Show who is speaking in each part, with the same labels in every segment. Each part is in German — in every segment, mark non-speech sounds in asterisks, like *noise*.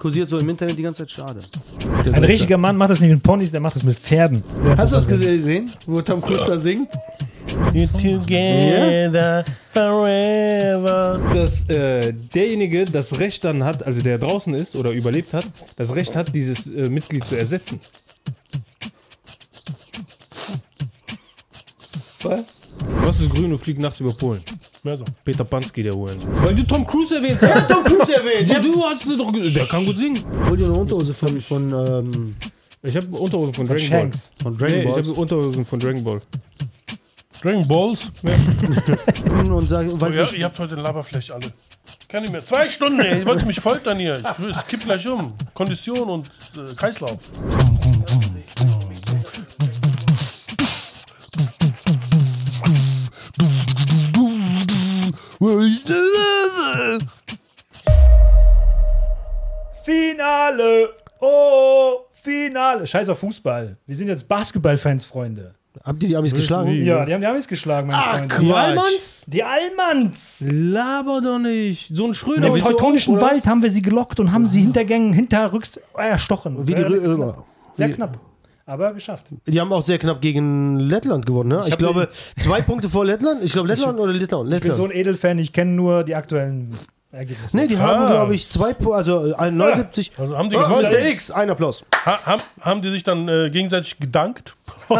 Speaker 1: Kursiert so im Internet die ganze Zeit, schade.
Speaker 2: Ein richtiger Mann macht das nicht mit Ponys, der macht das mit Pferden.
Speaker 1: Hast du das gesehen, wo Tom Cruise da singt?
Speaker 3: Together forever.
Speaker 4: dass äh, derjenige das Recht dann hat, also der draußen ist oder überlebt hat, das Recht hat, dieses äh, Mitglied zu ersetzen.
Speaker 1: Was?
Speaker 4: Was ist grün und fliegt nachts über Polen?
Speaker 3: Mehr so.
Speaker 4: Peter Pansky, der Huren. Weil du Tom Cruise erwähnt hast.
Speaker 1: Tom Cruise erwähnt!
Speaker 4: ja, du hast doch. ge- Der kann gut singen.
Speaker 1: Hol dir eine Unterhose von, von, ähm,
Speaker 4: Ich habe Unterhosen von Dragon Ball.
Speaker 2: Shanks.
Speaker 1: von
Speaker 4: Nee,
Speaker 1: Dragon
Speaker 4: ich
Speaker 1: Ball
Speaker 4: habe Unterhosen von Dragon Ball.
Speaker 3: Dragon Balls.
Speaker 1: und sag,
Speaker 3: Oh,
Speaker 1: weil
Speaker 3: ja, ihr habt heute den Laberfleisch alle. Kann ich mehr. Zwei Stunden, ey. Ich wollte mich foltern hier. Ich, ich kipp gleich um. Kondition und äh, Kreislauf.
Speaker 2: Finale! Oh, Finale! Scheiß auf Fußball. Wir sind jetzt Basketballfans, Freunde.
Speaker 1: habt ihr die Amis geschlagen?
Speaker 2: Ja, die haben die Amis geschlagen, meine Freunde.
Speaker 1: Quatsch.
Speaker 2: Die Almans? Die Almans!
Speaker 4: Laber doch nicht. So ein Schröder.
Speaker 2: Im teutonischen Wald haben wir sie gelockt und haben sie hintergängen, hinterrücks äh, erstochen.
Speaker 1: Wie die
Speaker 2: Sehr
Speaker 1: Römer.
Speaker 2: Sehr
Speaker 1: wie-
Speaker 2: knapp. Aber geschafft.
Speaker 1: Die haben auch sehr knapp gegen Lettland gewonnen, ne? Ich,
Speaker 2: hab
Speaker 1: glaube, zwei Punkte vor Lettland. Ich glaube, Lettland oder Litauen?
Speaker 2: Ich bin so
Speaker 1: Lettland.
Speaker 2: ein Edelfan, ich kenne nur die aktuellen Ergebnisse.
Speaker 1: Ne, die haben, glaube ich, zwei Punkte, also äh, 79.
Speaker 3: Also haben die
Speaker 1: Oh, ist der
Speaker 3: gewonnen?
Speaker 1: X? Ein Applaus.
Speaker 3: Ha, haben, haben die sich dann äh,
Speaker 1: *laughs*
Speaker 3: gegenseitig gedankt? oh.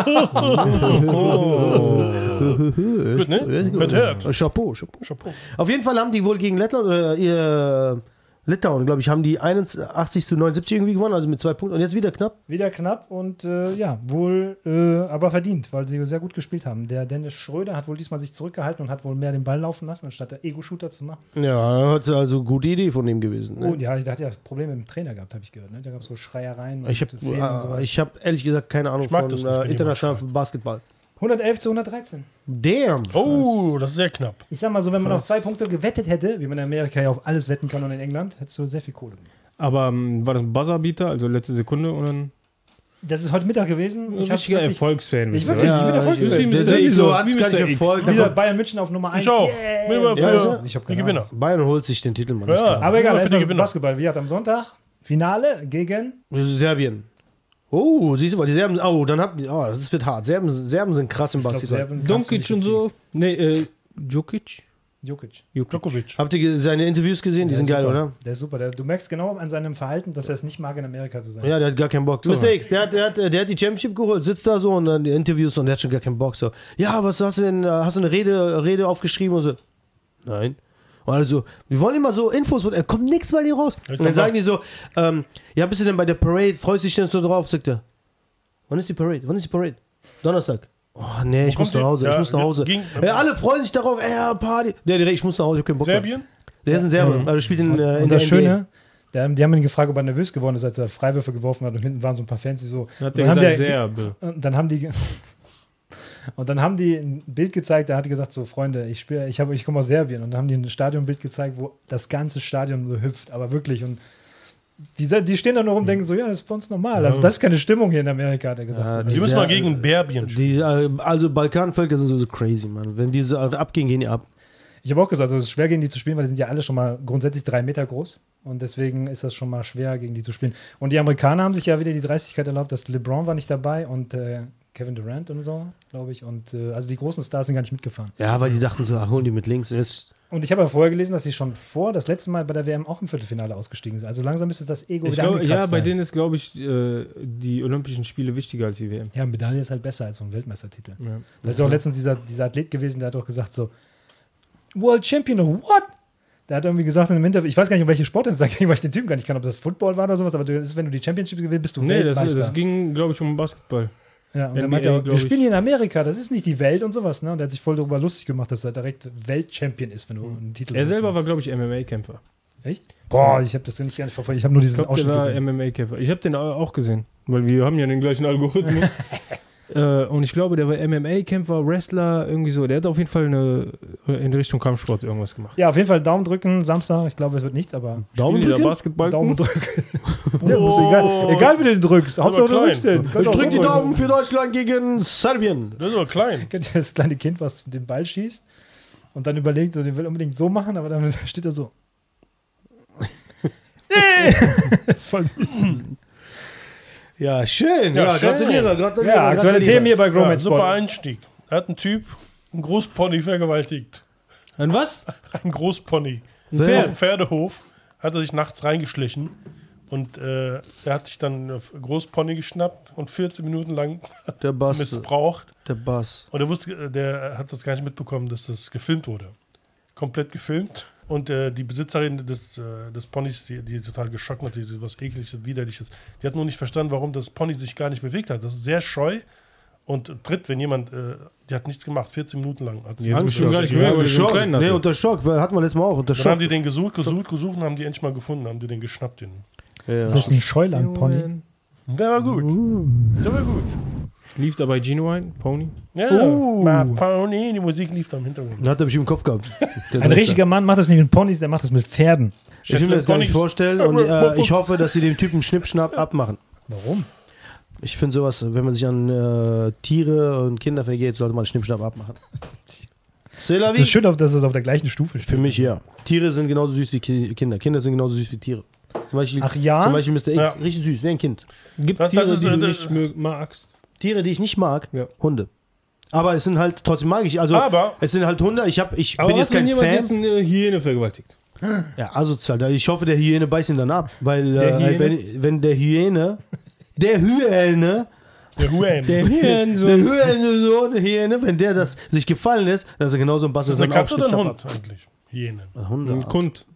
Speaker 3: Gut, ne? Hört, hört.
Speaker 1: Äh, Chapeau, Chapeau. Auf jeden Fall haben die wohl gegen Lettland oder äh, ihr äh, Litauen, glaube ich, haben die 81 zu 79 irgendwie gewonnen, also mit zwei Punkten. Und jetzt wieder knapp.
Speaker 2: Wieder knapp und äh, ja, wohl äh, aber verdient, weil sie sehr gut gespielt haben. Der Dennis Schröder hat wohl diesmal sich zurückgehalten und hat wohl mehr den Ball laufen lassen, anstatt der Ego-Shooter zu machen.
Speaker 1: Ja, hat also gute Idee von ihm gewesen. Ne?
Speaker 2: Und ja, der hat ja Probleme mit dem Trainer gehabt, habe ich gehört. Ne? Da gab es so Schreiereien
Speaker 1: Ich habe
Speaker 2: und Szenen
Speaker 3: ah,
Speaker 2: und sowas.
Speaker 1: ich hab ehrlich gesagt keine Ahnung
Speaker 3: Ich mag
Speaker 1: von
Speaker 3: das nicht, wenn
Speaker 1: äh,
Speaker 3: die
Speaker 1: internationalem Basketball.
Speaker 2: 111 zu 113.
Speaker 1: Damn.
Speaker 3: Oh, das ist sehr knapp.
Speaker 2: Ich sag mal so, wenn man auf zwei Punkte gewettet hätte, wie man in Amerika ja auf alles wetten kann und in England, hättest du sehr viel Kohle. gemacht.
Speaker 4: Aber ähm, war das ein Buzzerbeater, also letzte Sekunde und dann.
Speaker 2: Das ist heute Mittag gewesen.
Speaker 4: Ich
Speaker 2: Ich hab's
Speaker 4: richtiger
Speaker 2: wirklich,
Speaker 4: Erfolgsfan.
Speaker 2: Ich
Speaker 4: bist du,
Speaker 2: wirklich,
Speaker 4: oder?
Speaker 2: ich bin Erfolgsfan.
Speaker 4: Wie
Speaker 1: Das
Speaker 4: Mr. X.
Speaker 1: ist so, hat's
Speaker 4: Wie
Speaker 1: gar nicht
Speaker 4: Mr. X.
Speaker 1: Erfolg.
Speaker 2: wieder Bayern München auf Nummer 1.
Speaker 3: Ich auch. Bin immer für
Speaker 1: Ja,
Speaker 2: also, ich hab
Speaker 3: den
Speaker 2: keine
Speaker 3: Gewinner.
Speaker 1: Bayern holt sich den Titel, Mann. ist
Speaker 3: Ja.
Speaker 1: klar.
Speaker 2: Aber egal,
Speaker 3: Nur für die
Speaker 2: erstmal
Speaker 3: Gewinner.
Speaker 2: Basketball. Wie hat am Sonntag Finale gegen
Speaker 1: Serbien. Oh, siehst du mal, die Serben, oh, dann habt ihr, oh, das wird hart. Serben, Serben sind krass im
Speaker 2: ich glaub,
Speaker 1: Basketball.
Speaker 2: Serben kannst du
Speaker 4: Donkic
Speaker 2: nicht
Speaker 4: und
Speaker 2: erzielen.
Speaker 4: so. Nee, äh, Djokic?
Speaker 2: Jokic.
Speaker 3: Djokovic.
Speaker 1: Habt ihr ge- seine Interviews gesehen? Die
Speaker 2: Der
Speaker 1: sind
Speaker 2: ist
Speaker 1: geil,
Speaker 2: super.
Speaker 1: oder?
Speaker 2: Der ist super. Der, du merkst genau an seinem Verhalten, dass er es nicht mag, in Amerika zu sein.
Speaker 1: Ja, der hat gar keinen Bock. Mr. X, der hat, der, hat, der hat die Championship geholt, sitzt da so und dann die Interviews und der hat schon gar keinen Bock. So, ja, was hast du denn, äh, hast du eine Rede, Rede aufgeschrieben und so? Nein. Und also, wir wollen immer so Infos und er kommt nichts bei dir raus. Und dann sagen die so, ähm, ja, bist du denn bei der Parade? Freust du dich denn so drauf? Sagt er, wann ist die Parade? Wann ist die Parade? Donnerstag. Oh, nee, ich muss
Speaker 3: kommt
Speaker 1: nach
Speaker 3: die?
Speaker 1: Hause, ich
Speaker 3: Ja,
Speaker 1: muss nach Hause.
Speaker 3: ging-
Speaker 1: ja, alle freuen sich darauf, ey, ja, Party. Der direkt, ich muss nach Hause, ich hab keinen Bock. mehr.
Speaker 3: Serbien?
Speaker 1: Der ist ein Serbe, also spielt in, äh, in
Speaker 2: und das
Speaker 1: der NBA.
Speaker 2: Schöne, der, die haben ihn gefragt, ob er nervös geworden ist, als er Freiwürfe geworfen hat. Und hinten waren so ein paar Fans, die so.
Speaker 4: Hat
Speaker 2: und
Speaker 4: der
Speaker 2: dann
Speaker 4: gesagt,
Speaker 2: haben die-
Speaker 4: Serbe.
Speaker 2: Und dann haben die. ge- *laughs* Und dann haben die ein Bild gezeigt, da hat er gesagt, so Freunde, ich spiele, ich habe, ich komme aus Serbien. Und dann haben die ein Stadionbild gezeigt, wo das ganze Stadion so hüpft, aber wirklich. Und die, se- die stehen da nur rum und
Speaker 1: Hm.
Speaker 2: denken so, ja, das ist bei uns normal. Also das ist keine Stimmung hier in Amerika, hat er gesagt. Also,
Speaker 1: Ja,
Speaker 2: so.
Speaker 1: die-
Speaker 3: Die müssen mal
Speaker 1: Ser-
Speaker 3: gegen Berbien spielen.
Speaker 1: Die, äh, also Balkanvölker sind sowieso crazy, Mann. Wenn diese abgehen, gehen die ab.
Speaker 2: Ich habe auch gesagt, also es ist schwer gegen die zu spielen, weil die sind ja alle schon mal grundsätzlich drei Meter groß. Und deswegen ist das schon mal schwer, gegen die zu spielen. Und die Amerikaner haben sich ja wieder die Dreistigkeit erlaubt, dass LeBron war nicht dabei und äh, Kevin Durant und so, glaube ich. Und äh, also die großen Stars sind gar nicht mitgefahren.
Speaker 1: Ja, weil die dachten so, ach, holen die mit links. Und jetzt,
Speaker 2: Und ich habe ja vorher gelesen, dass sie schon vor das letzte Mal bei der WM auch im Viertelfinale ausgestiegen sind. Also langsam müsste das Ego
Speaker 4: Ich
Speaker 2: wieder
Speaker 4: glaub, ja,
Speaker 2: angekratzt
Speaker 4: bei
Speaker 2: sein.
Speaker 4: denen ist, glaube ich, äh, die Olympischen Spiele wichtiger als die WM.
Speaker 2: Ja, Medaille ist halt besser als so ein Weltmeistertitel.
Speaker 4: Ja.
Speaker 2: Da ist ja auch letztens dieser, dieser Athlet gewesen, der hat auch gesagt so, World Champion, of what? Der hat irgendwie gesagt in einem Interview, ich weiß gar nicht, um welche Sportart es da ging, *laughs* weil ich den Typen gar nicht kann, ob das Football war oder sowas, aber du, das ist, wenn du die Championship gewinnst, bist du
Speaker 4: Nee, das,
Speaker 2: Weltmeister.
Speaker 4: das ging, glaube ich, um Basketball.
Speaker 2: ja, und der
Speaker 4: NBA,
Speaker 2: meinte, er, wir
Speaker 4: glaub ich.
Speaker 2: spielen hier in Amerika, das ist nicht die Welt und sowas. Ne? Und der hat sich voll darüber lustig gemacht, dass er direkt Weltchampion ist, wenn du einen Titel
Speaker 4: Er
Speaker 2: hast.
Speaker 4: selber war, glaube ich, MMA-Kämpfer.
Speaker 2: Echt? Boah, ich habe das nicht ganz verfolgt, ich habe nur
Speaker 4: Ich
Speaker 2: dieses
Speaker 4: glaube, der
Speaker 2: Ausschnitt
Speaker 4: war
Speaker 2: gesehen.
Speaker 4: MMA-Kämpfer. Ich habe den au- auch gesehen, weil wir haben ja den gleichen Algorithmus. äh, und ich glaube, der war MMA-Kämpfer, Wrestler, irgendwie so. Der hat auf jeden Fall eine, in Richtung Kampfsport irgendwas gemacht.
Speaker 2: Ja, auf jeden Fall Daumen drücken, Samstag, ich glaube, es wird nichts, aber
Speaker 4: Daumen
Speaker 1: drücken?
Speaker 4: Basketball.
Speaker 2: Daumen drücken. *laughs* ja, musst
Speaker 4: Oh.
Speaker 2: du egal, egal, wie du den drückst, Hauptsache du
Speaker 3: klein.
Speaker 2: drückst den. Kannst
Speaker 1: ich
Speaker 2: auch
Speaker 1: drück die
Speaker 2: so drücken.
Speaker 1: Daumen für Deutschland gegen Serbien.
Speaker 3: Das ist aber klein.
Speaker 2: Kennt ihr das kleine Kind, was den Ball schießt *laughs*
Speaker 3: *laughs*
Speaker 2: und dann überlegt, so, den will unbedingt so machen, aber dann steht er so. Das ist voll süß.
Speaker 1: Ja, schön.
Speaker 3: Ja,
Speaker 1: Ja,
Speaker 3: schön.
Speaker 1: gratuliere, gratuliere.
Speaker 2: Ja, aktuelle
Speaker 1: gratuliere.
Speaker 2: Themen hier bei
Speaker 3: Ja,
Speaker 2: Gromets
Speaker 3: super
Speaker 2: ja,
Speaker 3: Einstieg. Da hat ein Typ einen Großpony vergewaltigt.
Speaker 4: Ein was?
Speaker 3: Ein Großpony.
Speaker 1: Wer?
Speaker 3: Auf dem Pferdehof hat er sich nachts reingeschlichen. Und äh, er hat sich dann äh, Großpony geschnappt und 14 Minuten lang *laughs*
Speaker 1: Der Bass.
Speaker 3: missbraucht.
Speaker 1: Der Bass.
Speaker 3: Und er wusste, äh, der hat das gar nicht mitbekommen, dass das gefilmt wurde. Komplett gefilmt. Und äh, die Besitzerin des, äh, des Ponys, die, die total geschockt hat, die die- was ekliges, widerliches, die hat nur nicht verstanden, warum das Pony sich gar nicht bewegt hat. Das ist sehr scheu und tritt, wenn jemand, äh, die hat nichts gemacht, 14 Minuten lang. Hat
Speaker 4: Die hat
Speaker 3: Angst
Speaker 4: bestimmt gar
Speaker 3: gehabt.
Speaker 4: nicht gemerkt, weil die so
Speaker 1: Schock.
Speaker 4: klein
Speaker 1: Nee,
Speaker 4: hatte.
Speaker 1: unter Schock. weil Hatten wir letztes Mal auch. Unter
Speaker 3: Dann haben
Speaker 1: Schock.
Speaker 3: die den gesucht, gesucht, gesucht und haben die endlich mal gefunden, haben die den geschnappt. Den.
Speaker 2: Das ist ein Scheulandpony.
Speaker 3: Der war gut. Der war gut.
Speaker 4: Lief da bei Gino ein? Pony?
Speaker 3: Ja,
Speaker 2: Oh.
Speaker 3: My Pony, die Musik lief da im Hintergrund.
Speaker 1: Hat er bestimmt im Kopf gehabt. Der
Speaker 2: Ein
Speaker 1: Drecksack.
Speaker 2: richtiger Mann macht das nicht mit Ponys, der macht das mit Pferden.
Speaker 1: Ich will mir das gar nicht
Speaker 3: Shetland
Speaker 1: vorstellen und äh, ich hoffe, dass sie dem Typen Schnippschnapp abmachen.
Speaker 2: Warum?
Speaker 1: Ich finde sowas, wenn man sich an äh, Tiere und Kinder vergeht, sollte man Schnippschnapp abmachen. C'est la
Speaker 2: Das
Speaker 1: vie.
Speaker 2: ist schön, auf- dass das auf der gleichen Stufe steht.
Speaker 1: Für mich ja. Tiere sind genauso süß wie Ki Kinder. Kinder sind genauso süß wie Tiere. Zum Beispiel,
Speaker 2: Ach ja?
Speaker 1: Zum Beispiel Mr. X,
Speaker 3: Ja.
Speaker 1: richtig süß, wie ein Kind.
Speaker 4: Gibt es
Speaker 3: Das- das
Speaker 4: Tiere,
Speaker 3: ist,
Speaker 4: die
Speaker 3: äh,
Speaker 4: du
Speaker 3: das-
Speaker 4: nicht mög- magst?
Speaker 1: Tiere, die ich nicht mag,
Speaker 4: Ja.
Speaker 1: Hunde. Aber es sind halt trotzdem magisch. Also
Speaker 3: Aber-
Speaker 1: es sind halt Hunde. Ich hab, ich
Speaker 4: Aber
Speaker 1: bin
Speaker 4: was,
Speaker 1: jetzt
Speaker 4: wenn
Speaker 1: kein
Speaker 4: jemand jetzt
Speaker 1: Fan.
Speaker 4: eine Hyäne vergewaltigt?
Speaker 1: Ja, asozial. Ich hoffe, der Hyäne beißt ihn dann ab, weil
Speaker 4: Der
Speaker 1: äh,
Speaker 4: Hyäne?
Speaker 1: wenn, wenn der Hyäne, der Hyäne,
Speaker 3: Der Huan.
Speaker 4: Der Hyäne, so.
Speaker 1: der Hyäne so eine Hyäne, wenn der das sich gefallen lässt, dann ist er genauso ein Bastard.
Speaker 3: Ist das eine
Speaker 1: dann auch
Speaker 3: Katze oder ein
Speaker 1: Schnippschnapp
Speaker 3: Hund eigentlich? Hyäne.
Speaker 1: ab.
Speaker 4: Ein
Speaker 1: Hundeart.
Speaker 4: Kund.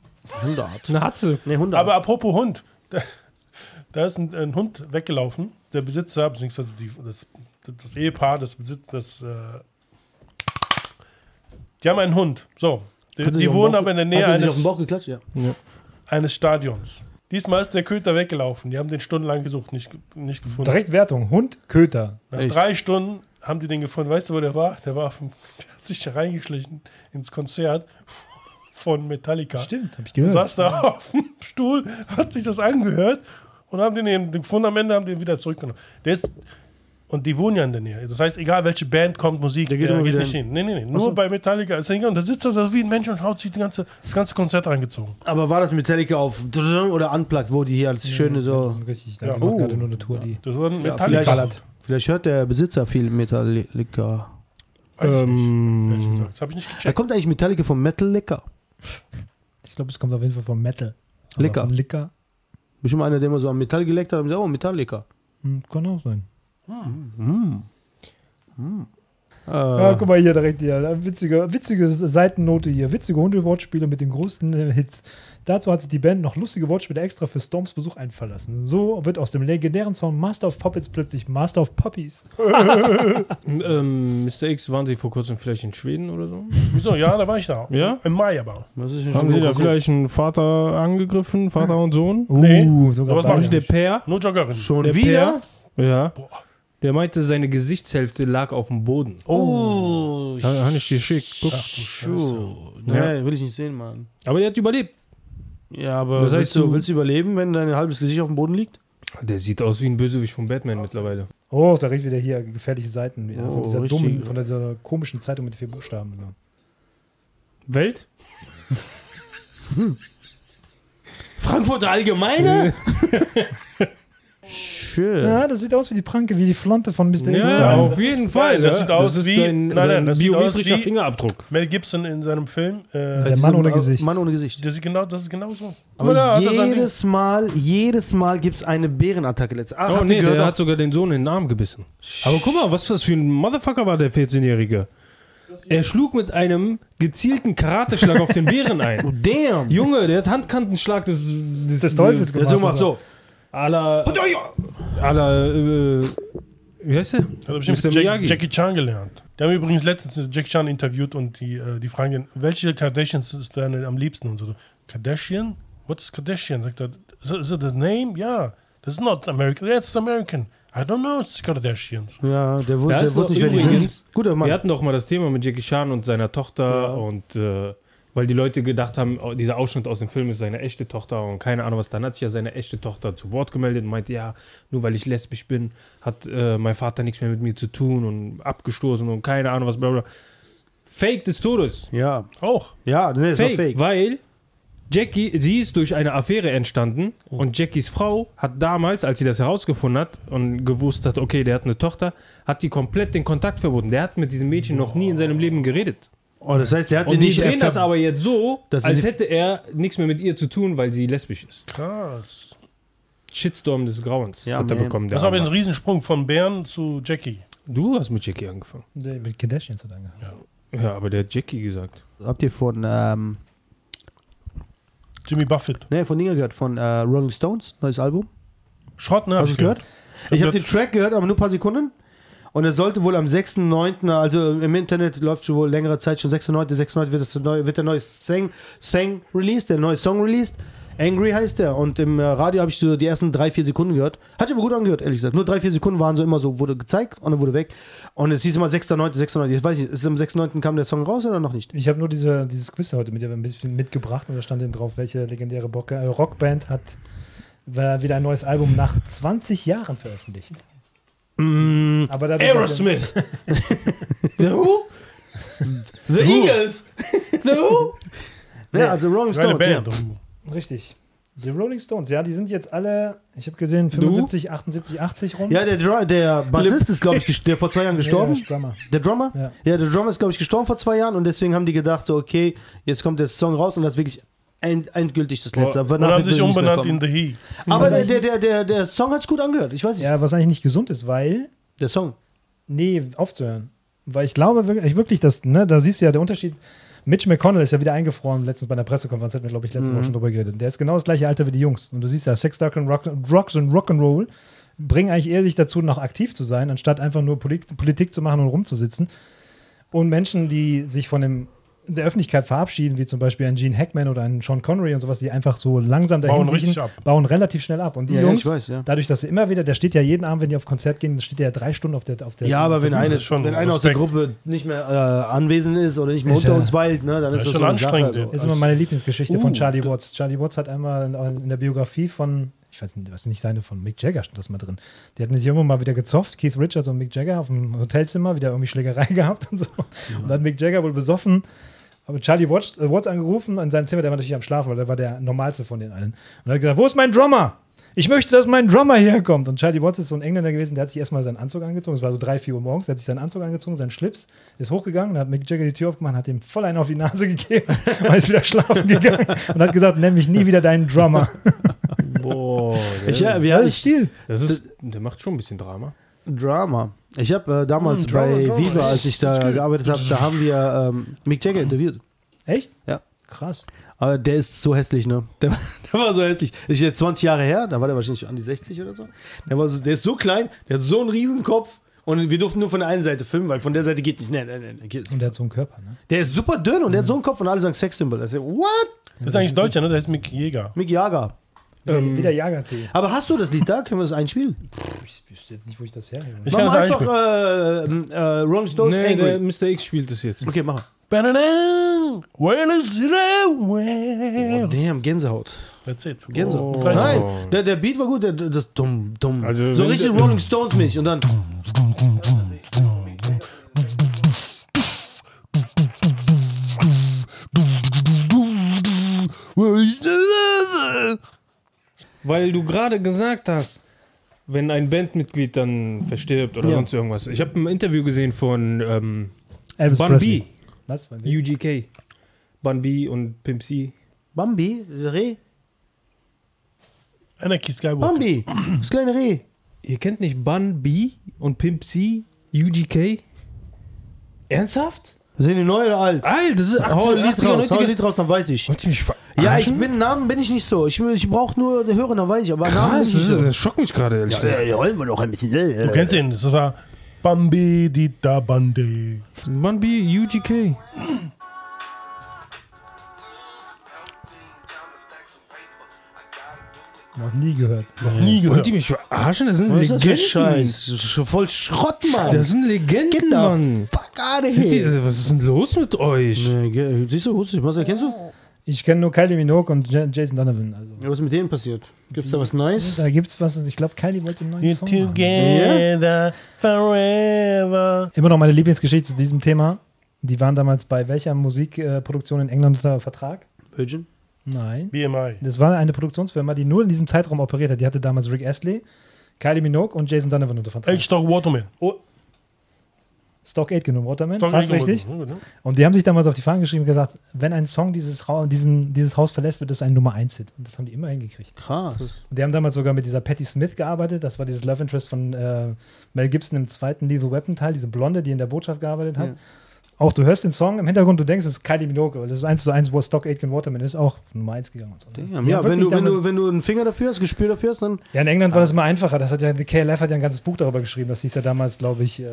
Speaker 1: Hundeart.
Speaker 4: Eine Hatze.
Speaker 1: Nee, Hundeart.
Speaker 3: Aber apropos Hund. Da, da ist ein, ein Hund weggelaufen. Der Besitzer, beziehungsweise die, das, das Ehepaar, das Besitz, das. Äh, die haben einen Hund. So. Die,
Speaker 1: Hat er sich
Speaker 3: die
Speaker 1: auf den
Speaker 3: wohnen
Speaker 1: Bauch-
Speaker 3: aber in der Nähe
Speaker 1: hat er sich auf den
Speaker 3: eines,
Speaker 1: Bauch geklatscht, ja.
Speaker 3: eines Stadions. Diesmal ist der Köter weggelaufen. Die haben den stundenlang gesucht, nicht, ge- nicht gefunden.
Speaker 2: Direkt Wertung. Hund, Köter.
Speaker 3: Nach
Speaker 1: Echt?
Speaker 3: drei Stunden haben die den gefunden. Weißt du, wo der war? Der war auf dem, *laughs* der hat sich reingeschlichen ins Konzert von Metallica.
Speaker 2: Stimmt, habe ich
Speaker 3: Und
Speaker 2: gehört.
Speaker 3: saß da *laughs* auf dem Stuhl, hat sich das angehört und haben den, eben- den gefunden, am Ende haben den wieder zurückgenommen. Der ist, und die wohnen ja in der Nähe. Das heißt, egal welche Band kommt, Musik,
Speaker 1: Der
Speaker 3: der geht,
Speaker 1: geht immer wieder
Speaker 3: nicht hin. Nee, nee, nee. Nur
Speaker 1: so.
Speaker 3: bei Metallica ist er hingegangen. Und da sitzt er da wie ein Mensch und schaut sich die ganze, das ganze Konzert reingezogen.
Speaker 1: Aber war das Metallica auf oder Unplugged, wo die hier als schöne so.
Speaker 2: Richtig, also
Speaker 3: Ja.
Speaker 2: macht
Speaker 1: Oh.
Speaker 2: gerade nur eine Tour, die.
Speaker 3: Das war ein
Speaker 1: vielleicht-
Speaker 3: Metallica.
Speaker 1: Vielleicht hört der Besitzer viel Metallica.
Speaker 3: Weiß ich nicht. ehrlich
Speaker 4: Ähm,
Speaker 3: gesagt. Das habe ich nicht
Speaker 1: Da
Speaker 3: gecheckt.
Speaker 1: kommt eigentlich Metallica vom Metal Licker.
Speaker 2: Ich glaube, es kommt auf jeden Fall vom Metal. Aber
Speaker 1: Licker.
Speaker 2: von Licker.
Speaker 1: Bestimmt einer, der mal so am Metall geleckt hat und gesagt, oh, Metallica.
Speaker 2: Hm, kann auch sein.
Speaker 1: Äh,
Speaker 4: Ah.
Speaker 2: Ja, Ah, guck mal hier direkt hier. Witzige, witzige Seitennote hier. Witzige Hundewortspiele mit den größten äh, *laughs* Hits. Dazu hat sich die Band noch lustige Wortspiele extra für Storms Besuch einfallen lassen. So wird aus dem legendären Song Master of Puppets plötzlich Master of Puppies.
Speaker 4: ähm, Mr. X, waren Sie vor kurzem vielleicht in Schweden oder so?
Speaker 3: Wieso? Ja, da war ich da.
Speaker 4: Ja?
Speaker 3: Im Mai aber.
Speaker 1: was ist denn
Speaker 4: Haben Sie
Speaker 1: schon
Speaker 4: da
Speaker 1: so-
Speaker 4: vielleicht einen Vater angegriffen, Vater und Sohn?
Speaker 3: Nee,
Speaker 2: sogar
Speaker 3: sowas mach
Speaker 2: beide.
Speaker 3: ich
Speaker 4: Der Pär?
Speaker 3: Nur Joggerin.
Speaker 1: schon
Speaker 4: Der
Speaker 1: wieder?
Speaker 4: Pär? Ja.
Speaker 3: Boah.
Speaker 4: Der meinte, seine Gesichtshälfte lag auf dem Boden.
Speaker 1: Oh,
Speaker 4: Da habe ich geschickt. Guck.
Speaker 3: Ach du Scheiße.
Speaker 1: Schuh. Nee, will ich nicht sehen, Mann.
Speaker 4: Aber der hat überlebt.
Speaker 1: Ja, aber
Speaker 4: Das heißt,
Speaker 1: willst, du,
Speaker 4: du-
Speaker 1: willst du überleben, wenn dein halbes Gesicht auf dem Boden liegt?
Speaker 4: Der sieht aus wie ein Bösewicht von Batman mittlerweile.
Speaker 2: Oh, da regt wieder hier gefährliche Seiten. Wieder.
Speaker 1: Oh,
Speaker 2: von, dieser
Speaker 1: richtig.
Speaker 2: dummen, von dieser komischen Zeitung mit vier Buchstaben. Genau.
Speaker 4: Welt?
Speaker 1: Frankfurter Allgemeine? *laughs* Schön.
Speaker 2: Ja, das sieht aus wie die Pranke, wie die Flonte von Mr.
Speaker 4: Ja, auf jeden Fall.
Speaker 3: Nein, das
Speaker 4: ne?
Speaker 3: sieht aus
Speaker 4: ist
Speaker 3: wie-
Speaker 4: Dein,
Speaker 3: nein, nein,
Speaker 4: dein
Speaker 3: das sieht aus
Speaker 4: biometrischer
Speaker 3: wie-
Speaker 4: Fingerabdruck.
Speaker 3: Mel Gibson in seinem Film. Äh,
Speaker 2: Der
Speaker 1: Diese-
Speaker 2: Mann ohne Gesicht.
Speaker 1: Mann ohne Gesicht.
Speaker 3: der sieht genau, das ist genau so.
Speaker 1: Aber
Speaker 3: da hat er sein Ding.
Speaker 1: jedes Mal, jedes Mal gibt es eine Bärenattacke letztes. Ach,
Speaker 4: Oh
Speaker 1: habt ihr
Speaker 4: nee,
Speaker 1: gehört
Speaker 4: der
Speaker 1: auch-
Speaker 4: hat sogar den Sohn in den Arm gebissen. Aber guck mal, was das für ein Motherfucker war, der 14-Jährige. Er schlug mit einem gezielten Karateschlag auf den Bären
Speaker 1: Oh,
Speaker 3: *laughs*
Speaker 4: ein.
Speaker 1: damn.
Speaker 4: Junge, der hat Handkantenschlag des, des,
Speaker 2: Des Teufels
Speaker 1: Der hat so gemacht, so.
Speaker 4: Aller, aller, äh, wie heißt der?
Speaker 3: Hat er bestimmt
Speaker 4: Mr.
Speaker 3: Jack,
Speaker 4: Miyagi.
Speaker 3: Jackie Chan gelernt. Die haben übrigens letztens äh, Jackie Chan interviewt und die, äh, die fragen ihn, welche Kardashians ist deine am liebsten? Und so, Kardashian? What's Kardashian? Sagt er, is it, is it the name? Yeah. That's not American. That's American. I don't know, it's Kardashians.
Speaker 1: Ja, der wusste,
Speaker 4: Da
Speaker 1: der
Speaker 4: ist
Speaker 1: wusste
Speaker 4: doch
Speaker 1: nicht, wer die
Speaker 4: übrigens-
Speaker 1: sind. Guter Mann.
Speaker 4: Wir hatten doch mal das Thema mit Jackie Chan und seiner Tochter und äh, weil die Leute gedacht haben, oh, dieser Ausschnitt aus dem Film ist seine echte Tochter und keine Ahnung was. Dann hat sich ja seine echte Tochter zu Wort gemeldet und meinte, ja, nur weil ich lesbisch bin, hat äh, mein Vater nichts mehr mit mir zu tun und abgestoßen und keine Ahnung was, bla bla. Fake des Todes.
Speaker 1: Ja,
Speaker 3: Auch.
Speaker 1: ja, nee, das war
Speaker 4: Fake,
Speaker 1: fake.
Speaker 4: weil Jackie, sie ist durch eine Affäre entstanden
Speaker 1: Oh.
Speaker 4: und Jackies Frau hat damals, als sie das herausgefunden hat und gewusst hat, okay, der hat eine Tochter, hat die komplett den Kontakt verboten. Der hat mit diesem Mädchen noch nie in seinem Leben geredet.
Speaker 1: Oh, das heißt, der hat sie
Speaker 4: Und die
Speaker 1: nicht
Speaker 4: drehen das
Speaker 1: erver-
Speaker 4: aber jetzt so,
Speaker 1: Dass sie
Speaker 4: als
Speaker 1: sie-
Speaker 4: hätte er nichts mehr mit ihr zu tun, weil sie lesbisch ist.
Speaker 3: Krass.
Speaker 4: Shitstorm des Grauens
Speaker 5: Ja,
Speaker 4: hat er
Speaker 5: man.
Speaker 4: bekommen. Der
Speaker 3: Das ist aber ein
Speaker 4: Arme.
Speaker 3: Riesensprung von Bern zu Jackie.
Speaker 4: du hast mit Jackie angefangen.
Speaker 2: Nee, Mit Kardashians hat er angefangen.
Speaker 4: Ja, aber der hat Jackie gesagt.
Speaker 5: Habt ihr von, ähm,
Speaker 3: Jimmy Buffett.
Speaker 5: ne, von Dinger gehört, von äh, Rolling Stones, neues Album?
Speaker 3: Schrott, ne? hab
Speaker 1: Hast du es
Speaker 3: ich
Speaker 1: gehört? Ich habe den Track gehört, aber nur ein paar Sekunden. Und er sollte wohl am 6.9., also im Internet läuft schon wohl längere Zeit, schon 6.9., 6.9. wird, das neue, wird der neue Song, Song released, der neue Song released. Angry heißt der. Und im äh, Radio habe ich so die ersten drei, vier Sekunden gehört. Hat sich aber gut angehört, ehrlich gesagt. Nur drei, vier Sekunden waren so immer so, wurde gezeigt und dann wurde weg. Und jetzt hieß immer 6.9., 6.9. Jetzt weiß ich, nicht, ist am 6.9. kam der Song raus oder noch nicht?
Speaker 2: Ich habe nur diese, dieses Quiz heute mit dir ein bisschen mitgebracht und da stand eben drauf, welche legendäre Bock äh, Rockband hat äh, wieder ein neues Album nach 20 Jahren veröffentlicht.
Speaker 1: Mm,
Speaker 2: Aber dadurch, dass-
Speaker 1: *laughs* The Who? The Eagles? The Who? Ja, also Rolling
Speaker 3: Geile
Speaker 1: Stones. Ja.
Speaker 3: Band.
Speaker 2: Richtig. Die Rolling Stones, ja, die sind jetzt alle, ich habe gesehen, 75, 78, 80 rum.
Speaker 1: Ja, der, Dra- der Bassist ist, glaube ich, gest- der vor zwei *laughs* Jahren gestorben.
Speaker 2: Ja, Strummer.
Speaker 1: Der Drummer?
Speaker 2: Ja.
Speaker 1: Ja. der Drummer ist, glaube ich, gestorben vor zwei Jahren und deswegen haben die gedacht, so, okay, jetzt kommt der Song raus und das ist wirklich end, endgültig das letzte. Aber
Speaker 3: Und
Speaker 1: nachher
Speaker 3: haben
Speaker 1: wird
Speaker 3: sich
Speaker 1: er nicht mehr
Speaker 3: umbenannt
Speaker 1: kommen.
Speaker 3: in The He.
Speaker 1: Aber der, der, der, der, der Song hat es gut angehört, ich weiß nicht.
Speaker 2: ja, was eigentlich nicht gesund ist, weil
Speaker 1: Der Song.
Speaker 2: Nee, aufzuhören. Weil ich glaube wirklich, wirklich dass, ne, da siehst du ja der Unterschied. Mitch McConnell ist ja wieder eingefroren, letztens bei einer Pressekonferenz, hatten wir, glaube ich, letzte
Speaker 5: Mhm.
Speaker 2: Woche schon drüber geredet. Der ist genau das gleiche Alter wie die Jungs. Und du siehst ja, Sex, Dark and Rock, Drugs und Rock'n'Roll bringen eigentlich eher dich dazu, noch aktiv zu sein, anstatt einfach nur Polit Politik zu machen und rumzusitzen. Und Menschen, die sich von dem, der Öffentlichkeit verabschieden, wie zum Beispiel ein Gene Hackman oder ein Sean Connery und sowas, die einfach so langsam dahin
Speaker 3: Bauen richtig
Speaker 2: siechen,
Speaker 3: ab.
Speaker 2: bauen relativ schnell ab. Und die
Speaker 5: Ja, ja,
Speaker 2: Jungs,
Speaker 5: ich weiß, ja.
Speaker 2: dadurch, dass sie immer wieder, der steht ja jeden Abend, wenn die auf Konzert gehen, steht der ja drei Stunden auf der auf der
Speaker 1: Ja, aber wenn, eine,
Speaker 3: ist schon
Speaker 1: wenn einer aus der
Speaker 3: Respekt.
Speaker 1: Gruppe nicht mehr äh, anwesend ist oder nicht mehr
Speaker 2: Ist
Speaker 1: unter
Speaker 2: ja-
Speaker 1: uns weilt, ne, dann ist
Speaker 3: ist
Speaker 1: das
Speaker 3: schon
Speaker 1: so eine Sache,
Speaker 3: anstrengend, der-
Speaker 2: Das
Speaker 1: also.
Speaker 2: ist immer meine Lieblingsgeschichte von
Speaker 1: Uh,
Speaker 2: Charlie Watts. Charlie Watts hat einmal in, in der Biografie von, ich weiß nicht, was nicht seine, von Mick Jagger stand das mal drin. Die hatten sich irgendwann mal wieder gezofft, Keith Richards und Mick Jagger auf dem Hotelzimmer, wieder irgendwie Schlägerei *laughs* gehabt und so. Und dann hat Mick Jagger wohl besoffen, aber Charlie Watts, äh, Watts angerufen in seinem Zimmer, der war natürlich am Schlafen, weil der war der normalste von den allen. Und er hat gesagt, wo ist mein Drummer? Ich möchte, dass mein Drummer herkommt. Und Charlie Watts ist so ein Engländer gewesen, der hat sich erstmal seinen Anzug angezogen. Es war so drei, vier Uhr morgens. Der hat sich seinen Anzug angezogen, seinen Schlips, ist hochgegangen, dann hat Mick Jagger die Tür aufgemacht, hat ihm voll einen auf die Nase *laughs* gegeben und ist wieder schlafen gegangen und hat gesagt, nenn mich nie wieder deinen Drummer.
Speaker 4: *laughs* Boah, der,
Speaker 1: Ich, äh, ja, wir
Speaker 2: Ja,
Speaker 1: hatten
Speaker 2: das ist Stil.
Speaker 4: das ist, der macht schon ein bisschen Drama.
Speaker 1: Drama. Ich habe äh, damals bei Viva, als ich da gearbeitet habe, da haben wir ähm, Mick Jagger interviewt.
Speaker 2: Echt?
Speaker 1: Ja.
Speaker 2: Krass.
Speaker 1: Aber der ist so hässlich, ne? *laughs* Der, war- der war so hässlich. Ist jetzt 20 Jahre her, da war der wahrscheinlich an die 60 oder so. Der, war so, der ist so klein, der hat so einen Riesenkopf. Und wir durften nur von der einen Seite filmen, weil von der Seite geht nicht. Nein, nein, nein, nein. geht nicht.
Speaker 2: Und der hat so einen Körper, ne?
Speaker 1: Der ist super dünn und der hat so einen Kopf und alle sagen Sex-Symbol. Das ist- What?
Speaker 3: Das ist eigentlich Deutscher, ne? Der heißt Mick Jäger.
Speaker 1: Mick Jagger.
Speaker 2: Wie der Jagertee.
Speaker 1: Aber hast du das Lied da? Können wir das einspielen?
Speaker 2: Ich wüsste jetzt nicht, wo ich das herhebe.
Speaker 3: Ich
Speaker 1: Mach
Speaker 3: kann das
Speaker 1: mal einfach
Speaker 3: einspielen.
Speaker 1: äh, ähm, äh, Rolling Stones
Speaker 4: Nee, der
Speaker 1: Angry.
Speaker 4: Mr. X spielt das jetzt.
Speaker 1: Okay, mach.
Speaker 3: Banana, when is it away?
Speaker 1: Oh, damn, Gänsehaut.
Speaker 3: That's it.
Speaker 1: Gänsehaut.
Speaker 4: Oh.
Speaker 1: Nein, der, der Beat war gut. Der, der- das dumm, dumm.
Speaker 4: Also
Speaker 1: so
Speaker 4: wenn
Speaker 1: richtig
Speaker 4: du-
Speaker 1: Rolling Stones-mäßig. Und dann.
Speaker 4: Weil du gerade gesagt hast, wenn ein Bandmitglied dann verstirbt oder
Speaker 1: Ja.
Speaker 4: sonst irgendwas. Ich habe ein Interview gesehen von ähm,
Speaker 2: Elvis
Speaker 4: Bun
Speaker 2: Presley.
Speaker 4: B,
Speaker 2: Was? Bun B?
Speaker 4: UGK. Bun B und Pimp C.
Speaker 1: Bambi, Reh.
Speaker 3: Anarchy Skywalker.
Speaker 1: Bambi, das kleine Reh.
Speaker 4: Ihr kennt nicht Bun B und Pimp C, UGK? Ernsthaft?
Speaker 1: Sind die neu oder alt?
Speaker 4: Alter, das ist 80er,
Speaker 1: Hau ein Lied
Speaker 4: 80er,
Speaker 1: raus, hau ein
Speaker 4: 90er.
Speaker 1: Lied raus, dann weiß ich.
Speaker 4: Wollt ihr mich
Speaker 1: Ja, ich
Speaker 4: verarschen?
Speaker 1: mit Namen bin ich nicht so. Ich, ich brauche nur hören, dann weiß ich. Aber Namen
Speaker 4: Krass,
Speaker 1: bin ich
Speaker 4: das,
Speaker 1: nicht
Speaker 4: das schockt mich gerade, ehrlich
Speaker 1: so.
Speaker 4: gesagt.
Speaker 1: wollen wir doch ein bisschen. äh,
Speaker 3: Du kennst ihn. Das war Bambi, die da Bande.
Speaker 4: Bun B, UGK.
Speaker 2: Noch nie gehört.
Speaker 3: Noch nie
Speaker 4: Wollt
Speaker 3: gehört.
Speaker 4: ihr mich verarschen? Das sind
Speaker 1: Was ist das für
Speaker 4: Legenden.
Speaker 1: ein Scheiß? Das ist schon voll Schrott, Mann.
Speaker 4: Das sind Legenden,
Speaker 1: Get the
Speaker 4: Mann.
Speaker 1: fuck out of
Speaker 4: Sind die,
Speaker 1: here.
Speaker 4: also, was ist denn los mit euch?
Speaker 1: Nee, ge- Siehst du, wusste ich, was erkennst du?
Speaker 2: Ich kenne nur Kylie Minogue und Ja- Jason Donovan. Also.
Speaker 1: Ja, was ist mit denen passiert? Gibt's da was Neues?
Speaker 2: Da gibt's was, ich glaube, Kylie wollte einen neuen
Speaker 3: We're
Speaker 2: Song machen.
Speaker 3: together forever.
Speaker 2: Immer noch meine Lieblingsgeschichte zu diesem Thema. Die waren damals bei welcher Musikproduktion in England unter Vertrag?
Speaker 1: Virgin?
Speaker 2: Nein.
Speaker 3: BMI.
Speaker 2: Das war eine Produktionsfirma, die nur in diesem Zeitraum operiert hat. Die hatte damals Rick Astley, Kylie Minogue und Jason Donovan unter Vertrag.
Speaker 3: Age Dog Waterman. Oh,
Speaker 2: Stock 8 genommen, Waterman.
Speaker 3: Sorry,
Speaker 2: Fast
Speaker 3: Age Dog
Speaker 2: richtig.
Speaker 3: Waterman. Oh, ne?
Speaker 2: Und die haben sich damals auf die Fahnen geschrieben und gesagt, wenn ein Song dieses, Ra diesen, dieses Haus verlässt, wird es ein Nummer 1-Hit. Und das haben die immer hingekriegt.
Speaker 5: Krass.
Speaker 2: Und die haben damals sogar mit dieser Patti Smith gearbeitet. Das war dieses Love Interest von äh, Mel Gibson im zweiten Lethal Weapon Teil, diese Blonde, die in der Botschaft gearbeitet hat.
Speaker 5: Ja.
Speaker 2: Auch du hörst den Song im Hintergrund, du denkst, es ist Kylie Minogue. aber Das ist 1 zu 1, wo Stock Aitken Waterman ist, auch Nummer 1 gegangen. Und so. ne?
Speaker 5: Damn.
Speaker 2: Die
Speaker 1: Ja,
Speaker 2: haben
Speaker 1: wenn
Speaker 2: wirklich
Speaker 1: du, wenn,
Speaker 2: damit-
Speaker 1: du, wenn du einen Finger dafür hast, Gespür dafür hast, dann.
Speaker 2: ja, in England war das immer einfacher. Das hat ja, die KLF hat ja ein ganzes Buch darüber geschrieben. Das hieß ja damals, glaube ich, äh,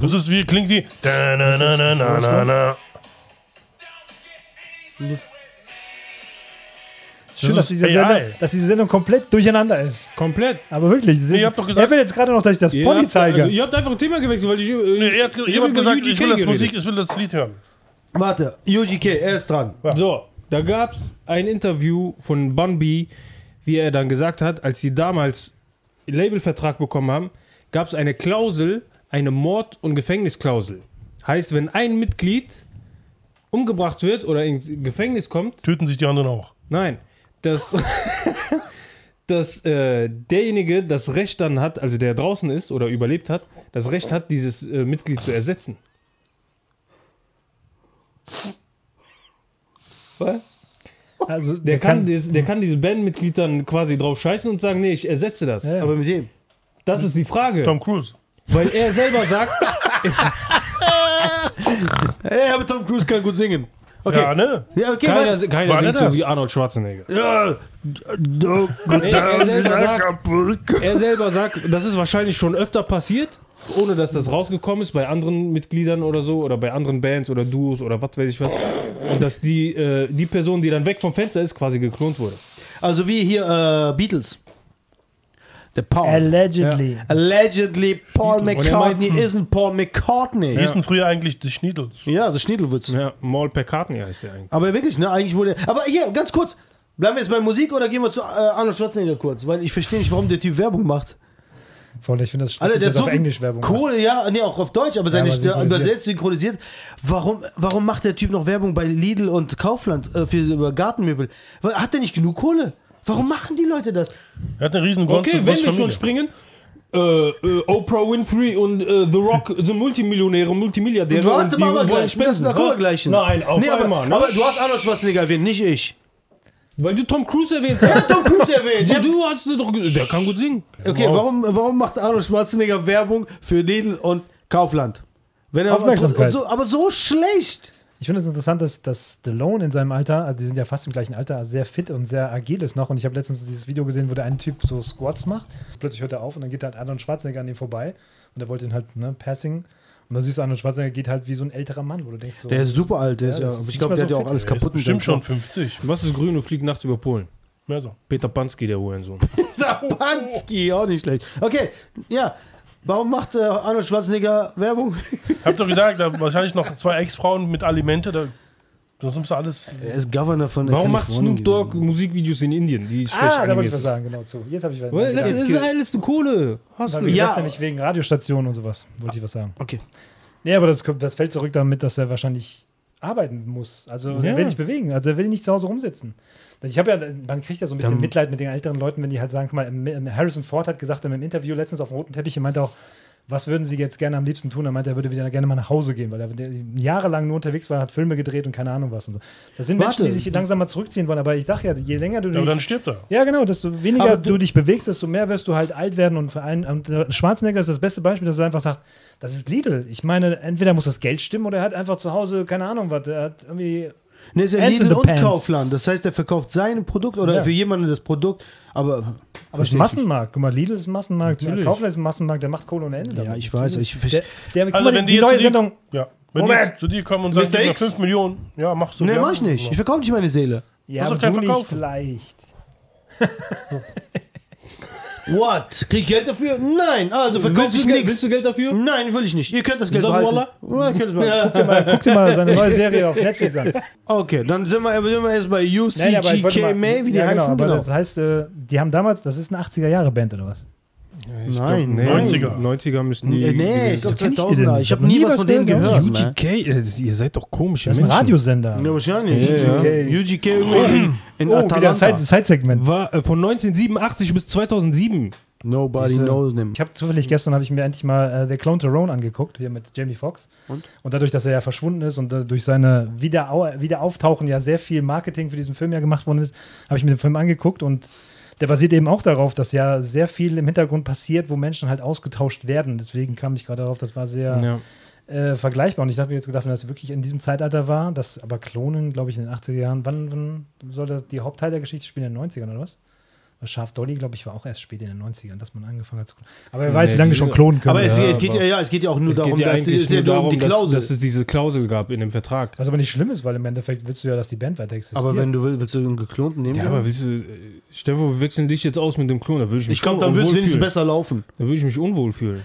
Speaker 3: Das ist wie, klingt wie. Da, na, na, na, na, na, na.
Speaker 2: schön, dass
Speaker 3: ist
Speaker 2: diese,
Speaker 3: AI.
Speaker 2: Sendung, dass diese Sendung komplett durcheinander ist.
Speaker 4: Komplett.
Speaker 2: Aber wirklich. sie-
Speaker 3: ihr habt doch gesagt-
Speaker 2: er will jetzt gerade noch, dass ich das
Speaker 4: Ihr
Speaker 2: Pony
Speaker 4: habt-
Speaker 2: zeige.
Speaker 4: also Ihr habt einfach ein Thema gewechselt, weil ich. äh,
Speaker 3: Nee, Er hat,
Speaker 4: ich hab
Speaker 3: jemand
Speaker 4: über
Speaker 3: gesagt,
Speaker 4: UGK
Speaker 3: ich will das
Speaker 4: geredet.
Speaker 3: Musik, ich will das Lied hören.
Speaker 1: Warte, UGK, er ist dran.
Speaker 4: So, da gab es ein Interview von Bun B, wie er dann gesagt hat, als sie damals einen Labelvertrag bekommen haben, gab es eine Klausel, eine Mord- und Gefängnisklausel. Heißt, wenn ein Mitglied umgebracht wird oder ins Gefängnis kommt,
Speaker 3: Töten sich die anderen auch.
Speaker 4: nein, dass, *laughs* dass äh, derjenige das Recht dann hat, also der draußen ist oder überlebt hat, das Recht hat, dieses äh, Mitglied zu ersetzen. Was?
Speaker 2: also,
Speaker 4: Der kann, dies- der kann diese Bandmitglied dann quasi drauf scheißen und sagen, nee, ich ersetze das.
Speaker 2: Ja, ja.
Speaker 1: Aber mit dem.
Speaker 4: Das ist die Frage.
Speaker 3: Tom Cruise.
Speaker 4: Weil er selber *laughs* sagt,
Speaker 1: Ey, aber Tom Cruise kann gut singen. Okay.
Speaker 3: Ja, ne?
Speaker 1: Ja, okay,
Speaker 4: keiner,
Speaker 1: warte.
Speaker 4: keiner
Speaker 3: war
Speaker 4: singt
Speaker 3: der
Speaker 4: so
Speaker 3: das?
Speaker 4: wie Arnold Schwarzenegger.
Speaker 3: Ja.
Speaker 4: Nee, er, selber sagt, er selber sagt, das ist wahrscheinlich schon öfter passiert, ohne dass das rausgekommen ist bei anderen Mitgliedern oder so oder bei anderen Bands oder Duos oder was weiß ich was. Und dass die, äh, die Person, die dann weg vom Fenster ist, quasi geklont wurde.
Speaker 1: Also wie hier äh, Beatles. Der Paul.
Speaker 2: Allegedly.
Speaker 1: Allegedly Paul
Speaker 4: Und er meint,
Speaker 1: McCartney isn't Paul McCartney.
Speaker 3: Hießen früher eigentlich die Schniedels.
Speaker 1: Ja, also Schniedelwitz.
Speaker 4: Ja, Maul Cartney heißt der eigentlich.
Speaker 1: Aber wirklich, ne? Eigentlich wurde. Aber hier, ganz kurz. Bleiben wir jetzt bei Musik oder gehen wir zu äh, Arnold Schwarzenegger kurz? Weil ich verstehe nicht, warum der Typ Werbung macht.
Speaker 2: Voll, ich finde das
Speaker 1: Alter,
Speaker 2: schrecklich,
Speaker 1: der hat
Speaker 2: dass
Speaker 1: so
Speaker 2: auf
Speaker 1: viel
Speaker 2: Englisch Werbung macht.
Speaker 1: Kohle, ja, nee, auch auf Deutsch, aber seine
Speaker 2: aber
Speaker 1: ja,
Speaker 2: synchronisiert.
Speaker 1: übersetzt, synchronisiert. Warum, warum macht der Typ noch Werbung bei Lidl und Kaufland äh, für über Gartenmöbel? Weil- Hat der nicht genug Kohle? Warum machen die Leute das?
Speaker 3: Er hat eine riesen
Speaker 4: Okay, wenn
Speaker 3: große
Speaker 4: wir schon
Speaker 3: Familie.
Speaker 4: springen, äh, äh, Oprah Winfrey und äh, The Rock *laughs* sind Multimillionäre, Multimilliardäre.
Speaker 1: Warte
Speaker 4: und
Speaker 1: mal, aber
Speaker 4: wollen
Speaker 1: gleich. Das, da kommen wir
Speaker 4: ne?
Speaker 1: gleich hin.
Speaker 4: Nein, auf
Speaker 1: Nee, aber,
Speaker 4: einmal. ne?
Speaker 1: aber du hast Arnold Schwarzenegger erwähnt, nicht ich.
Speaker 4: Weil du Tom Cruise erwähnt
Speaker 1: Er *laughs* hat
Speaker 4: hast.
Speaker 1: Tom Cruise erwähnt.
Speaker 4: Ja,
Speaker 1: Ja.
Speaker 4: du hast doch ge- Der kann gut singen.
Speaker 1: Okay, warum, warum macht Arnold Schwarzenegger Werbung für Lidl und Kaufland? Wenn er
Speaker 2: Aufmerksamkeit.
Speaker 1: So, aber so schlecht.
Speaker 2: Ich finde es interessant, dass, dass Stallone in seinem Alter, also die sind ja fast im gleichen Alter, also sehr fit und sehr agil ist noch. Und ich habe letztens dieses Video gesehen, wo der einen Typ so Squats macht. Plötzlich hört er auf und dann geht halt Arnold Schwarzenegger an ihm vorbei. Und er wollte ihn halt, ne, Passing. Und dann siehst du, Arnold Schwarzenegger geht halt wie so ein älterer Mann, wo du denkst so.
Speaker 1: Der ist super alt, der ist
Speaker 2: Ja,
Speaker 1: ja,
Speaker 2: das ist
Speaker 1: aber ich
Speaker 2: nicht
Speaker 1: glaube, der
Speaker 2: mehr
Speaker 1: hat ja auch
Speaker 2: so fit.
Speaker 1: alles
Speaker 3: Er ist
Speaker 1: kaputt.
Speaker 3: bestimmt schon 50.
Speaker 4: Was ist grün und fliegt nachts über Polen?
Speaker 3: Mehr so.
Speaker 4: Peter Pansky, der Hurensohn.
Speaker 1: *laughs* Panski, auch nicht schlecht. Okay, ja. Warum macht äh, Arnold Schwarzenegger Werbung?
Speaker 3: Hab doch gesagt, da wahrscheinlich noch zwei Ex-Frauen mit Alimente. Da, das ist alles.
Speaker 1: Er ist Governor von
Speaker 4: Warum macht Snoop Dogg Musikvideos in Indien? Die schlecht
Speaker 2: ah, da wollte
Speaker 4: animiert
Speaker 2: ich was sagen, genau zu. Jetzt habe ich was.
Speaker 4: Weil Das
Speaker 2: Weil
Speaker 4: ist alles eine Kohle. Hast
Speaker 2: du
Speaker 4: du.
Speaker 1: Ja.
Speaker 2: gesagt, nämlich wegen Radiostationen und sowas, wollte ich was sagen.
Speaker 1: Okay.
Speaker 2: Nee, aber das, kommt- das fällt zurück damit, dass er wahrscheinlich arbeiten muss. Also
Speaker 4: Ja.
Speaker 2: er will sich bewegen, also er will nicht zu Hause rumsitzen. Also, Ich habe ja, man kriegt ja so ein bisschen Mitleid mit den älteren Leuten, wenn die halt sagen, guck mal, im- im Harrison Ford hat gesagt in einem Interview letztens auf dem roten Teppich, er meinte auch, was würden sie jetzt gerne am liebsten tun? Er meinte, er würde wieder gerne mal nach Hause gehen, weil er jahrelang nur unterwegs war, hat Filme gedreht und keine Ahnung was und so. Das sind
Speaker 1: Warte.
Speaker 2: Menschen, die sich langsam mal zurückziehen wollen, aber ich dachte ja, je länger du
Speaker 3: Aber dann
Speaker 2: dich
Speaker 3: stirbt er.
Speaker 2: ja, genau, desto weniger
Speaker 1: Aber
Speaker 2: du, dich bewegst, desto mehr wirst du halt alt werden. Und, für einen, und äh, Schwarzenegger ist das beste Beispiel, dass er einfach sagt, das ist Lidl. Ich meine, entweder muss das Geld stimmen oder er hat einfach zu Hause, keine Ahnung was, er hat irgendwie...
Speaker 1: Ne, ist ja
Speaker 2: Ants in
Speaker 1: Lidl
Speaker 2: the
Speaker 1: und
Speaker 2: Pants.
Speaker 1: Kaufland. Das heißt, er verkauft sein Produkt oder
Speaker 2: Ja.
Speaker 1: für jemanden das Produkt. Aber,
Speaker 2: Aber es ist ein Massenmarkt. Guck mal, Lidl ist ein Massenmarkt,
Speaker 4: Natürlich.
Speaker 2: Kaufland ist ein Massenmarkt, der macht Kohle und Ende.
Speaker 1: ja,
Speaker 2: damit.
Speaker 1: ich weiß, ich
Speaker 2: Der,
Speaker 1: verstehe.
Speaker 2: der, guck
Speaker 3: Also,
Speaker 2: mal,
Speaker 3: wenn
Speaker 2: die,
Speaker 3: die
Speaker 2: die
Speaker 3: jetzt
Speaker 2: neue
Speaker 3: zu dir-
Speaker 2: Sendung...
Speaker 3: Ja. Wenn die
Speaker 2: Moment.
Speaker 3: jetzt zu dir kommen und sagen,
Speaker 1: Mr.
Speaker 3: gib mir
Speaker 1: X.
Speaker 3: 5 Millionen, ja, machst du.
Speaker 1: Ne,
Speaker 3: ja.
Speaker 1: mach ich nicht. Ich verkaufe nicht meine Seele.
Speaker 2: Ja,
Speaker 3: Hast
Speaker 2: aber
Speaker 3: doch keinen
Speaker 2: du nicht
Speaker 3: verkauft.
Speaker 2: vielleicht.
Speaker 1: What? Krieg ich Geld dafür? Nein, also verkaufe ich
Speaker 4: Willst du, Geld-
Speaker 1: nichts.
Speaker 4: willst du Geld dafür?
Speaker 1: Nein, will ich nicht. Ihr könnt das Geld
Speaker 4: Sag
Speaker 1: behalten.
Speaker 4: Walla.
Speaker 1: Ja, ihr könnt es behalten.
Speaker 2: Guck dir, mal, guck dir mal seine neue Serie auf
Speaker 1: *laughs*
Speaker 2: Netflix an.
Speaker 1: Okay, dann sind wir, sind wir erst bei
Speaker 2: Nein, aber ich wollte
Speaker 1: UCGK
Speaker 2: mal-
Speaker 1: May, wie die
Speaker 2: ja, genau,
Speaker 1: heißen.
Speaker 2: aber
Speaker 1: Genau.
Speaker 2: Das heißt, äh, die haben damals, das ist eine 80er-Jahre-Band oder was?
Speaker 4: Ich glaub,
Speaker 5: Nein.
Speaker 4: nee,
Speaker 3: 90er.
Speaker 4: 90er müssen die.
Speaker 1: Äh, Nee, nee ich
Speaker 4: gewesen
Speaker 1: glaube
Speaker 2: kenn ich die denn
Speaker 1: 2000er.
Speaker 2: nicht.
Speaker 1: Ich habe nie was von denen
Speaker 2: gehört,
Speaker 1: gehört. ne?
Speaker 4: UGK, äh, das- ihr seid doch komische
Speaker 2: Das ist ein
Speaker 4: Menschen.
Speaker 2: Radiosender.
Speaker 1: Ja, wahrscheinlich.
Speaker 4: Ja,
Speaker 2: ja.
Speaker 1: UGK in, in
Speaker 2: Oh, wieder ein
Speaker 1: Atalanta.
Speaker 2: Side- Side-Segment.
Speaker 4: War äh, von 1987 bis 2007.
Speaker 1: Nobody
Speaker 2: Diese-
Speaker 1: knows him.
Speaker 2: Ich habe zufällig gestern habe ich mir endlich mal äh, The Clone Tyrone angeguckt, hier mit Jamie Foxx.
Speaker 5: Und?
Speaker 2: dadurch, dass er ja verschwunden ist und dadurch, durch seine Wiederau Wiederauftauchen ja sehr viel Marketing für diesen Film ja gemacht worden ist, habe ich mir den Film angeguckt und der basiert eben auch darauf, dass ja sehr viel im Hintergrund passiert, wo Menschen halt ausgetauscht werden. Deswegen kam ich gerade darauf, das war sehr
Speaker 4: Ja.
Speaker 2: äh, vergleichbar. Und ich habe mir jetzt gedacht, wenn das wirklich in diesem Zeitalter war, das aber Klonen, glaube ich, in den 80er Jahren, wann, wann soll das die Hauptteil der Geschichte spielen? In den 90ern oder was? Schaf Dolly, glaube ich, war auch erst spät in den 90ern, dass man angefangen hat zu klonen. Aber wer weiß,
Speaker 4: Nee,
Speaker 2: wie lange
Speaker 4: die-
Speaker 2: schon klonen können.
Speaker 1: Aber es,
Speaker 4: Ja,
Speaker 1: es, geht, ja,
Speaker 4: aber-
Speaker 1: ja, es geht ja auch nur
Speaker 4: Es
Speaker 1: darum,
Speaker 4: geht ja
Speaker 1: dass, es
Speaker 4: eigentlich
Speaker 1: ist ja
Speaker 4: nur
Speaker 1: nur um
Speaker 4: darum,
Speaker 1: die
Speaker 4: dass,
Speaker 1: Klausel.
Speaker 4: dass es diese Klausel gab in dem Vertrag.
Speaker 2: Was aber nicht schlimm ist, weil im Endeffekt willst du ja, dass die Band weiter existiert.
Speaker 1: aber wenn du willst, willst du einen geklonten nehmen?
Speaker 4: Ja, aber willst du, äh, stell dir vor, wir wechseln dich jetzt aus mit dem Klon, da würde ich mich
Speaker 1: ich glaube,
Speaker 4: schon
Speaker 1: dann wird es
Speaker 4: unwohl
Speaker 1: wenigstens
Speaker 4: fühlen.
Speaker 1: besser laufen.
Speaker 4: Da würde ich mich unwohl fühlen.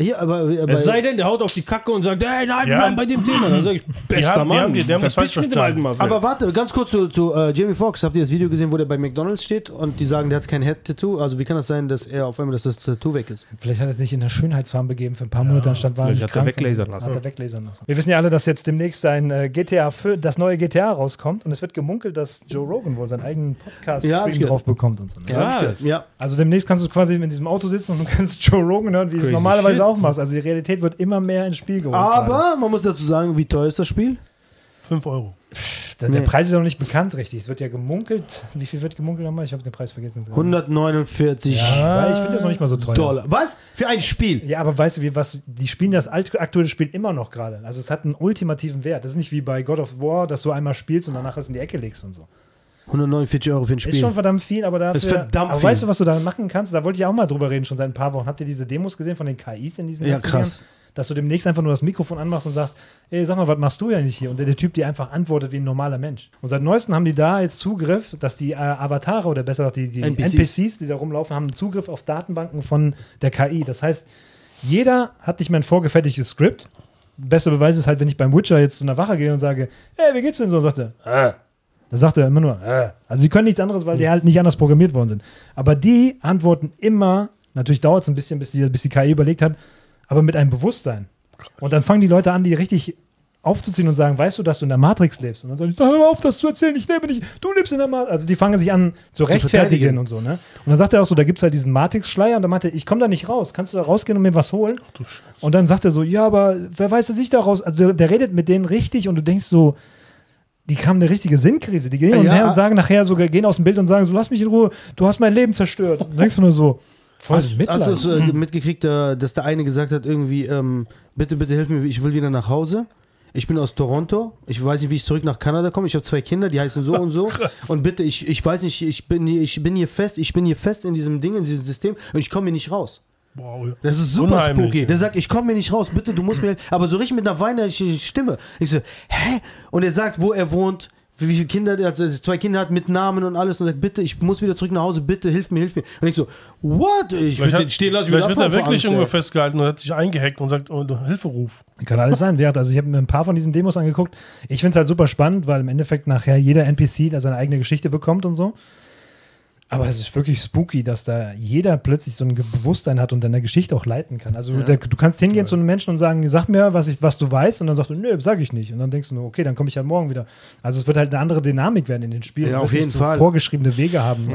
Speaker 1: Ja, aber, äh, aber
Speaker 4: Es sei denn, der haut auf die Kacke und sagt, hey, nein,
Speaker 3: Ja.
Speaker 4: nein, bei dem Thema. Dann sage ich, bester
Speaker 3: haben- die
Speaker 4: Mann,
Speaker 3: haben die- die haben das
Speaker 4: verpiss
Speaker 3: falsch
Speaker 4: dich mit dem alten Marcel.
Speaker 1: aber warte, ganz kurz zu, zu äh, Jamie Foxx. Habt ihr das Video gesehen, wo der bei McDonalds steht und die sagen, der hat kein Head-Tattoo? Also wie kann das sein, dass er auf einmal dass das Tattoo weg ist?
Speaker 2: Vielleicht hat er sich in der Schönheitsfarm begeben für ein paar Monate, anstatt war er nicht
Speaker 4: vielleicht hat er
Speaker 2: krank,
Speaker 4: weglasern
Speaker 2: sondern
Speaker 4: lassen.
Speaker 2: Hat er weglasern lassen. Wir wissen ja alle, dass jetzt demnächst ein äh, GTA 5, das neue GTA rauskommt und es wird gemunkelt, dass Joe Rogan wohl seinen eigenen
Speaker 1: Ja, hab ich
Speaker 2: Podcast-Stream
Speaker 1: gehört.
Speaker 2: drauf bekommt und so. Ne?
Speaker 4: Krass.
Speaker 1: Ja.
Speaker 2: Also demnächst kannst du quasi in diesem Auto sitzen und du *laughs* kannst Joe Rogan hören, wie du es
Speaker 4: Crazy
Speaker 2: normalerweise
Speaker 4: shit.
Speaker 2: auch machst. Also die Realität wird immer mehr ins Spiel geholt. gerade.
Speaker 1: Aber man muss dazu sagen, wie teuer ist das Spiel?
Speaker 3: 5 Euro.
Speaker 2: der, der
Speaker 1: Nee.
Speaker 2: Preis ist noch nicht bekannt richtig. Es wird ja gemunkelt. Wie viel wird gemunkelt nochmal? Ich habe den Preis vergessen.
Speaker 1: 149
Speaker 2: Ja, weil ich finde das noch nicht mal so teuer.
Speaker 1: Dollar. Was? Für ein Spiel?
Speaker 2: Ja, aber weißt du, wie, was, die spielen das alt, aktuelle Spiel immer noch gerade. Also es hat einen ultimativen Wert. Das ist nicht wie bei God of War, dass du einmal spielst und danach es in die Ecke legst und so.
Speaker 1: 149 Euro für ein Spiel.
Speaker 2: Ist schon verdammt viel, aber dafür.
Speaker 1: Ist verdammt
Speaker 2: aber
Speaker 1: viel.
Speaker 2: weißt du, was du da machen kannst? Da wollte ich auch mal drüber reden, schon seit ein paar Wochen. Habt ihr diese Demos gesehen von den KIs in diesen
Speaker 1: Ja,
Speaker 2: ganzen
Speaker 1: krass.
Speaker 2: Dingern? Dass du demnächst einfach nur das Mikrofon anmachst und sagst, ey, sag mal, was machst du ja nicht hier? Und der, der Typ dir einfach antwortet wie ein normaler Mensch. Und seit neuestem haben die da jetzt Zugriff, dass die äh, Avatare oder besser gesagt die, die
Speaker 1: NPCs.
Speaker 2: NPCs. die da rumlaufen, haben Zugriff auf Datenbanken von der KI. Das heißt, jeder hat nicht mehr ein vorgefertigtes Skript. Bester Beweis ist halt, wenn ich beim Witcher jetzt zu einer Wache gehe und sage, ey, wie geht's denn so? Und sagt er,
Speaker 1: Äh,
Speaker 2: da sagt er immer nur, äh. also sie können nichts anderes, weil die
Speaker 1: Mhm.
Speaker 2: halt nicht anders programmiert worden sind. Aber die antworten immer, natürlich dauert es ein bisschen, bis die, bis die KI überlegt hat, aber mit einem Bewusstsein. Und dann fangen die Leute an, die richtig aufzuziehen und sagen, weißt du, dass du in der Matrix lebst? Und dann sagen die, hör auf, das zu erzählen, ich lebe nicht, du lebst in der Matrix. Also die fangen sich an zu rechtfertigen
Speaker 1: verteidigen.
Speaker 2: und so, ne? Und dann sagt er auch so, da gibt es halt diesen Matrix-Schleier und dann meinte er, ich komme da nicht raus, kannst du da rausgehen und mir was holen? Und dann sagt er so, ja, aber wer weiß, dass ich da raus, also der, der redet mit denen richtig und du denkst so, die haben eine richtige Sinnkrise. Die gehen hin und
Speaker 1: Ja.
Speaker 2: her und sagen nachher sogar, gehen aus dem Bild und sagen so, lass mich in Ruhe, du hast mein Leben zerstört. Und denkst du nur so, voll
Speaker 1: Hast,
Speaker 2: Mitleid.
Speaker 1: hast du es äh, mitgekriegt, äh, dass der eine gesagt hat, irgendwie, ähm, bitte, bitte hilf mir, ich will wieder nach Hause. Ich bin aus Toronto. Ich weiß nicht, wie ich zurück nach Kanada komme. Ich habe zwei Kinder, die heißen so und so. Und bitte, ich, ich weiß nicht, ich bin, hier, ich bin hier fest, ich bin hier fest in diesem Ding, in diesem System und ich komme hier nicht raus.
Speaker 3: Wow, ja.
Speaker 1: Das ist super
Speaker 3: Unheimlich,
Speaker 1: spooky.
Speaker 3: ja.
Speaker 1: Der sagt, ich komme hier nicht raus, bitte, du musst mir. Aber so richtig mit einer weinerlichen Stimme. Ich so, hä? Und er sagt, wo er wohnt, wie wie viele Kinder der hat, also zwei Kinder hat mit Namen und alles und sagt, bitte, ich muss wieder zurück nach Hause, bitte, hilf mir, hilf mir. Und ich so, what? Ich
Speaker 3: Vielleicht,
Speaker 1: will
Speaker 3: hat,
Speaker 1: den stehen lassen, ich will
Speaker 3: vielleicht wird er
Speaker 1: abhauen vor
Speaker 3: wirklich
Speaker 1: Angst,
Speaker 3: irgendwo
Speaker 1: ey.
Speaker 3: festgehalten und hat sich eingehackt und sagt, oh, Hilferuf.
Speaker 2: Kann alles sein. Wert. Also ich habe mir ein paar von diesen Demos angeguckt. Ich finde es halt super spannend, weil im Endeffekt nachher jeder NPC da seine eigene Geschichte bekommt und so. Aber es ist wirklich spooky, dass da jeder plötzlich so ein Ge- Bewusstsein hat und deine Geschichte auch leiten kann. Also der, du kannst hingehen zu einem Menschen und sagen, sag mir, was, ich, was du weißt. Und dann sagst du, nö, sag ich nicht. Und dann denkst du nur, okay, dann komme ich halt morgen wieder. Also es wird halt eine andere Dynamik werden in den Spielen.
Speaker 1: Ja,
Speaker 2: Du wirst
Speaker 1: auf jeden
Speaker 2: nicht
Speaker 1: Fall. Mhm.
Speaker 2: vorgeschriebene Wege haben.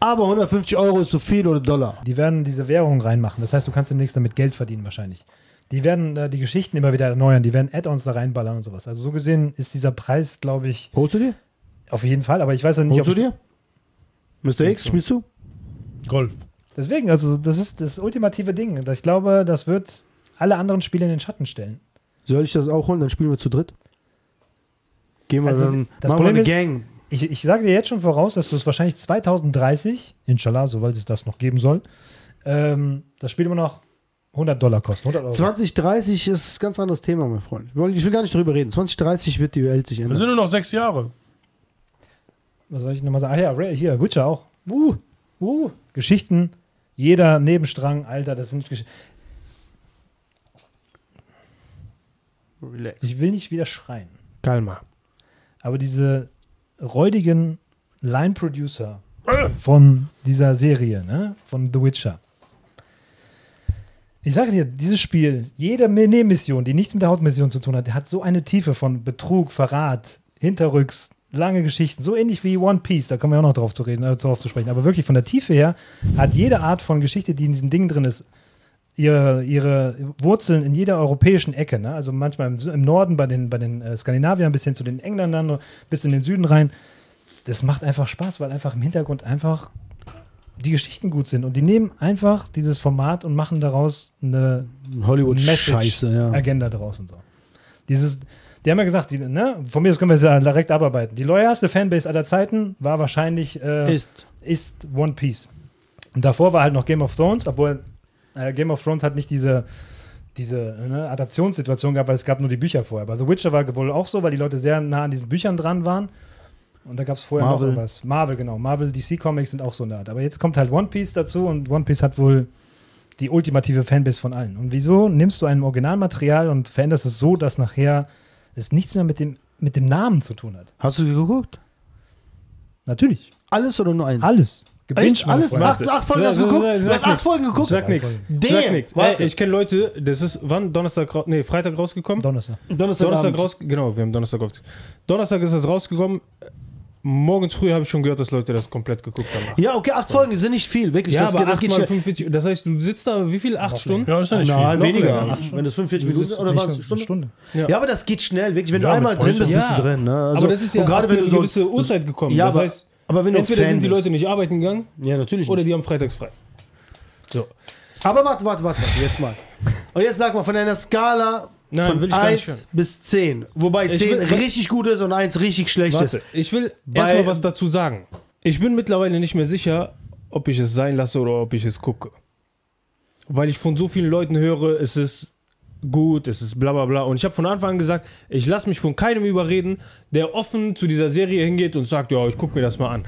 Speaker 2: Aber
Speaker 1: Aber 150 Euro ist zu viel oder Dollar.
Speaker 2: die werden diese Währung reinmachen. Das heißt, du kannst demnächst damit Geld verdienen wahrscheinlich. Die werden äh, die Geschichten immer wieder erneuern, die werden Add-ons da reinballern und sowas. Also so gesehen ist dieser Preis, glaube ich,
Speaker 1: Holst du dir?
Speaker 2: auf jeden Fall. Aber ich weiß ja nicht,
Speaker 1: Holst du
Speaker 2: es-
Speaker 1: dir? Mr. X, spielst du?
Speaker 3: Golf.
Speaker 2: Deswegen, also das ist das ultimative Ding. Ich glaube, das wird alle anderen Spiele in den Schatten stellen.
Speaker 1: Soll ich das auch holen? Dann spielen wir zu dritt. Gehen wir
Speaker 2: Also,
Speaker 1: dann.
Speaker 2: das
Speaker 1: machen wir eine
Speaker 2: Problem
Speaker 1: Gang.
Speaker 2: Ich, ich sage dir jetzt schon voraus, dass du es wahrscheinlich 2030, inshallah, soweit es das noch geben soll, ähm, das Spiel immer noch 100 Dollar kostet. 100 Euro.
Speaker 1: 2030 ist ein ganz anderes Thema, mein Freund. Ich will ich will gar nicht drüber reden. 2030 wird die Welt sich
Speaker 3: Das
Speaker 1: ändern.
Speaker 3: sind nur noch sechs Jahre.
Speaker 2: was soll ich nochmal sagen? Ah ja, Ray, hier, Witcher auch. Uh, uh, Geschichten, jeder Nebenstrang, Alter, das sind Geschichten.
Speaker 1: Relax.
Speaker 2: Ich will nicht wieder schreien,
Speaker 4: Kalma.
Speaker 2: aber diese räudigen
Speaker 3: Äh.
Speaker 2: Line-Producer von dieser Serie, ne? von The Witcher, Ich sage dir, dieses Spiel, jede Mi- Nebenmission, die nichts mit der Hauptmission zu tun hat, hat so eine Tiefe von Betrug, Verrat, Hinterrücks, lange Geschichten, so ähnlich wie One Piece, da kommen wir auch noch drauf zu reden, äh, drauf zu sprechen. Aber wirklich von der Tiefe her hat jede Art von Geschichte, die in diesen Dingen drin ist, ihre, ihre Wurzeln in jeder europäischen Ecke. Ne? Also manchmal im, Sü- im Norden bei den, bei den äh, Skandinaviern bis hin zu den Engländern, bis in den Süden rein. Das macht einfach Spaß, weil einfach im Hintergrund einfach die Geschichten gut sind. Und die nehmen einfach dieses Format und machen daraus eine
Speaker 4: Also,
Speaker 5: Hollywood-Scheiße, ja.
Speaker 4: Äh,
Speaker 2: Message-Agenda draus und so. Dieses, die haben ja gesagt, die, ne, von mir aus können wir es ja direkt abarbeiten. Die loyalste Fanbase aller Zeiten war wahrscheinlich äh,
Speaker 1: Ist.
Speaker 2: ist One Piece. Und davor war halt noch Game of Thrones, obwohl äh, Game of Thrones hat nicht diese, diese ne, Adaptionssituation gehabt, weil es gab nur die Bücher vorher. Bei The Witcher war wohl auch so, weil die Leute sehr nah an diesen Büchern dran waren. Und da gab es vorher
Speaker 5: Marvel.
Speaker 2: noch was. Marvel, genau. Marvel, DC Comics sind auch so eine Art. Aber jetzt kommt halt One Piece dazu und One Piece hat wohl die ultimative Fanbase von allen. Und wieso nimmst du ein Originalmaterial und veränderst es so, dass nachher es nichts mehr mit dem, mit dem Namen zu tun hat?
Speaker 5: Hast du geguckt?
Speaker 2: Natürlich.
Speaker 5: Alles oder nur einen?
Speaker 2: Alles.
Speaker 1: Echt? Alles?
Speaker 2: Alles.
Speaker 1: Acht, acht Folgen
Speaker 4: Sag-
Speaker 1: hast du geguckt?
Speaker 4: sag-
Speaker 1: Du
Speaker 4: sag
Speaker 1: hast acht
Speaker 4: nix.
Speaker 1: Folgen geguckt?
Speaker 4: Sag nix. Sag
Speaker 1: Damn.
Speaker 4: nix.
Speaker 1: Warte.
Speaker 4: Ey, ich kenne Leute, das ist wann? Donnerstag, ra- nee, Freitag rausgekommen?
Speaker 2: Donnerstag.
Speaker 4: Donnerstag
Speaker 1: Donnerstagabend.
Speaker 4: raus, genau, wir haben Donnerstag aufgezogen. Donnerstag ist das rausgekommen. Morgens früh habe ich schon gehört, dass Leute das komplett geguckt haben.
Speaker 1: Ja, okay, acht Folgen sind nicht viel, wirklich.
Speaker 4: Ja,
Speaker 1: das
Speaker 4: aber
Speaker 1: geht, das
Speaker 4: 8
Speaker 1: geht
Speaker 4: mal
Speaker 1: schnell.
Speaker 4: 45, das heißt, du sitzt da wie viel? 8 Stunden?
Speaker 3: Ja, ist ja nicht
Speaker 1: Na,
Speaker 3: viel.
Speaker 4: Noch
Speaker 1: weniger.
Speaker 4: länger.
Speaker 1: Wenn das 45 Minuten oder was?
Speaker 2: Eine Stunde.
Speaker 1: Stunde? Ja. aber das geht schnell, wirklich. Wenn
Speaker 3: Ja,
Speaker 1: du
Speaker 3: mit
Speaker 1: einmal drin bist,
Speaker 3: Pause.
Speaker 1: bist du
Speaker 4: Ja.
Speaker 1: drin. Ne? Also,
Speaker 4: aber das ist ja
Speaker 1: und gerade
Speaker 4: ab
Speaker 1: wenn
Speaker 4: einer
Speaker 1: du so
Speaker 4: gewisse Uhrzeit gekommen.
Speaker 1: Ja,
Speaker 4: das
Speaker 1: aber-
Speaker 4: heißt,
Speaker 1: aber wenn du
Speaker 4: entweder
Speaker 1: Fan
Speaker 4: sind die
Speaker 1: bist.
Speaker 4: Leute nicht arbeiten gegangen
Speaker 1: Ja, natürlich.
Speaker 4: oder die haben freitags frei. So.
Speaker 1: Aber warte, warte, warte, warte, jetzt mal. Und jetzt sag mal, von einer Skala
Speaker 4: Nein,
Speaker 1: von
Speaker 4: will ich gar nicht
Speaker 1: 1
Speaker 4: hören.
Speaker 1: bis 10. Wobei
Speaker 4: Ich
Speaker 1: 10
Speaker 4: will-
Speaker 1: richtig gut ist und 1 richtig schlecht
Speaker 4: Warte,
Speaker 1: ist.
Speaker 4: ich will
Speaker 1: Bei-
Speaker 4: erstmal was dazu sagen. Ich bin mittlerweile nicht mehr sicher, ob ich es sein lasse oder ob ich es gucke. Weil ich von so vielen Leuten höre, es ist gut, es ist bla bla bla. Und ich habe von Anfang an gesagt, ich lasse mich von keinem überreden, der offen zu dieser Serie hingeht und sagt, ja, ich gucke mir das mal an.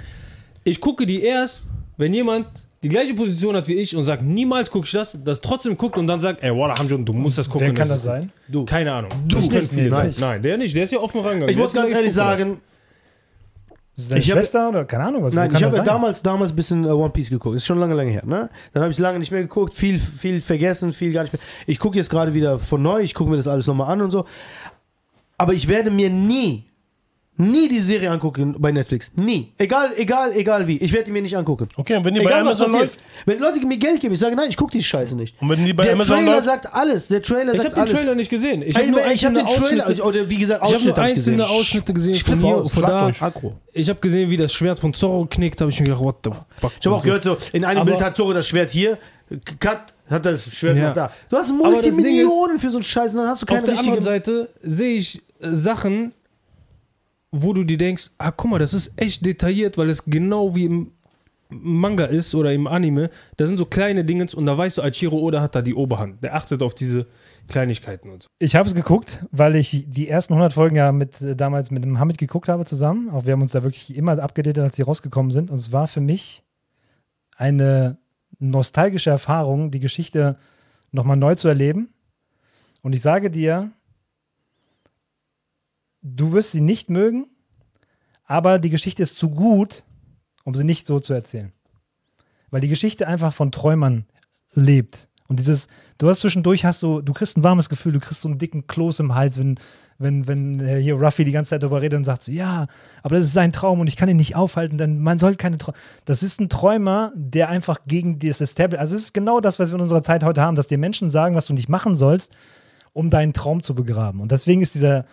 Speaker 4: Ich gucke die erst, wenn jemand die gleiche Position hat wie ich und sagt, niemals gucke ich das, das trotzdem guckt und dann sagt, ey, Wallah Hamjun, du musst das gucken.
Speaker 2: Wer kann das sein?
Speaker 4: Du. Keine Ahnung.
Speaker 1: Du.
Speaker 4: Das können viele
Speaker 1: Nein.
Speaker 4: sein. Nein, der nicht, der ist ja offen rangegangen.
Speaker 1: Ich
Speaker 4: Der
Speaker 1: muss
Speaker 4: hat gesagt,
Speaker 1: ganz ehrlich
Speaker 4: gucke das.
Speaker 1: sagen,
Speaker 2: Ist es deine
Speaker 1: Ich hab-
Speaker 2: Schwester oder keine Ahnung was? Wer
Speaker 1: nein,
Speaker 2: kann
Speaker 1: ich
Speaker 2: das
Speaker 1: habe ja
Speaker 2: sein?
Speaker 1: damals, damals ein bisschen äh, One Piece geguckt. Ist schon lange, lange her. Ne? Dann habe ich lange nicht mehr geguckt, viel, viel vergessen, viel gar nicht mehr. Ich gucke jetzt gerade wieder von neu, ich gucke mir das alles nochmal an und so. Aber ich werde mir nie, nie die Serie angucken bei Netflix. Nie. Egal, egal, egal wie. Ich werde die mir nicht angucken.
Speaker 3: Okay, und wenn die bei
Speaker 1: Egal was
Speaker 3: Amazon
Speaker 1: passiert.
Speaker 3: läuft?
Speaker 1: Wenn Leute mir Geld geben, ich sage, nein, ich gucke die Scheiße nicht.
Speaker 3: Und wenn die bei
Speaker 1: der
Speaker 3: Amazon
Speaker 1: Trailer
Speaker 3: läuft?
Speaker 1: sagt alles. Der Trailer
Speaker 4: Ich habe
Speaker 1: sagt
Speaker 4: den
Speaker 1: alles.
Speaker 4: Trailer nicht gesehen. Ich
Speaker 1: Ey,
Speaker 4: habe nur
Speaker 1: ich hab
Speaker 4: einzelne
Speaker 1: den Trailer, also
Speaker 4: Ausschnitte-
Speaker 1: oder wie gesagt,
Speaker 4: Ich hab
Speaker 1: Ausschnitte
Speaker 4: nur
Speaker 1: hab ich gesehen.
Speaker 4: einzelne Ausschnitte gesehen
Speaker 1: Ich
Speaker 4: von
Speaker 1: flippe
Speaker 4: hier,
Speaker 1: aus,
Speaker 4: von
Speaker 1: schlag
Speaker 4: da.
Speaker 1: durch. Aggro.
Speaker 4: Ich habe gesehen, wie das Schwert von Zorro knickt, habe ich mir gedacht, what the fuck.
Speaker 1: Ich habe auch gehört, so in einem
Speaker 4: Also- Aber-
Speaker 1: Bild hat Zorro das Schwert hier, Cut, hat er das Schwert
Speaker 4: Ja.
Speaker 1: noch da. Du hast
Speaker 4: Aber das Ding
Speaker 1: Multimillionen für so einen Scheiß und dann hast du
Speaker 4: Auf
Speaker 1: keine
Speaker 4: der anderen
Speaker 1: richtige...
Speaker 4: Seite sehe ich äh, Sachen, wo du dir denkst, ah guck mal, das ist echt detailliert, weil es genau wie im Manga ist oder im Anime. Da sind so kleine Dingens und da weißt du, Achiro Oda hat da die Oberhand. Der achtet auf diese Kleinigkeiten und so.
Speaker 2: Ich habe es geguckt, weil ich die ersten 100 Folgen ja mit, äh, damals mit dem Hamid geguckt habe zusammen. Auch wir haben uns da wirklich immer abgedatet, als die rausgekommen sind. Und es war für mich eine nostalgische Erfahrung, die Geschichte nochmal neu zu erleben. Und ich sage dir, du wirst sie nicht mögen, aber die Geschichte ist zu gut, um sie nicht so zu erzählen. Weil die Geschichte einfach von Träumern lebt. Und dieses, du hast zwischendurch hast du, du kriegst ein warmes Gefühl, du kriegst so einen dicken Kloß im Hals, wenn, wenn, wenn äh, hier Ruffy die ganze Zeit darüber redet und sagt so, ja, aber das ist sein Traum und ich kann ihn nicht aufhalten, denn man soll keine Träume. Das ist ein Träumer, der einfach gegen das Establishment, also es ist genau das, was wir in unserer Zeit heute haben, dass dir Menschen sagen, was du nicht machen sollst, um deinen Traum zu begraben. Und deswegen ist dieser,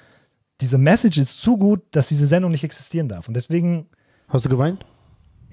Speaker 2: diese Message ist zu gut, dass diese Sendung nicht existieren darf. Und deswegen,
Speaker 1: Hast du geweint?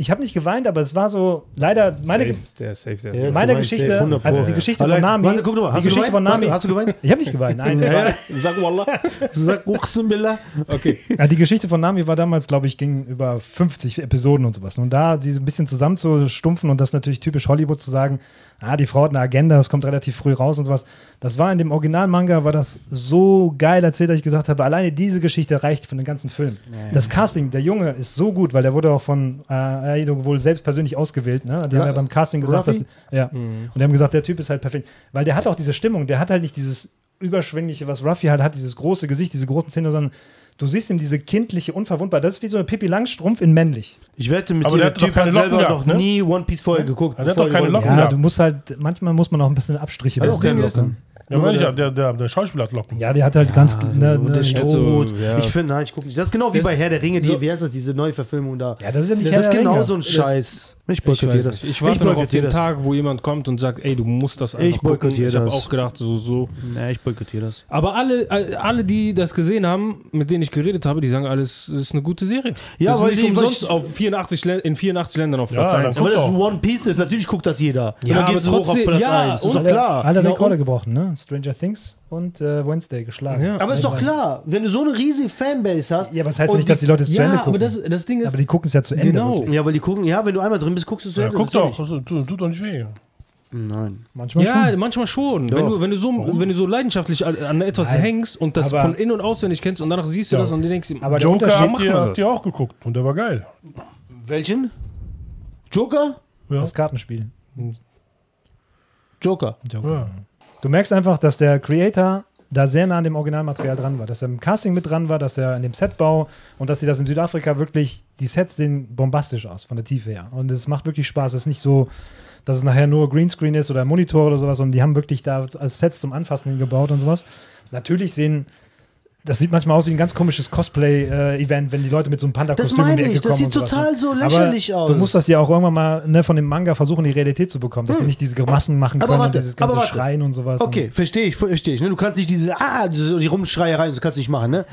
Speaker 2: ich habe nicht geweint, aber es war so, leider, meine,
Speaker 4: safe, der ist safe, der ist
Speaker 1: Ja.
Speaker 2: meine
Speaker 1: meinst, ey,
Speaker 2: Geschichte,
Speaker 1: 100 Pro,
Speaker 2: also die
Speaker 1: ja.
Speaker 2: Geschichte
Speaker 1: Allein-
Speaker 2: von Nami,
Speaker 1: Warte, guck doch mal,
Speaker 2: die
Speaker 1: hast du
Speaker 2: Geschichte
Speaker 1: geweint?
Speaker 2: von Nami,
Speaker 1: Warte, hast du
Speaker 2: *laughs*
Speaker 1: geweint?
Speaker 2: ich habe nicht geweint, nein,
Speaker 1: Ja, ja. *laughs*
Speaker 4: Sag Wallah.
Speaker 1: Sag Uxenbillah.
Speaker 4: Okay.
Speaker 2: Ja, die Geschichte von Nami war damals, glaube ich, ging über 50 Episoden und sowas. Und da sie so ein bisschen zusammenzustumpfen und das natürlich typisch Hollywood zu sagen, ah, die Frau hat eine Agenda, das kommt relativ früh raus und sowas. Das war in dem Original-Manga, war das so geil erzählt, dass ich gesagt habe, alleine diese Geschichte reicht für den ganzen Film. Das Casting, der Junge ist so gut, weil der wurde auch von äh, Aido wohl selbst persönlich ausgewählt. Ne? Die
Speaker 1: Ra-
Speaker 2: haben ja beim Casting gesagt, dass,
Speaker 1: Ruffy?
Speaker 2: ja.
Speaker 1: Mhm.
Speaker 2: Und die haben gesagt, der Typ ist halt perfekt. Weil der hat auch diese Stimmung, der hat halt nicht dieses überschwängliche, was Ruffy halt hat, dieses große Gesicht, diese großen Zähne, sondern Du siehst ihm diese kindliche Unverwundbar. Das ist wie so eine Pippi Langstrumpf in männlich.
Speaker 1: Ich wette mit
Speaker 3: Aber
Speaker 1: dir,
Speaker 3: der
Speaker 1: der
Speaker 3: hat doch
Speaker 1: Typ hat
Speaker 3: keine
Speaker 1: selber
Speaker 3: Locken
Speaker 1: noch
Speaker 3: gehabt, ne?
Speaker 1: nie One Piece vorher geguckt.
Speaker 3: Ja, der hat
Speaker 1: bevor
Speaker 3: doch
Speaker 1: er
Speaker 3: keine
Speaker 1: gewonnen
Speaker 3: Locken
Speaker 2: Ja,
Speaker 3: gehabt.
Speaker 2: du musst halt, manchmal muss man auch ein bisschen Abstriche
Speaker 1: Hat auch keine
Speaker 2: ne?
Speaker 1: Locken.
Speaker 3: Ja, meine ich ja, der, der, der Schauspieler hat Locken.
Speaker 2: Ja, die hat halt ganz. Ne,
Speaker 1: Und der
Speaker 2: ne,
Speaker 4: Stroh-
Speaker 1: Strohhut.
Speaker 4: Hm, ja.
Speaker 1: Ich finde, nein, ich gucke nicht. Das ist genau wie
Speaker 4: Das-
Speaker 1: bei Herr der Ringe, die,
Speaker 4: so-
Speaker 1: wie heißt das, diese neue Verfilmung da.
Speaker 2: ja, das ist ja nicht
Speaker 1: das ist
Speaker 2: Herr der
Speaker 1: genau
Speaker 2: Ringe.
Speaker 1: so ein Scheiß. Ich
Speaker 4: Ich,
Speaker 1: boykottiere
Speaker 4: weiß
Speaker 1: das.
Speaker 4: nicht. ich warte noch auf
Speaker 1: boykottiere
Speaker 4: den
Speaker 1: das.
Speaker 4: Tag, wo jemand kommt und sagt, ey, du musst das einfach
Speaker 1: Ich
Speaker 4: gucken.
Speaker 1: boykottiere
Speaker 4: Ich habe
Speaker 1: das.
Speaker 4: auch gedacht, so, so.
Speaker 1: Nee, ich boykottiere das.
Speaker 4: Aber alle, alle, die das gesehen haben, mit denen ich geredet habe, die sagen, alles ist eine gute Serie.
Speaker 1: Ja,
Speaker 4: das
Speaker 1: weil
Speaker 4: ist
Speaker 1: die-
Speaker 4: nicht
Speaker 1: weil
Speaker 4: umsonst
Speaker 1: ich-
Speaker 4: auf 84 Lä- in 84 Ländern auf
Speaker 3: Ja,
Speaker 4: Platz
Speaker 3: dann
Speaker 4: 1.
Speaker 3: guck
Speaker 1: Aber das ist
Speaker 3: doch.
Speaker 1: One Piece, ist, natürlich guckt das jeder.
Speaker 4: Ja,
Speaker 1: und dann
Speaker 4: aber
Speaker 1: geht's hoch auf
Speaker 4: trotzdem-
Speaker 1: Platz
Speaker 4: ja,
Speaker 1: 1. Ist
Speaker 4: und-
Speaker 1: doch klar.
Speaker 2: Alle
Speaker 4: Ja,
Speaker 2: Rekorde
Speaker 4: und-
Speaker 2: gebrochen, ne? Stranger Things und äh, Wednesday geschlagen.
Speaker 4: Ja.
Speaker 1: Aber ist doch
Speaker 2: Weltweit.
Speaker 1: klar, wenn du so eine riesige Fanbase hast.
Speaker 2: Ja, aber das heißt
Speaker 1: und
Speaker 2: nicht, dass die Leute es zu Ende
Speaker 4: Ja,
Speaker 2: gucken.
Speaker 4: aber das, das Ding ist,
Speaker 2: Aber die gucken es ja zu Ende.
Speaker 4: Genau.
Speaker 2: wirklich.
Speaker 1: Ja, weil die gucken, ja, wenn du einmal drin bist, guckst du es zu
Speaker 3: Ja,
Speaker 1: Ende,
Speaker 3: guck
Speaker 1: natürlich.
Speaker 3: doch, also, tut, tut doch nicht weh.
Speaker 1: Nein.
Speaker 2: Manchmal
Speaker 4: ja,
Speaker 2: schon.
Speaker 4: manchmal schon. Wenn
Speaker 1: Doch.
Speaker 4: du, wenn, du so, wenn du so leidenschaftlich an- an etwas
Speaker 2: Nein.
Speaker 4: hängst und das
Speaker 2: Aber-
Speaker 4: von in- und auswendig kennst und danach siehst du
Speaker 2: Ja.
Speaker 4: das und du denkst,
Speaker 2: Aber der
Speaker 3: Joker
Speaker 2: Unterschied-
Speaker 4: macht
Speaker 3: habt ihr,
Speaker 4: man
Speaker 3: habt
Speaker 4: das.
Speaker 3: ihr auch geguckt und der war geil.
Speaker 1: Welchen? Joker?
Speaker 3: Ja.
Speaker 2: Das Kartenspiel.
Speaker 1: Joker.
Speaker 3: Ja.
Speaker 2: Du merkst einfach, dass der Creator da sehr nah an dem Originalmaterial dran war, dass er im Casting mit dran war, dass er an dem Setbau und dass sie das in Südafrika wirklich, die Sets sehen bombastisch aus, von der Tiefe her. Und es macht wirklich Spaß. Es ist nicht so, dass es nachher nur Greenscreen ist oder Monitor oder sowas und die haben wirklich da als Sets zum Anfassen gebaut und sowas. Natürlich sehen, das sieht manchmal aus wie ein ganz komisches Cosplay-Event, wenn die Leute mit so einem
Speaker 1: Das
Speaker 2: Panda-Kostüm um die
Speaker 1: meine
Speaker 2: Ecke
Speaker 1: ich,
Speaker 2: kommen.
Speaker 1: das sieht
Speaker 2: und sowas, ne?
Speaker 1: total so lächerlich
Speaker 2: aber
Speaker 1: aus.
Speaker 2: Du musst das ja auch irgendwann mal ne, von dem Manga versuchen, die Realität zu bekommen, dass sie nicht diese Grimassen
Speaker 1: Hm.
Speaker 2: machen
Speaker 1: Aber
Speaker 2: können
Speaker 1: warte,
Speaker 2: und dieses
Speaker 1: aber
Speaker 2: ganze
Speaker 1: warte.
Speaker 2: Schreien und sowas.
Speaker 1: Okay, verstehe ich, verstehe ich. Ne? Du kannst nicht diese, ah, diese, die Rumschreiereien, das kannst du nicht machen, ne?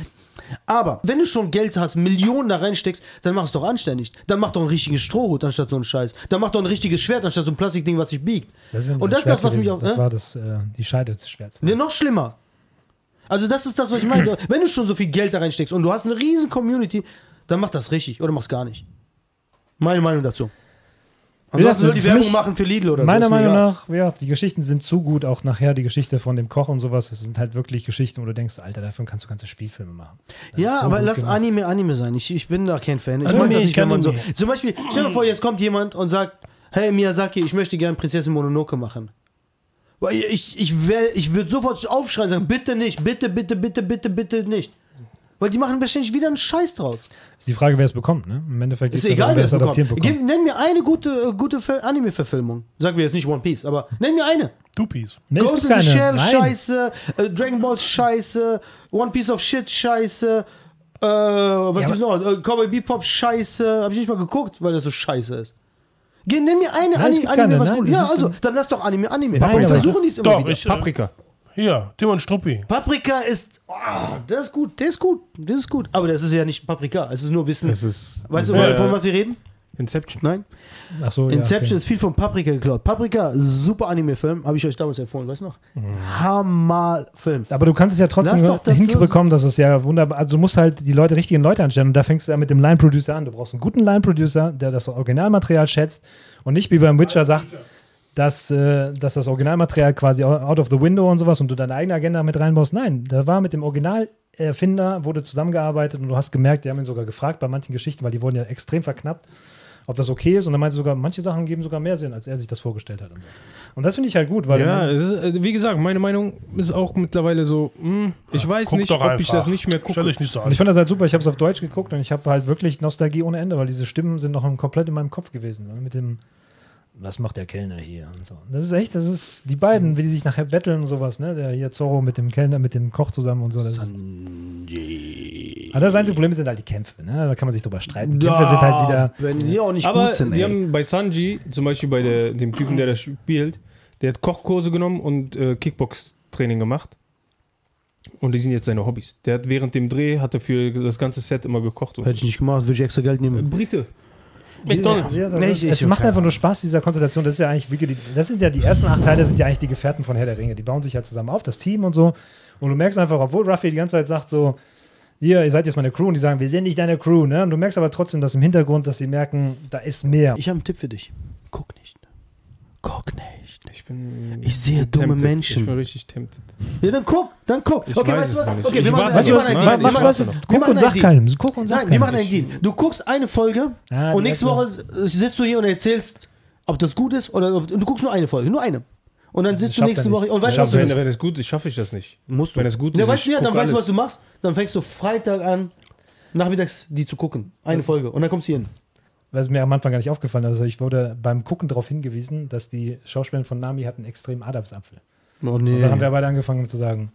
Speaker 1: Aber wenn du schon Geld hast, Millionen da reinsteckst, dann mach es doch anständig. Dann mach doch einen richtigen Strohhut anstatt so einen Scheiß. Dann mach doch ein richtiges Schwert anstatt so ein Plastikding, was sich biegt.
Speaker 2: Das ist ja
Speaker 1: Und das ist das, was mich auch.
Speaker 2: Das
Speaker 1: ne?
Speaker 2: war das, äh, die Scheide des Schwerts.
Speaker 1: Nee, noch schlimmer. Also das ist das, was ich
Speaker 2: *clears throat*
Speaker 1: meine. Wenn du schon so viel Geld da reinsteckst und du hast eine riesen Community, dann mach das richtig oder mach's gar nicht. Meine Meinung dazu.
Speaker 2: gesagt,
Speaker 1: Ansonsten soll die
Speaker 2: für
Speaker 1: Werbung
Speaker 2: mich-
Speaker 1: machen für Lidl oder so.
Speaker 2: Meiner
Speaker 1: ist mir
Speaker 2: Meinung
Speaker 1: egal.
Speaker 2: nach, ja, die Geschichten sind zu gut, auch nachher die Geschichte von dem Koch und sowas, das sind halt wirklich Geschichten, wo du denkst, Alter, davon kannst du ganze Spielfilme machen. Das
Speaker 1: Ja,
Speaker 2: ist so
Speaker 1: aber
Speaker 2: gut
Speaker 1: lass
Speaker 2: gemacht.
Speaker 1: Anime Anime sein. Ich, ich bin da kein Fan. Ich
Speaker 3: Anime,
Speaker 1: mag das
Speaker 3: ich
Speaker 1: nicht, wenn
Speaker 3: kann
Speaker 1: man so.
Speaker 3: Anime.
Speaker 1: Zum Beispiel, stell dir vor, jetzt kommt jemand und sagt, hey Miyazaki, ich möchte gerne Prinzessin Mononoke machen. Weil ich, ich, wär, ich würde sofort aufschreien und sagen, bitte nicht, bitte, bitte, bitte, bitte, bitte nicht. Weil die machen wahrscheinlich wieder einen Scheiß draus.
Speaker 2: Ist die Frage, wer es bekommt, ne? Im Endeffekt
Speaker 1: Ist
Speaker 2: geht's darum,
Speaker 1: egal, wer es
Speaker 2: adaptieren
Speaker 1: bekommt. Gib,
Speaker 2: bekommt.
Speaker 1: nenn mir eine gute, äh, gute Ver- Anime-Verfilmung. Sagen wir jetzt nicht One Piece, aber nenn mir eine.
Speaker 3: Dupis.
Speaker 2: Nee, es
Speaker 1: Ghost
Speaker 2: gibt
Speaker 1: in the Shell,
Speaker 2: Nein.
Speaker 1: scheiße. Äh, Dragon Ball, scheiße. One Piece of Shit, scheiße. Äh, was
Speaker 2: Ja,
Speaker 1: gibt's noch? Äh, Cowboy Bebop, scheiße. Hab ich nicht mal geguckt, weil das so scheiße ist. Geh, nenn mir eine
Speaker 2: Nein, es
Speaker 1: Ani
Speaker 2: gibt
Speaker 1: Anime,
Speaker 2: keine,
Speaker 1: was
Speaker 2: nein,
Speaker 1: gut
Speaker 2: das
Speaker 1: Ja,
Speaker 2: ist
Speaker 1: also,
Speaker 2: so-
Speaker 1: dann lass doch Anime, Anime.
Speaker 2: Nein,
Speaker 1: Wir
Speaker 2: aber-
Speaker 1: versuchen dies immer
Speaker 3: Doch,
Speaker 1: wieder.
Speaker 3: ich, äh,
Speaker 4: Paprika.
Speaker 3: hier, Tim und Struppi.
Speaker 1: Paprika ist. Oh, das ist gut, das ist gut, das ist gut. Aber das ist ja nicht Paprika, es ist nur Wissen.
Speaker 4: Das ist
Speaker 1: weißt du,
Speaker 4: das ist,
Speaker 1: von
Speaker 4: äh,
Speaker 1: was wir reden?
Speaker 4: Inception.
Speaker 1: Nein?
Speaker 2: Ach so, ja,
Speaker 1: Inception
Speaker 2: okay.
Speaker 1: ist viel von Paprika geklaut. Paprika, super Anime-Film, habe ich euch damals empfohlen, weißt du noch?
Speaker 2: Mhm.
Speaker 1: Hammer-Film.
Speaker 2: Aber du kannst es ja trotzdem
Speaker 1: Lass doch das
Speaker 2: hinbekommen, dass es ja wunderbar. Also du musst halt die Leute, richtigen Leute anstellen. Und da fängst du ja mit dem Line Producer an. Du brauchst einen guten Line Producer, der das Originalmaterial schätzt und nicht wie beim Witcher sagt, dass, äh, dass das Originalmaterial quasi out of the window und sowas und du deine eigene Agenda mit reinbaust. Nein, da war mit dem Originalerfinder wurde zusammengearbeitet und du hast gemerkt, die haben ihn sogar gefragt bei manchen Geschichten, weil die wurden ja extrem verknappt. Ob das okay ist, und er meinte sogar, manche Sachen geben sogar mehr Sinn, als er sich das vorgestellt hat. Und, so. und das finde ich halt gut, weil du-
Speaker 3: ne?
Speaker 4: Ja, es ist, äh, wie gesagt, meine Meinung ist auch mittlerweile so, hm, ich weiß
Speaker 3: Guck
Speaker 4: nicht, ob
Speaker 3: doch einfach.
Speaker 4: ich das nicht mehr
Speaker 3: Stell
Speaker 4: gucke.
Speaker 3: dich nicht so
Speaker 2: Und
Speaker 3: an.
Speaker 2: ich fand das halt super. Ich habe es auf Deutsch geguckt und ich habe halt wirklich Nostalgie ohne Ende, weil diese Stimmen sind noch im- komplett in meinem Kopf gewesen. ne? Mit dem, was macht der Kellner hier und so. Das ist echt, das ist die beiden, wie die sich nachher betteln und sowas, ne? Der hier Zorro mit dem Kellner, mit dem Koch zusammen und so. Das, ist, aber das einzige Problem sind halt die Kämpfe, ne? Da kann man sich drüber streiten. Die Kämpfe sind halt wieder.
Speaker 1: Wenn die auch nicht
Speaker 4: Aber
Speaker 1: gut sind,
Speaker 4: die
Speaker 1: ey.
Speaker 4: haben bei Sanji, zum Beispiel bei der, dem Typen, der das spielt, der hat Kochkurse genommen und äh, Kickbox-Training gemacht. Und die sind jetzt seine Hobbys. Der hat während dem Dreh, hat er für das ganze Set immer gekocht. Und
Speaker 1: Hätte ich nicht gemacht, würde ich extra Geld nehmen.
Speaker 4: Brite.
Speaker 2: Ja, das,
Speaker 1: Nee, ich-
Speaker 2: es
Speaker 1: ich-
Speaker 2: macht einfach nur Spaß, dieser Konstellation. Das ist ja eigentlich wirklich, die, das sind ja die ersten acht Teile, sind ja eigentlich die Gefährten von Herr der Ringe. Die bauen sich ja zusammen auf, das Team und so. Und du merkst einfach, obwohl Ruffy die ganze Zeit sagt so, hier, ihr seid jetzt meine Crew und die sagen, wir sind nicht deine Crew, ne? Und du merkst aber trotzdem, dass im Hintergrund, dass sie merken, da ist mehr.
Speaker 1: Ich habe einen Tipp für dich. Guck nicht. Guck nicht.
Speaker 4: Ich bin.
Speaker 1: Ich sehe dumme
Speaker 4: tempted. Ich
Speaker 1: Menschen.
Speaker 4: bin richtig tempted.
Speaker 1: Ja, dann guck, dann guck.
Speaker 4: Ich
Speaker 1: okay,
Speaker 4: weiß
Speaker 1: weißt du
Speaker 4: es noch
Speaker 1: was?
Speaker 4: nicht.
Speaker 1: Okay,
Speaker 4: Ich
Speaker 1: wir machen,
Speaker 4: warte,
Speaker 1: wir
Speaker 4: was
Speaker 1: machen einen
Speaker 4: machst
Speaker 1: Deal.
Speaker 4: du?
Speaker 1: Wir
Speaker 4: Machst
Speaker 1: machen-
Speaker 4: du was?
Speaker 1: wir
Speaker 2: Guck
Speaker 1: machen
Speaker 2: und
Speaker 1: einen
Speaker 2: sag
Speaker 1: Deal.
Speaker 2: keinem. Guck und sag
Speaker 1: Nein, wir
Speaker 2: keinem.
Speaker 1: machen einen Deal. Du guckst eine Folge
Speaker 2: Ah, die
Speaker 1: und nächste
Speaker 2: erste.
Speaker 1: Woche sitzt du hier und erzählst, ob das gut ist oder ob, und du guckst nur eine Folge, nur eine. und dann sitzt du
Speaker 2: schafft
Speaker 1: nächste
Speaker 2: er
Speaker 1: Woche
Speaker 2: nicht.
Speaker 1: und weißt du, was
Speaker 2: Schafft
Speaker 1: du
Speaker 2: er
Speaker 4: Wenn,
Speaker 2: nicht.
Speaker 1: machst?
Speaker 4: wenn es gut ist, schaffe ich das nicht.
Speaker 5: Musst du.
Speaker 4: Wenn es gut
Speaker 1: Ja,
Speaker 4: ist,
Speaker 1: weißt du,
Speaker 4: ich
Speaker 1: ja, dann
Speaker 4: guck
Speaker 1: weißt du, was
Speaker 4: alles.
Speaker 1: du machst. Dann fängst du Freitag an, nachmittags die zu gucken. Eine Folge. Und dann kommst du hin.
Speaker 2: Was mir am Anfang gar nicht aufgefallen ist, also ich wurde beim Gucken darauf hingewiesen, dass die Schauspielerin von Nami hat einen extremen Adamsapfel.
Speaker 1: Oh nee.
Speaker 2: Und dann haben wir beide angefangen zu sagen,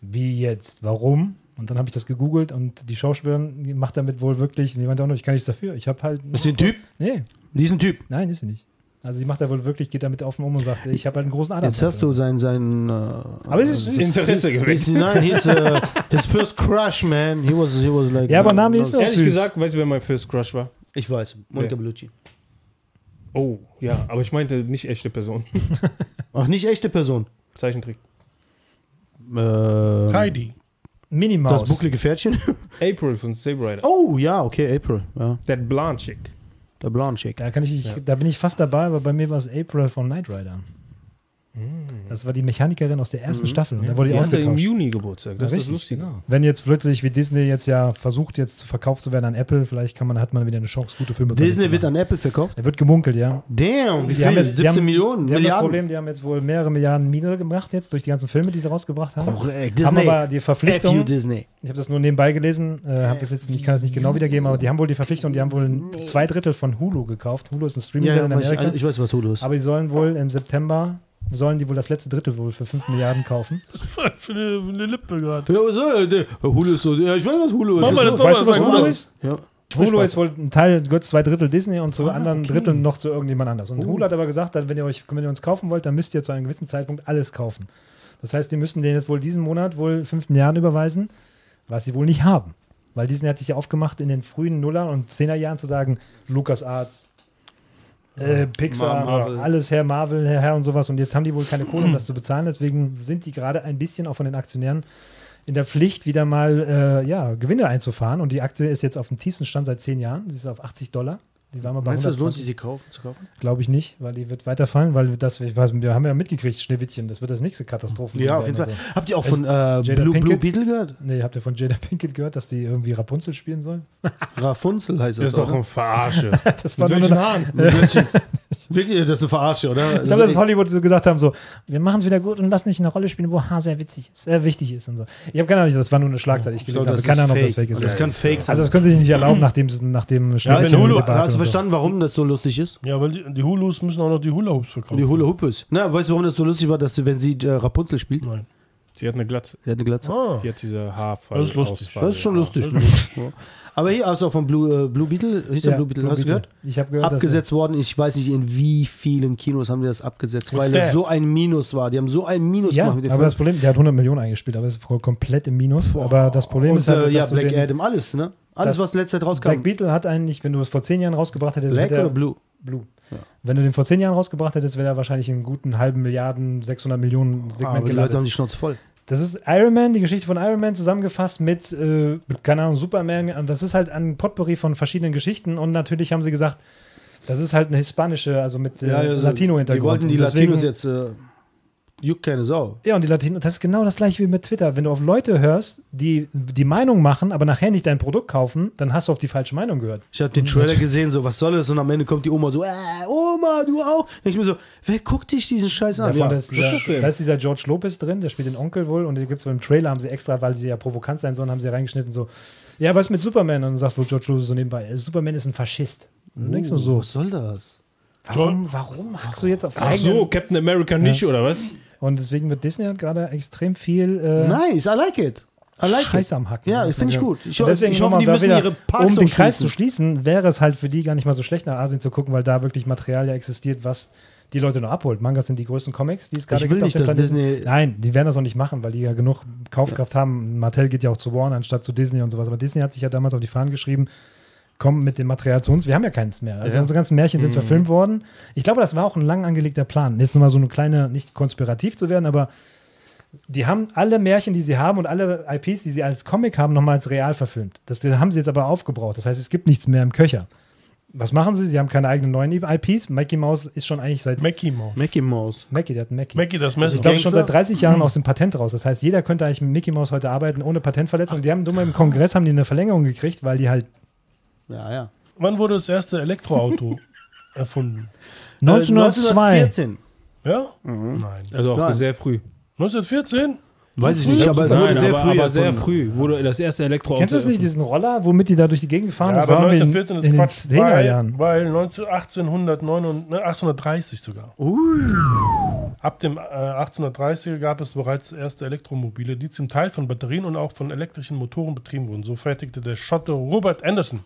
Speaker 2: wie jetzt, warum? Und dann habe ich das gegoogelt und die Schauspielerin macht damit wohl wirklich, und die meinte auch noch, ich kann nichts dafür. Ich habe halt.
Speaker 1: Ist ein Typ?
Speaker 2: Nee,
Speaker 1: Diesen Typ.
Speaker 2: nein, ist sie nicht. Also die macht da wohl wirklich, geht damit offen um und sagt, ich habe halt einen großen
Speaker 5: Jetzt
Speaker 2: Adamsapfel.
Speaker 5: hörst du sein, sein, äh,
Speaker 2: Aber es ist, ist
Speaker 4: Interesse geweckt.
Speaker 1: Nein, he's, uh, his first crush, man. He was, he was like. äh,
Speaker 2: Ja, aber Nami ist
Speaker 1: no-
Speaker 2: doch-
Speaker 4: Ehrlich
Speaker 2: süß.
Speaker 4: gesagt, weißt du, wer mein First Crush war?
Speaker 1: Ich weiß, Monika
Speaker 4: Ja.
Speaker 1: Bellucci.
Speaker 4: Oh, ja, aber ich meinte nicht echte Person. *laughs*
Speaker 1: Ach, nicht echte Person.
Speaker 4: Zeichentrick.
Speaker 1: Ähm,
Speaker 3: Heidi.
Speaker 2: Minimaus.
Speaker 1: das bucklige Pferdchen.
Speaker 4: April von Saber Rider.
Speaker 1: Oh, ja, okay, April. Ja,
Speaker 4: Der Blanchik.
Speaker 1: der Blanchik.
Speaker 2: Da, kann ich, nicht- da bin ich fast dabei, aber bei mir war es April von Knight Rider.
Speaker 1: Mm.
Speaker 2: Das war die Mechanikerin aus der
Speaker 1: Mhm.
Speaker 2: ersten Staffel. Und da wurde die
Speaker 4: Die hatte im
Speaker 2: ausgetauscht.
Speaker 4: Juni Geburtstag. Das ist lustig.
Speaker 2: Wenn jetzt plötzlich wie Disney jetzt ja versucht, jetzt zu verkauft zu werden an Apple, vielleicht kann man, hat man wieder eine Chance, gute Filme
Speaker 1: Disney
Speaker 2: zu
Speaker 1: wird
Speaker 2: machen.
Speaker 1: an Apple verkauft.
Speaker 2: Er wird gemunkelt, ja.
Speaker 1: Damn, wie
Speaker 2: Die
Speaker 1: viel?
Speaker 2: haben jetzt- die
Speaker 1: 17
Speaker 2: haben-
Speaker 1: Millionen?
Speaker 2: Die haben das
Speaker 1: Milliarden?
Speaker 2: Problem, die haben jetzt wohl mehrere Milliarden Miete gemacht jetzt durch die ganzen Filme, die sie rausgebracht haben.
Speaker 1: Korrekt.
Speaker 2: Haben
Speaker 1: Disney.
Speaker 2: aber die
Speaker 1: F you,
Speaker 2: Verpflichtung,
Speaker 1: Disney.
Speaker 2: ich habe das nur nebenbei gelesen, äh, hab das jetzt, nicht- ich kann es nicht genau wiedergeben, aber die haben wohl die Verpflichtung, die haben wohl zwei Drittel von Hulu gekauft. Hulu ist ein Streaming
Speaker 1: Ja, ja,
Speaker 2: in
Speaker 1: aber ich, also
Speaker 2: Amerika. ne?
Speaker 1: ich weiß, was Hulu ist.
Speaker 2: Aber die sollen wohl im September, sollen die wohl das letzte Drittel wohl für 5 Milliarden kaufen.
Speaker 3: Für eine, für eine Lippe gerade.
Speaker 1: Ja, was soll der? Hulu ist so. Ja, ich weiß, was Hulu
Speaker 3: Mach mal das
Speaker 2: weißt du,
Speaker 3: nochmal.
Speaker 2: was
Speaker 3: sag
Speaker 2: Hulu
Speaker 3: mal.
Speaker 2: ist?
Speaker 1: Ja.
Speaker 2: Hulu ist wohl ein Teil, gehört zwei Drittel Disney und zu anderen Dritteln noch zu irgendjemand anders. Und Hulu hat aber gesagt, dann, wenn ihr euch, wenn ihr uns kaufen wollt, dann müsst ihr zu einem gewissen Zeitpunkt alles kaufen. Das heißt, die müssen denen jetzt wohl diesen Monat wohl 5 Milliarden überweisen, was sie wohl nicht haben. Weil Disney hat sich ja aufgemacht, in den frühen Nuller- und Zehnerjahren zu sagen, Lucas Arts, äh, Pixar,
Speaker 1: Marvel.
Speaker 2: alles Herr Marvel, Herr Herr und sowas. Und jetzt haben die wohl keine Kohle,
Speaker 1: *clears throat*
Speaker 2: um das zu bezahlen. Deswegen sind die gerade ein bisschen auch von den Aktionären in der Pflicht, wieder mal äh, ja, Gewinne einzufahren. Und die Aktie ist jetzt auf dem tiefsten Stand seit zehn Jahren. Sie ist auf 80 Dollar. Die war mal bei
Speaker 1: Meinst du, es lohnt sich,
Speaker 2: 120.
Speaker 1: die kaufen, zu kaufen?
Speaker 2: Glaube ich nicht, weil die wird weiterfallen, weil das, ich weiß, wir haben ja mitgekriegt, Schneewittchen, das wird das nächste Katastrophen.
Speaker 1: Ja, auf jeden Fall. Habt ihr auch von
Speaker 2: Ist
Speaker 1: äh,
Speaker 2: Jada
Speaker 1: Blue, Blue
Speaker 2: Pinkett?
Speaker 1: Beetle gehört?
Speaker 2: Nee, habt ihr von Jada Pinkett gehört, dass die irgendwie Rapunzel spielen soll?
Speaker 1: Rafunzel heißt
Speaker 4: Das
Speaker 1: das.
Speaker 4: ist doch
Speaker 1: oder?
Speaker 4: ein
Speaker 1: *laughs*
Speaker 4: Verarsche.
Speaker 2: *laughs* Das war
Speaker 4: Mit
Speaker 2: nur
Speaker 4: welchen
Speaker 2: eine,
Speaker 4: Haaren?
Speaker 1: Wirklich, das ist eine Verarsche, oder?
Speaker 2: Ich glaube, dass Hollywood so gesagt haben, so, wir machen es wieder gut und lassen nicht eine Rolle spielen, wo Haar sehr witzig ist, äh, wichtig ist und so. Ich habe keine Ahnung, das war nur eine Schlagzeile, ich
Speaker 1: Ich glaub,
Speaker 2: gelesen habe.
Speaker 1: das
Speaker 2: Keine
Speaker 1: ist
Speaker 2: Ahnung, ob das
Speaker 1: fake.
Speaker 2: fake ist.
Speaker 1: Das kann fake sein.
Speaker 2: also das können sie sich nicht erlauben, nachdem es- nachdem
Speaker 1: ja,
Speaker 2: Schneewittchen
Speaker 1: wenn Hulu,
Speaker 2: Debakel
Speaker 1: hast du
Speaker 2: und so.
Speaker 1: verstanden, warum das so lustig ist?
Speaker 3: Ja, weil die, die Hulus müssen auch noch die Hula-Hoops verkaufen.
Speaker 1: Die Hula Hoop ist. Na, weißt du, warum das so lustig war, dass sie, wenn sie äh, Rapunzel spielt,
Speaker 3: Nein.
Speaker 4: Sie hat eine Glatze.
Speaker 1: sie hat eine Glatze.
Speaker 3: Ah,
Speaker 4: Die hat diese Haarfarbe.
Speaker 3: Das ist lustig.
Speaker 1: das ist schon lustig. ne? *laughs* Ja. Aber hier, also von Blue, äh, Blue Beetle, hieß der
Speaker 2: Ja,
Speaker 1: Blue Beetle,
Speaker 2: Blue
Speaker 1: hast du
Speaker 2: Beetle.
Speaker 1: gehört?
Speaker 2: Ich habe gehört,
Speaker 1: Abgesetzt worden, ich weiß nicht, in wie vielen Kinos haben die das abgesetzt, weil
Speaker 3: that?
Speaker 1: das so ein Minus war. Die haben so ein Minus
Speaker 2: dass er,
Speaker 1: gemacht mit
Speaker 2: ja,
Speaker 1: dem
Speaker 2: aber
Speaker 1: Film.
Speaker 2: das Problem, der hat 100 Millionen eingespielt, aber ist voll komplett im Minus. Aber das Problem
Speaker 1: Und
Speaker 2: ist halt,
Speaker 1: äh, ja,
Speaker 2: dass du
Speaker 1: Black
Speaker 2: den,
Speaker 1: Adam, alles, ne? Alles,
Speaker 2: das-
Speaker 1: was letzte Zeit rauskam.
Speaker 2: Black Beetle hat eigentlich, wenn du es vor zehn Jahren rausgebracht hättest,
Speaker 1: Black
Speaker 2: hätte er-
Speaker 1: oder Blue?
Speaker 2: Blue. Wenn du den vor zehn Jahren rausgebracht hättest, wäre er wahrscheinlich in guten halben Milliarden, 600 Millionen
Speaker 1: Ah,
Speaker 2: Segment
Speaker 1: aber die
Speaker 2: gelandet.
Speaker 1: Leute haben die Schnauze voll.
Speaker 2: Das ist Iron Man, die Geschichte von Iron Man zusammengefasst mit, äh, keine Ahnung, Superman. Und das ist halt ein Potpourri von verschiedenen Geschichten. Und natürlich haben sie gesagt, das ist halt eine hispanische, also mit äh,
Speaker 1: Die
Speaker 2: Latino-Hintergrund.
Speaker 1: wollten die
Speaker 2: Und deswegen-
Speaker 1: Latinos jetzt, äh, juckt keine Sau.
Speaker 2: Ja, und die Latino, das ist genau das gleiche wie mit Twitter. Wenn du auf Leute hörst, die die Meinung machen, aber nachher nicht dein Produkt kaufen, dann hast du auf die falsche Meinung gehört.
Speaker 1: Ich habe den Trailer gesehen, so, was soll das? Und am Ende kommt die Oma so, äh, Oma, du auch. Und ich mir so, wer guckt dich diesen Scheiß an?
Speaker 2: Davon,
Speaker 1: Ja,
Speaker 2: dass
Speaker 4: was Ah, ist
Speaker 2: dieser,
Speaker 4: das denn?
Speaker 2: da ist dieser George Lopez drin, der spielt den Onkel wohl und den gibt es beim Trailer, haben sie extra, weil sie ja provokant sein sollen, haben sie reingeschnitten so, ja, was mit Superman? Und dann sagt wohl George Lopez so nebenbei, äh, Superman ist ein Faschist. Und du denkst nur so,
Speaker 1: was soll das?
Speaker 2: warum, warum hackst du jetzt auf
Speaker 4: Oh. Ach
Speaker 2: eigenen?
Speaker 4: so, Captain America nicht, oder was?
Speaker 2: Und deswegen wird Disney halt gerade extrem viel äh,
Speaker 1: Nice, I like it. I like
Speaker 2: Scheiße
Speaker 1: it.
Speaker 2: am Hacken.
Speaker 1: Ja, das
Speaker 2: muss
Speaker 1: finde
Speaker 2: man
Speaker 1: ich
Speaker 2: sagen.
Speaker 1: gut. Ich,
Speaker 2: Und deswegen
Speaker 1: ich
Speaker 2: nochmal
Speaker 1: hoffe, die
Speaker 2: da
Speaker 1: müssen
Speaker 2: wieder,
Speaker 1: ihre Parks
Speaker 2: um den
Speaker 1: aufschließen.
Speaker 2: Kreis zu schließen, wäre es halt für die gar nicht mal so schlecht, nach Asien zu gucken, weil da wirklich Material ja existiert, was die Leute noch abholt. Mangas sind die größten Comics, die es gerade
Speaker 1: Ich will
Speaker 2: gibt
Speaker 1: nicht, dass Disney-
Speaker 2: Nein, die werden das auch nicht machen, weil die ja genug Kaufkraft haben. Mattel geht ja auch zu Warner anstatt zu Disney und sowas. Aber Disney hat sich ja damals auf die Fahnen geschrieben, komm mit dem Material zu uns. Wir haben ja keins mehr. Also unsere ganzen Märchen
Speaker 1: Mhm.
Speaker 2: sind verfilmt worden. Ich glaube, das war auch ein lang angelegter Plan. Jetzt nochmal so eine kleine, nicht konspirativ zu werden, aber die haben alle Märchen, die sie haben und alle IPs, die sie als Comic haben, nochmal als real verfilmt. Das haben sie jetzt aber aufgebraucht. Das heißt, es gibt nichts mehr im Köcher. Was machen sie? Sie haben keine eigenen neuen IPs. Mickey Mouse ist schon eigentlich seit.
Speaker 3: Mackie Maus.
Speaker 1: Mickey Mouse.
Speaker 2: Mickey, der hat einen Mickey.
Speaker 3: Mackie, das Messer.
Speaker 2: Ich glaube schon seit 30 Jahren aus dem Patent raus. Das heißt, jeder könnte eigentlich mit Mickey Mouse heute arbeiten ohne Patentverletzung. Die haben dumm im Kongress haben die eine Verlängerung gekriegt, weil die halt
Speaker 1: Ja, ja.
Speaker 2: *laughs*
Speaker 3: Wann wurde das erste Elektroauto erfunden?
Speaker 1: Äh,
Speaker 2: 1902
Speaker 1: 1914.
Speaker 3: Ja?
Speaker 2: Mhm.
Speaker 3: Nein.
Speaker 4: Also auch
Speaker 1: Nein.
Speaker 4: sehr früh.
Speaker 3: 1914?
Speaker 1: Weiß ich nicht, aber es
Speaker 4: Nein,
Speaker 1: wurde sehr
Speaker 4: aber,
Speaker 1: früh.
Speaker 4: aber sehr
Speaker 1: erfunden.
Speaker 4: früh wurde das erste Elektroauto.
Speaker 2: Kennst du das nicht, diesen Roller, womit die da durch die Gegend gefahren
Speaker 3: Ja,
Speaker 2: ist?
Speaker 3: aber
Speaker 2: Ah, Waren wir in,
Speaker 3: 1914 ist
Speaker 2: in den
Speaker 3: Quatsch, weil,
Speaker 2: 10er-Jahren.
Speaker 3: weil 19, 1809 und, ne, 1830 sogar.
Speaker 2: Uh.
Speaker 3: Ab dem äh, 1830er gab es bereits erste Elektromobile, die zum Teil von Batterien und auch von elektrischen Motoren betrieben wurden. So fertigte der Schotte Robert Anderson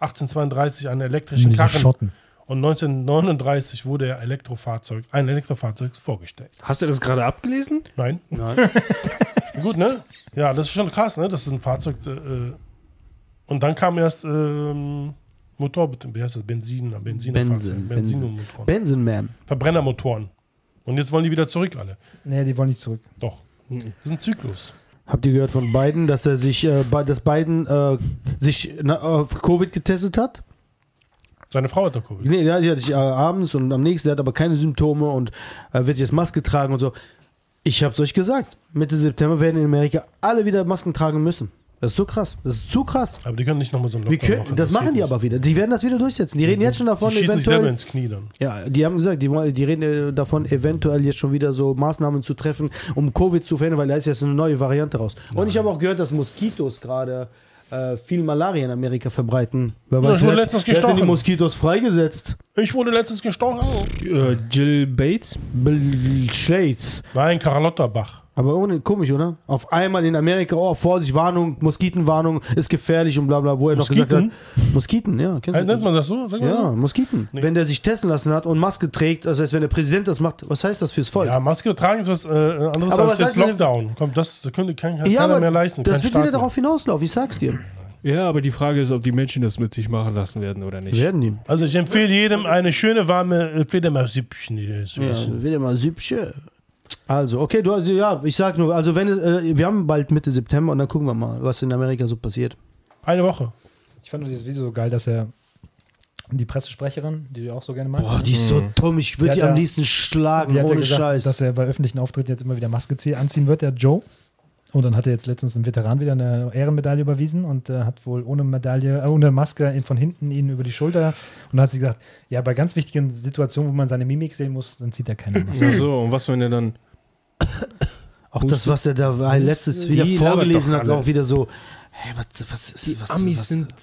Speaker 3: 1832 einen elektrischen Karren
Speaker 2: Schotten.
Speaker 3: und 1939 wurde er Elektrofahrzeug, ein Elektrofahrzeug vorgestellt.
Speaker 4: Hast du das gerade abgelesen?
Speaker 3: Nein? Nein. *laughs* Gut, ne? Ja, das ist schon krass, ne? Das ist ein Fahrzeug. Äh, äh, und dann kam erst ähm, Motor, wie heißt das? Benzin, Benzin,
Speaker 5: Benzen,
Speaker 3: Benzin
Speaker 5: Benzen.
Speaker 3: und Motoren.
Speaker 5: Benson Man.
Speaker 3: Verbrennermotoren. Und jetzt wollen die wieder zurück alle.
Speaker 2: Nee, die wollen nicht zurück.
Speaker 3: Doch. Das ist ein Zyklus.
Speaker 1: Habt ihr gehört von Biden, dass er sich, äh, Bi- dass Biden äh, sich na, auf Covid getestet hat?
Speaker 3: Seine Frau hat doch Covid.
Speaker 1: Nee, der, der hat sich äh, abends und am nächsten, der hat aber keine Symptome und äh, wird jetzt Maske tragen und so. Ich hab's euch gesagt. Mitte September werden in Amerika alle wieder Masken tragen müssen. Das ist so krass. Das ist zu krass.
Speaker 3: Aber die können nicht nochmal so einen
Speaker 1: Wir
Speaker 3: Lockdown
Speaker 1: können,
Speaker 3: machen.
Speaker 1: das machen
Speaker 3: geht
Speaker 1: die
Speaker 3: nicht. Mhm.
Speaker 1: aber wieder. Die werden das wieder durchsetzen. Die reden jetzt schon davon,
Speaker 3: Die schießen sich selber
Speaker 1: eventuell.
Speaker 3: ins Knie dann.
Speaker 1: Ja, die haben gesagt, die, wollen- die reden äh, davon, eventuell jetzt schon wieder so Maßnahmen zu treffen, um Covid zu verhindern, weil da ist jetzt eine neue Variante raus. Und ich habe auch gehört, dass Moskitos gerade äh, viel Malaria in Amerika verbreiten. Wer
Speaker 3: Ja, ich wurde
Speaker 1: wer-
Speaker 3: letztens
Speaker 1: wer hat denn die
Speaker 3: gestochen.
Speaker 1: Moskitos freigesetzt.
Speaker 3: Ich wurde letztens gestochen.
Speaker 4: Äh, Jill Bates?
Speaker 1: Schlates.
Speaker 3: Nein, Karlotta Bach.
Speaker 1: Aber ohne, komisch, oder? Auf einmal in Amerika, oh, Vorsicht, Warnung, Moskitenwarnung, ist gefährlich und bla bla, wo er noch
Speaker 3: Moskiten?
Speaker 1: gesagt hat. Moskiten, ja. Kennst
Speaker 3: Äh,
Speaker 1: du
Speaker 3: Nennt man das so? Sag mal
Speaker 1: Ja,
Speaker 3: so.
Speaker 1: Moskiten. Wenn der sich testen lassen hat und Maske trägt, das heißt, wenn der Präsident das macht, was heißt das fürs Volk?
Speaker 3: Ja, Maske tragen ist was äh, anderes
Speaker 1: Aber
Speaker 3: als
Speaker 1: was
Speaker 3: jetzt
Speaker 1: heißt das?
Speaker 3: Lockdown. Kommt, das könnte kein, kann
Speaker 1: Ja,
Speaker 3: keiner
Speaker 1: aber
Speaker 3: mehr leisten.
Speaker 1: das
Speaker 3: kein
Speaker 1: wird
Speaker 3: Staat
Speaker 1: wieder
Speaker 3: mehr.
Speaker 1: darauf hinauslaufen, ich sag's dir.
Speaker 4: Ja, aber die Frage ist, ob die Menschen das mit sich machen lassen werden oder nicht.
Speaker 1: Werden die.
Speaker 3: Also ich empfehle jedem eine schöne warme äh, Fledermaus-Süppchen. die äh, ist süß.
Speaker 1: Also, wieder mal Süppchen. Also, okay, du, also, ja, ich sag nur, also wenn, es, äh, wir haben bald Mitte September und dann gucken wir mal, was in Amerika so passiert.
Speaker 3: Eine Woche.
Speaker 2: Ich fand nur dieses Video so geil, dass er die Pressesprecherin, die du auch so gerne magst,
Speaker 1: Boah, die ist so
Speaker 4: Mhm.
Speaker 1: dumm, ich
Speaker 2: Die
Speaker 1: würde
Speaker 2: hat
Speaker 1: die
Speaker 2: ja-
Speaker 1: am liebsten schlagen,
Speaker 2: die hat ja
Speaker 1: ohne
Speaker 2: gesagt,
Speaker 1: Scheiß.
Speaker 2: dass er bei öffentlichen Auftritten jetzt immer wieder Maske zieh- anziehen wird, der Joe. Und dann hat er jetzt letztens einen Veteran wieder eine Ehrenmedaille überwiesen und äh, hat wohl ohne Medaille, äh, ohne Maske ihn von hinten ihn über die Schulter. Und dann hat sie gesagt, ja, bei ganz wichtigen Situationen, wo man seine Mimik sehen muss, dann zieht
Speaker 1: *laughs*
Speaker 2: er keine Maske.
Speaker 4: Ja, so, und was, wenn er dann.
Speaker 1: auch das, was er da war, letztes wieder
Speaker 4: die labert
Speaker 1: vorgelesen
Speaker 4: doch
Speaker 1: hat, ist
Speaker 4: alle.
Speaker 1: auch wieder so, hey, was, was ist, was, was,
Speaker 4: sind.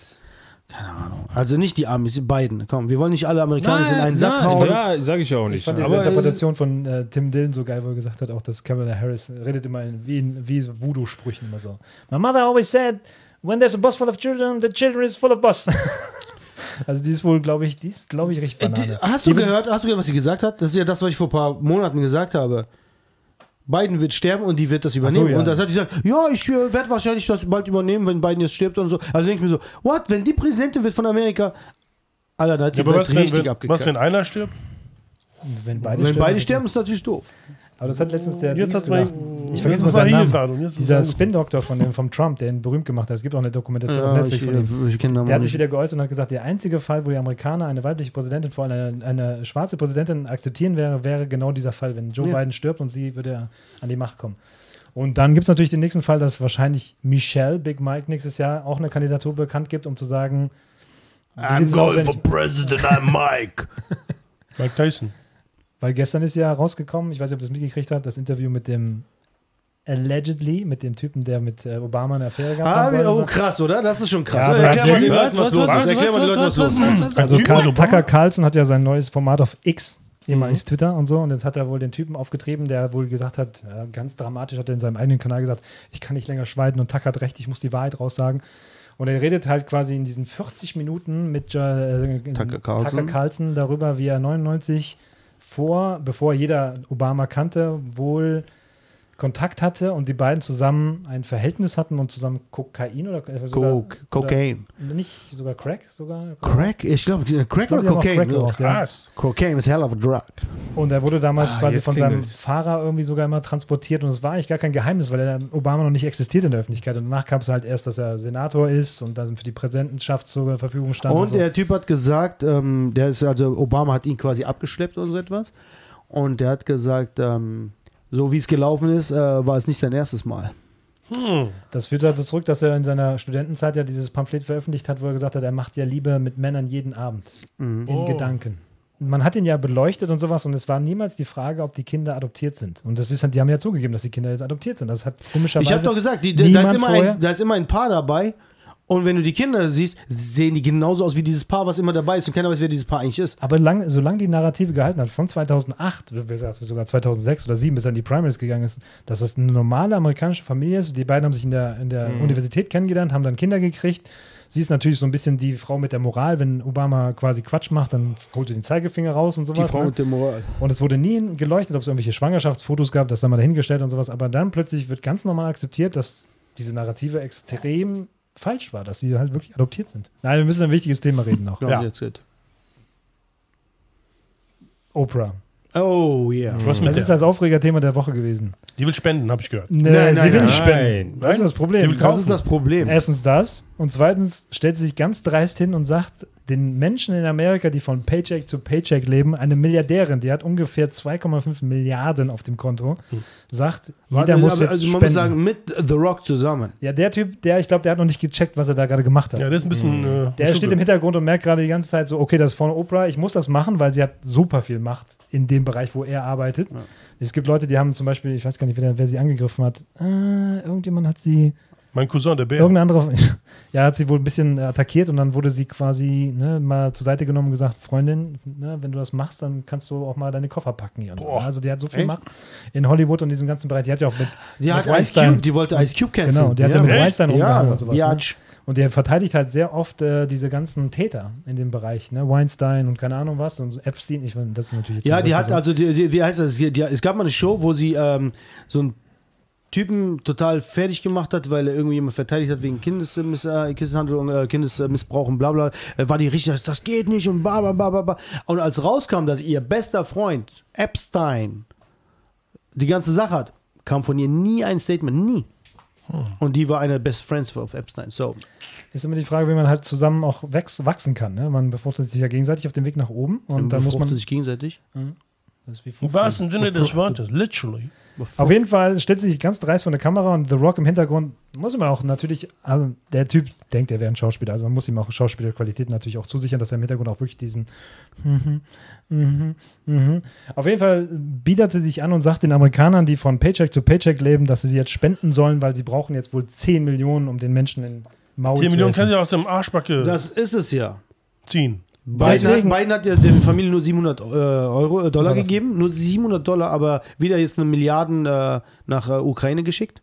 Speaker 1: keine Ahnung. Also nicht die Amis, die beiden, komm, wir wollen nicht alle Amerikaner in einen Sack
Speaker 4: nein,
Speaker 1: hauen.
Speaker 4: Ja, sag ich ja auch
Speaker 2: Ich
Speaker 4: nicht.
Speaker 2: fand diese
Speaker 4: Aber
Speaker 2: Interpretation von äh, Tim Dillon so geil, wo er gesagt hat, auch dass Kamala Harris redet immer in, wie in wie so Voodoo-Sprüchen immer so. My mother always said, when there's a bus full of children, the children is full of bus. *laughs* also die ist wohl, glaube ich, die ist, glaube ich, recht
Speaker 1: Äh, die-
Speaker 2: banane.
Speaker 1: Hast du gehört, hast du gehört, was sie gesagt hat? Das ist ja das, was ich vor ein paar Monaten gesagt habe. Biden wird sterben und die wird das übernehmen.
Speaker 2: ja.
Speaker 1: Und das hat sie gesagt, ja, ich äh, werde wahrscheinlich das bald übernehmen, wenn Biden jetzt stirbt und so. Also denke ich mir so, what, wenn die Präsidentin wird von Amerika, Alter, da hat die
Speaker 3: Ja, aber
Speaker 1: Welt
Speaker 3: was wenn,
Speaker 1: richtig
Speaker 3: wenn,
Speaker 1: abgekackt.
Speaker 3: was, wenn einer stirbt?
Speaker 2: wenn beide
Speaker 1: wenn beide
Speaker 2: ist-
Speaker 1: sterben, ist natürlich doof.
Speaker 2: Aber das hat letztens der
Speaker 3: Jetzt
Speaker 2: Dings
Speaker 3: hat man-
Speaker 2: gesagt. Ich vergesse mal
Speaker 3: Jetzt war
Speaker 2: seinen
Speaker 3: hier
Speaker 2: Namen.
Speaker 3: gerade und jetzt ist
Speaker 2: Dieser
Speaker 3: er-
Speaker 2: Spin-Doktor von dem, vom Trump, der ihn berühmt gemacht hat. Es gibt auch eine Dokumentation auf
Speaker 1: Ja,
Speaker 2: Netflix
Speaker 1: ich, äh,
Speaker 2: von ihm.
Speaker 1: ich kenne
Speaker 2: Der
Speaker 1: da
Speaker 2: hat sich wieder geäußert und hat gesagt, der einzige Fall, wo die Amerikaner eine weibliche Präsidentin, vor allem eine, eine schwarze Präsidentin akzeptieren wäre, wäre genau dieser Fall, wenn Joe
Speaker 1: Ja.
Speaker 2: Biden stirbt und sie würde an die Macht kommen. Und dann gibt es natürlich den nächsten Fall, dass wahrscheinlich Michelle Big Mike nächstes Jahr auch eine Kandidatur bekannt gibt, um zu sagen, wie sieht's denn aus, wenn ich,
Speaker 1: President, I'm Mike.
Speaker 3: Mike Tyson.
Speaker 2: weil gestern ist ja rausgekommen, ich weiß nicht, ob du das mitgekriegt hast, das Interview mit dem allegedly, mit dem Typen, der mit äh, Obama eine Affäre gehabt
Speaker 1: Ah,
Speaker 2: hat. soll man
Speaker 1: oh,
Speaker 2: sagen.
Speaker 1: krass, oder? Das ist schon krass.
Speaker 2: Ja, aber
Speaker 1: Erklär mal den
Speaker 4: was,
Speaker 1: Leuten, was
Speaker 4: was,
Speaker 1: los
Speaker 4: was,
Speaker 1: ist. Erklär mal den Leuten, was los ist.
Speaker 2: Also
Speaker 3: Typ
Speaker 2: Karl,
Speaker 3: mit Obama?
Speaker 2: Tucker Carlson hat ja sein neues Format auf X, ehemaliges Twitter und so. Und jetzt hat er wohl den Typen aufgetrieben, der wohl gesagt hat, ja, ganz dramatisch hat er in seinem eigenen Kanal gesagt, ich kann nicht länger schweigen und Tucker hat recht, ich muss die Wahrheit raussagen. Und er redet halt quasi in diesen 40 Minuten mit äh,
Speaker 1: Tucker Carlson.
Speaker 2: Carlson darüber, wie er 99 vor, bevor jeder Obama kannte, wohl Kontakt hatte und die beiden zusammen ein Verhältnis hatten und zusammen Kokain oder äh, sogar-
Speaker 1: Coke, Cocaine.
Speaker 2: Oder, nicht sogar Crack sogar
Speaker 1: Crack? Ich glaube, Crack
Speaker 2: glaub,
Speaker 1: oder
Speaker 2: die haben auch
Speaker 1: Cocaine?
Speaker 2: Crack geraucht, ja.
Speaker 3: Krass.
Speaker 1: Cocaine is hell of a drug.
Speaker 2: Und er wurde damals
Speaker 4: Ah,
Speaker 2: quasi
Speaker 4: jetzt
Speaker 2: von seinem
Speaker 4: klingelt's.
Speaker 2: Fahrer irgendwie sogar immer transportiert und es war eigentlich gar kein Geheimnis, weil er Obama noch nicht existiert in der Öffentlichkeit. Und danach kam es halt erst, dass er Senator ist und dann für die Präsidentschaft zur Verfügung stand.
Speaker 1: Und
Speaker 2: so.
Speaker 1: der Typ hat gesagt, ähm, der ist also Obama hat ihn quasi abgeschleppt oder so etwas. Und der hat gesagt, ähm, so wie es gelaufen ist, äh, war es nicht sein erstes Mal.
Speaker 2: das führt also zurück, dass er in seiner Studentenzeit
Speaker 1: Mhm.
Speaker 2: ja dieses Pamphlet veröffentlicht hat, wo er gesagt hat, er macht ja Liebe mit Männern jeden Abend. In
Speaker 3: Oh.
Speaker 2: Gedanken. man hat ihn ja beleuchtet und sowas und es war niemals die Frage, ob die Kinder adoptiert sind. Und das ist halt, die haben ja zugegeben, dass die Kinder jetzt adoptiert sind. Das hat komischerweise.
Speaker 1: Ich habe doch gesagt, die, da, ist immer ein, da ist immer ein Paar dabei. Und wenn du die Kinder siehst, sehen die genauso aus wie dieses Paar, was immer dabei ist. Und keiner weiß, wer dieses Paar eigentlich ist.
Speaker 2: Aber lang, solange die Narrative gehalten hat, von 2008, oder sogar 2006 oder 2007, bis dann die Primaries gegangen ist, dass das eine normale amerikanische Familie ist. Die beiden haben sich in der, in der mhm. Universität kennengelernt, haben dann Kinder gekriegt. Sie ist natürlich so ein bisschen die Frau mit der Moral. Wenn Obama quasi Quatsch macht, dann holt sie den Zeigefinger raus und sowas.
Speaker 1: Die Frau ne? mit der Moral.
Speaker 2: Und es wurde nie geleuchtet, ob es irgendwelche Schwangerschaftsfotos gab, das dann mal dahingestellt und sowas. Aber dann plötzlich wird ganz normal akzeptiert, dass diese Narrative extrem falsch war, dass sie halt wirklich adoptiert sind. Nein, wir müssen ein wichtiges Thema reden noch.
Speaker 1: ja. That's it.
Speaker 2: Oprah.
Speaker 1: Oh, yeah.
Speaker 2: Was das ist halt- das Aufregerthema der Woche gewesen.
Speaker 3: Die will spenden, habe ich gehört.
Speaker 2: Nee, nein, sie nein, will nicht spenden. Das ist das Problem.
Speaker 1: Das ist das Problem.
Speaker 2: Erstens das. Und zweitens stellt sie sich ganz dreist hin und sagt den Menschen in Amerika, die von Paycheck zu Paycheck leben, eine Milliardärin, die hat ungefähr 2,5 Milliarden auf dem Konto, sagt, jeder Hm. Warte, muss aber, jetzt also man spenden. Muss sagen,
Speaker 1: mit The Rock zusammen.
Speaker 2: Ja, der Typ, der, ich glaube, der hat noch nicht gecheckt, was er da gerade gemacht hat.
Speaker 3: Ja, der ist ein bisschen. Mhm.
Speaker 2: der steht im Hintergrund und merkt gerade die ganze Zeit so, okay, das ist von Oprah, ich muss das machen, weil sie hat super viel Macht in dem Bereich, wo er arbeitet. Ja. Es gibt Leute, die haben zum Beispiel, ich weiß gar nicht, wer, wer sie angegriffen hat. Äh, irgendjemand hat sie.
Speaker 3: Mein Cousin, der Bär.
Speaker 2: Irgendeine andere, *laughs* ja, hat sie wohl ein bisschen attackiert und dann wurde sie quasi ne, mal zur Seite genommen und gesagt, Freundin, ne, wenn du das machst, dann kannst du auch mal deine Koffer packen hier. So. Also die hat so viel Macht in Hollywood und diesem ganzen Bereich. Die hat ja auch mit,
Speaker 1: die
Speaker 2: mit
Speaker 1: hat Weinstein, Ice Cube, die wollte Ice Cube kennen.
Speaker 2: Genau, die hat ja, ja mit
Speaker 1: Echt?
Speaker 2: Weinstein
Speaker 1: ja.
Speaker 2: und sowas.
Speaker 1: Ja.
Speaker 2: Ne? Und der verteidigt halt sehr oft äh, diese ganzen Täter in dem Bereich, ne? Weinstein und keine Ahnung was und Epstein. Ich meine, das ist natürlich
Speaker 1: Ja, die hat also, die, die, wie heißt das? Die, die, es gab mal eine Show, wo sie ähm, so ein Typen total fertig gemacht hat, weil er irgendwie jemand verteidigt hat wegen Kindesmisshandel, Kindeshandel äh, Kindesmissbrauch und bla bla, Äh, war die richtig, das geht nicht und bla bla bla bla. bla. Und als rauskam, dass ihr bester Freund Epstein die ganze Sache hat, kam von ihr nie ein Statement, nie. Und die war eine der Best Friends of Epstein. So.
Speaker 2: Ist immer die Frage, wie man halt zusammen auch wachsen kann. Ne? Man befruchtet sich ja gegenseitig auf dem Weg nach oben und man dann muss man
Speaker 1: sich gegenseitig. Mhm.
Speaker 3: Das ist wie Im wahrsten Sinne des Wortes, literally.
Speaker 2: Auf jeden Fall stellt sie sich ganz dreist vor der Kamera und The Rock im Hintergrund muss man auch natürlich, aber der Typ denkt, er wäre ein Schauspieler. Also man muss ihm auch Schauspielerqualität natürlich auch zusichern, dass er im Hintergrund auch wirklich diesen. *laughs* Mhm, mhm, mhm. Auf jeden Fall bietet sie sich an und sagt den Amerikanern, die von Paycheck zu Paycheck leben, dass sie sie jetzt spenden sollen, weil sie brauchen jetzt wohl 10 Millionen, um den Menschen in Maui
Speaker 3: 10
Speaker 2: zu helfen.
Speaker 3: Millionen kann sie aus dem Arschbacke
Speaker 1: Das ist es ja.
Speaker 3: ziehen.
Speaker 1: Biden hat,
Speaker 2: Deswegen-
Speaker 1: Biden hat ja der Familie nur 700 äh, Euro, äh, Dollar gegeben, nur 700 Dollar, aber wieder jetzt eine Milliarden äh, nach äh, Ukraine geschickt.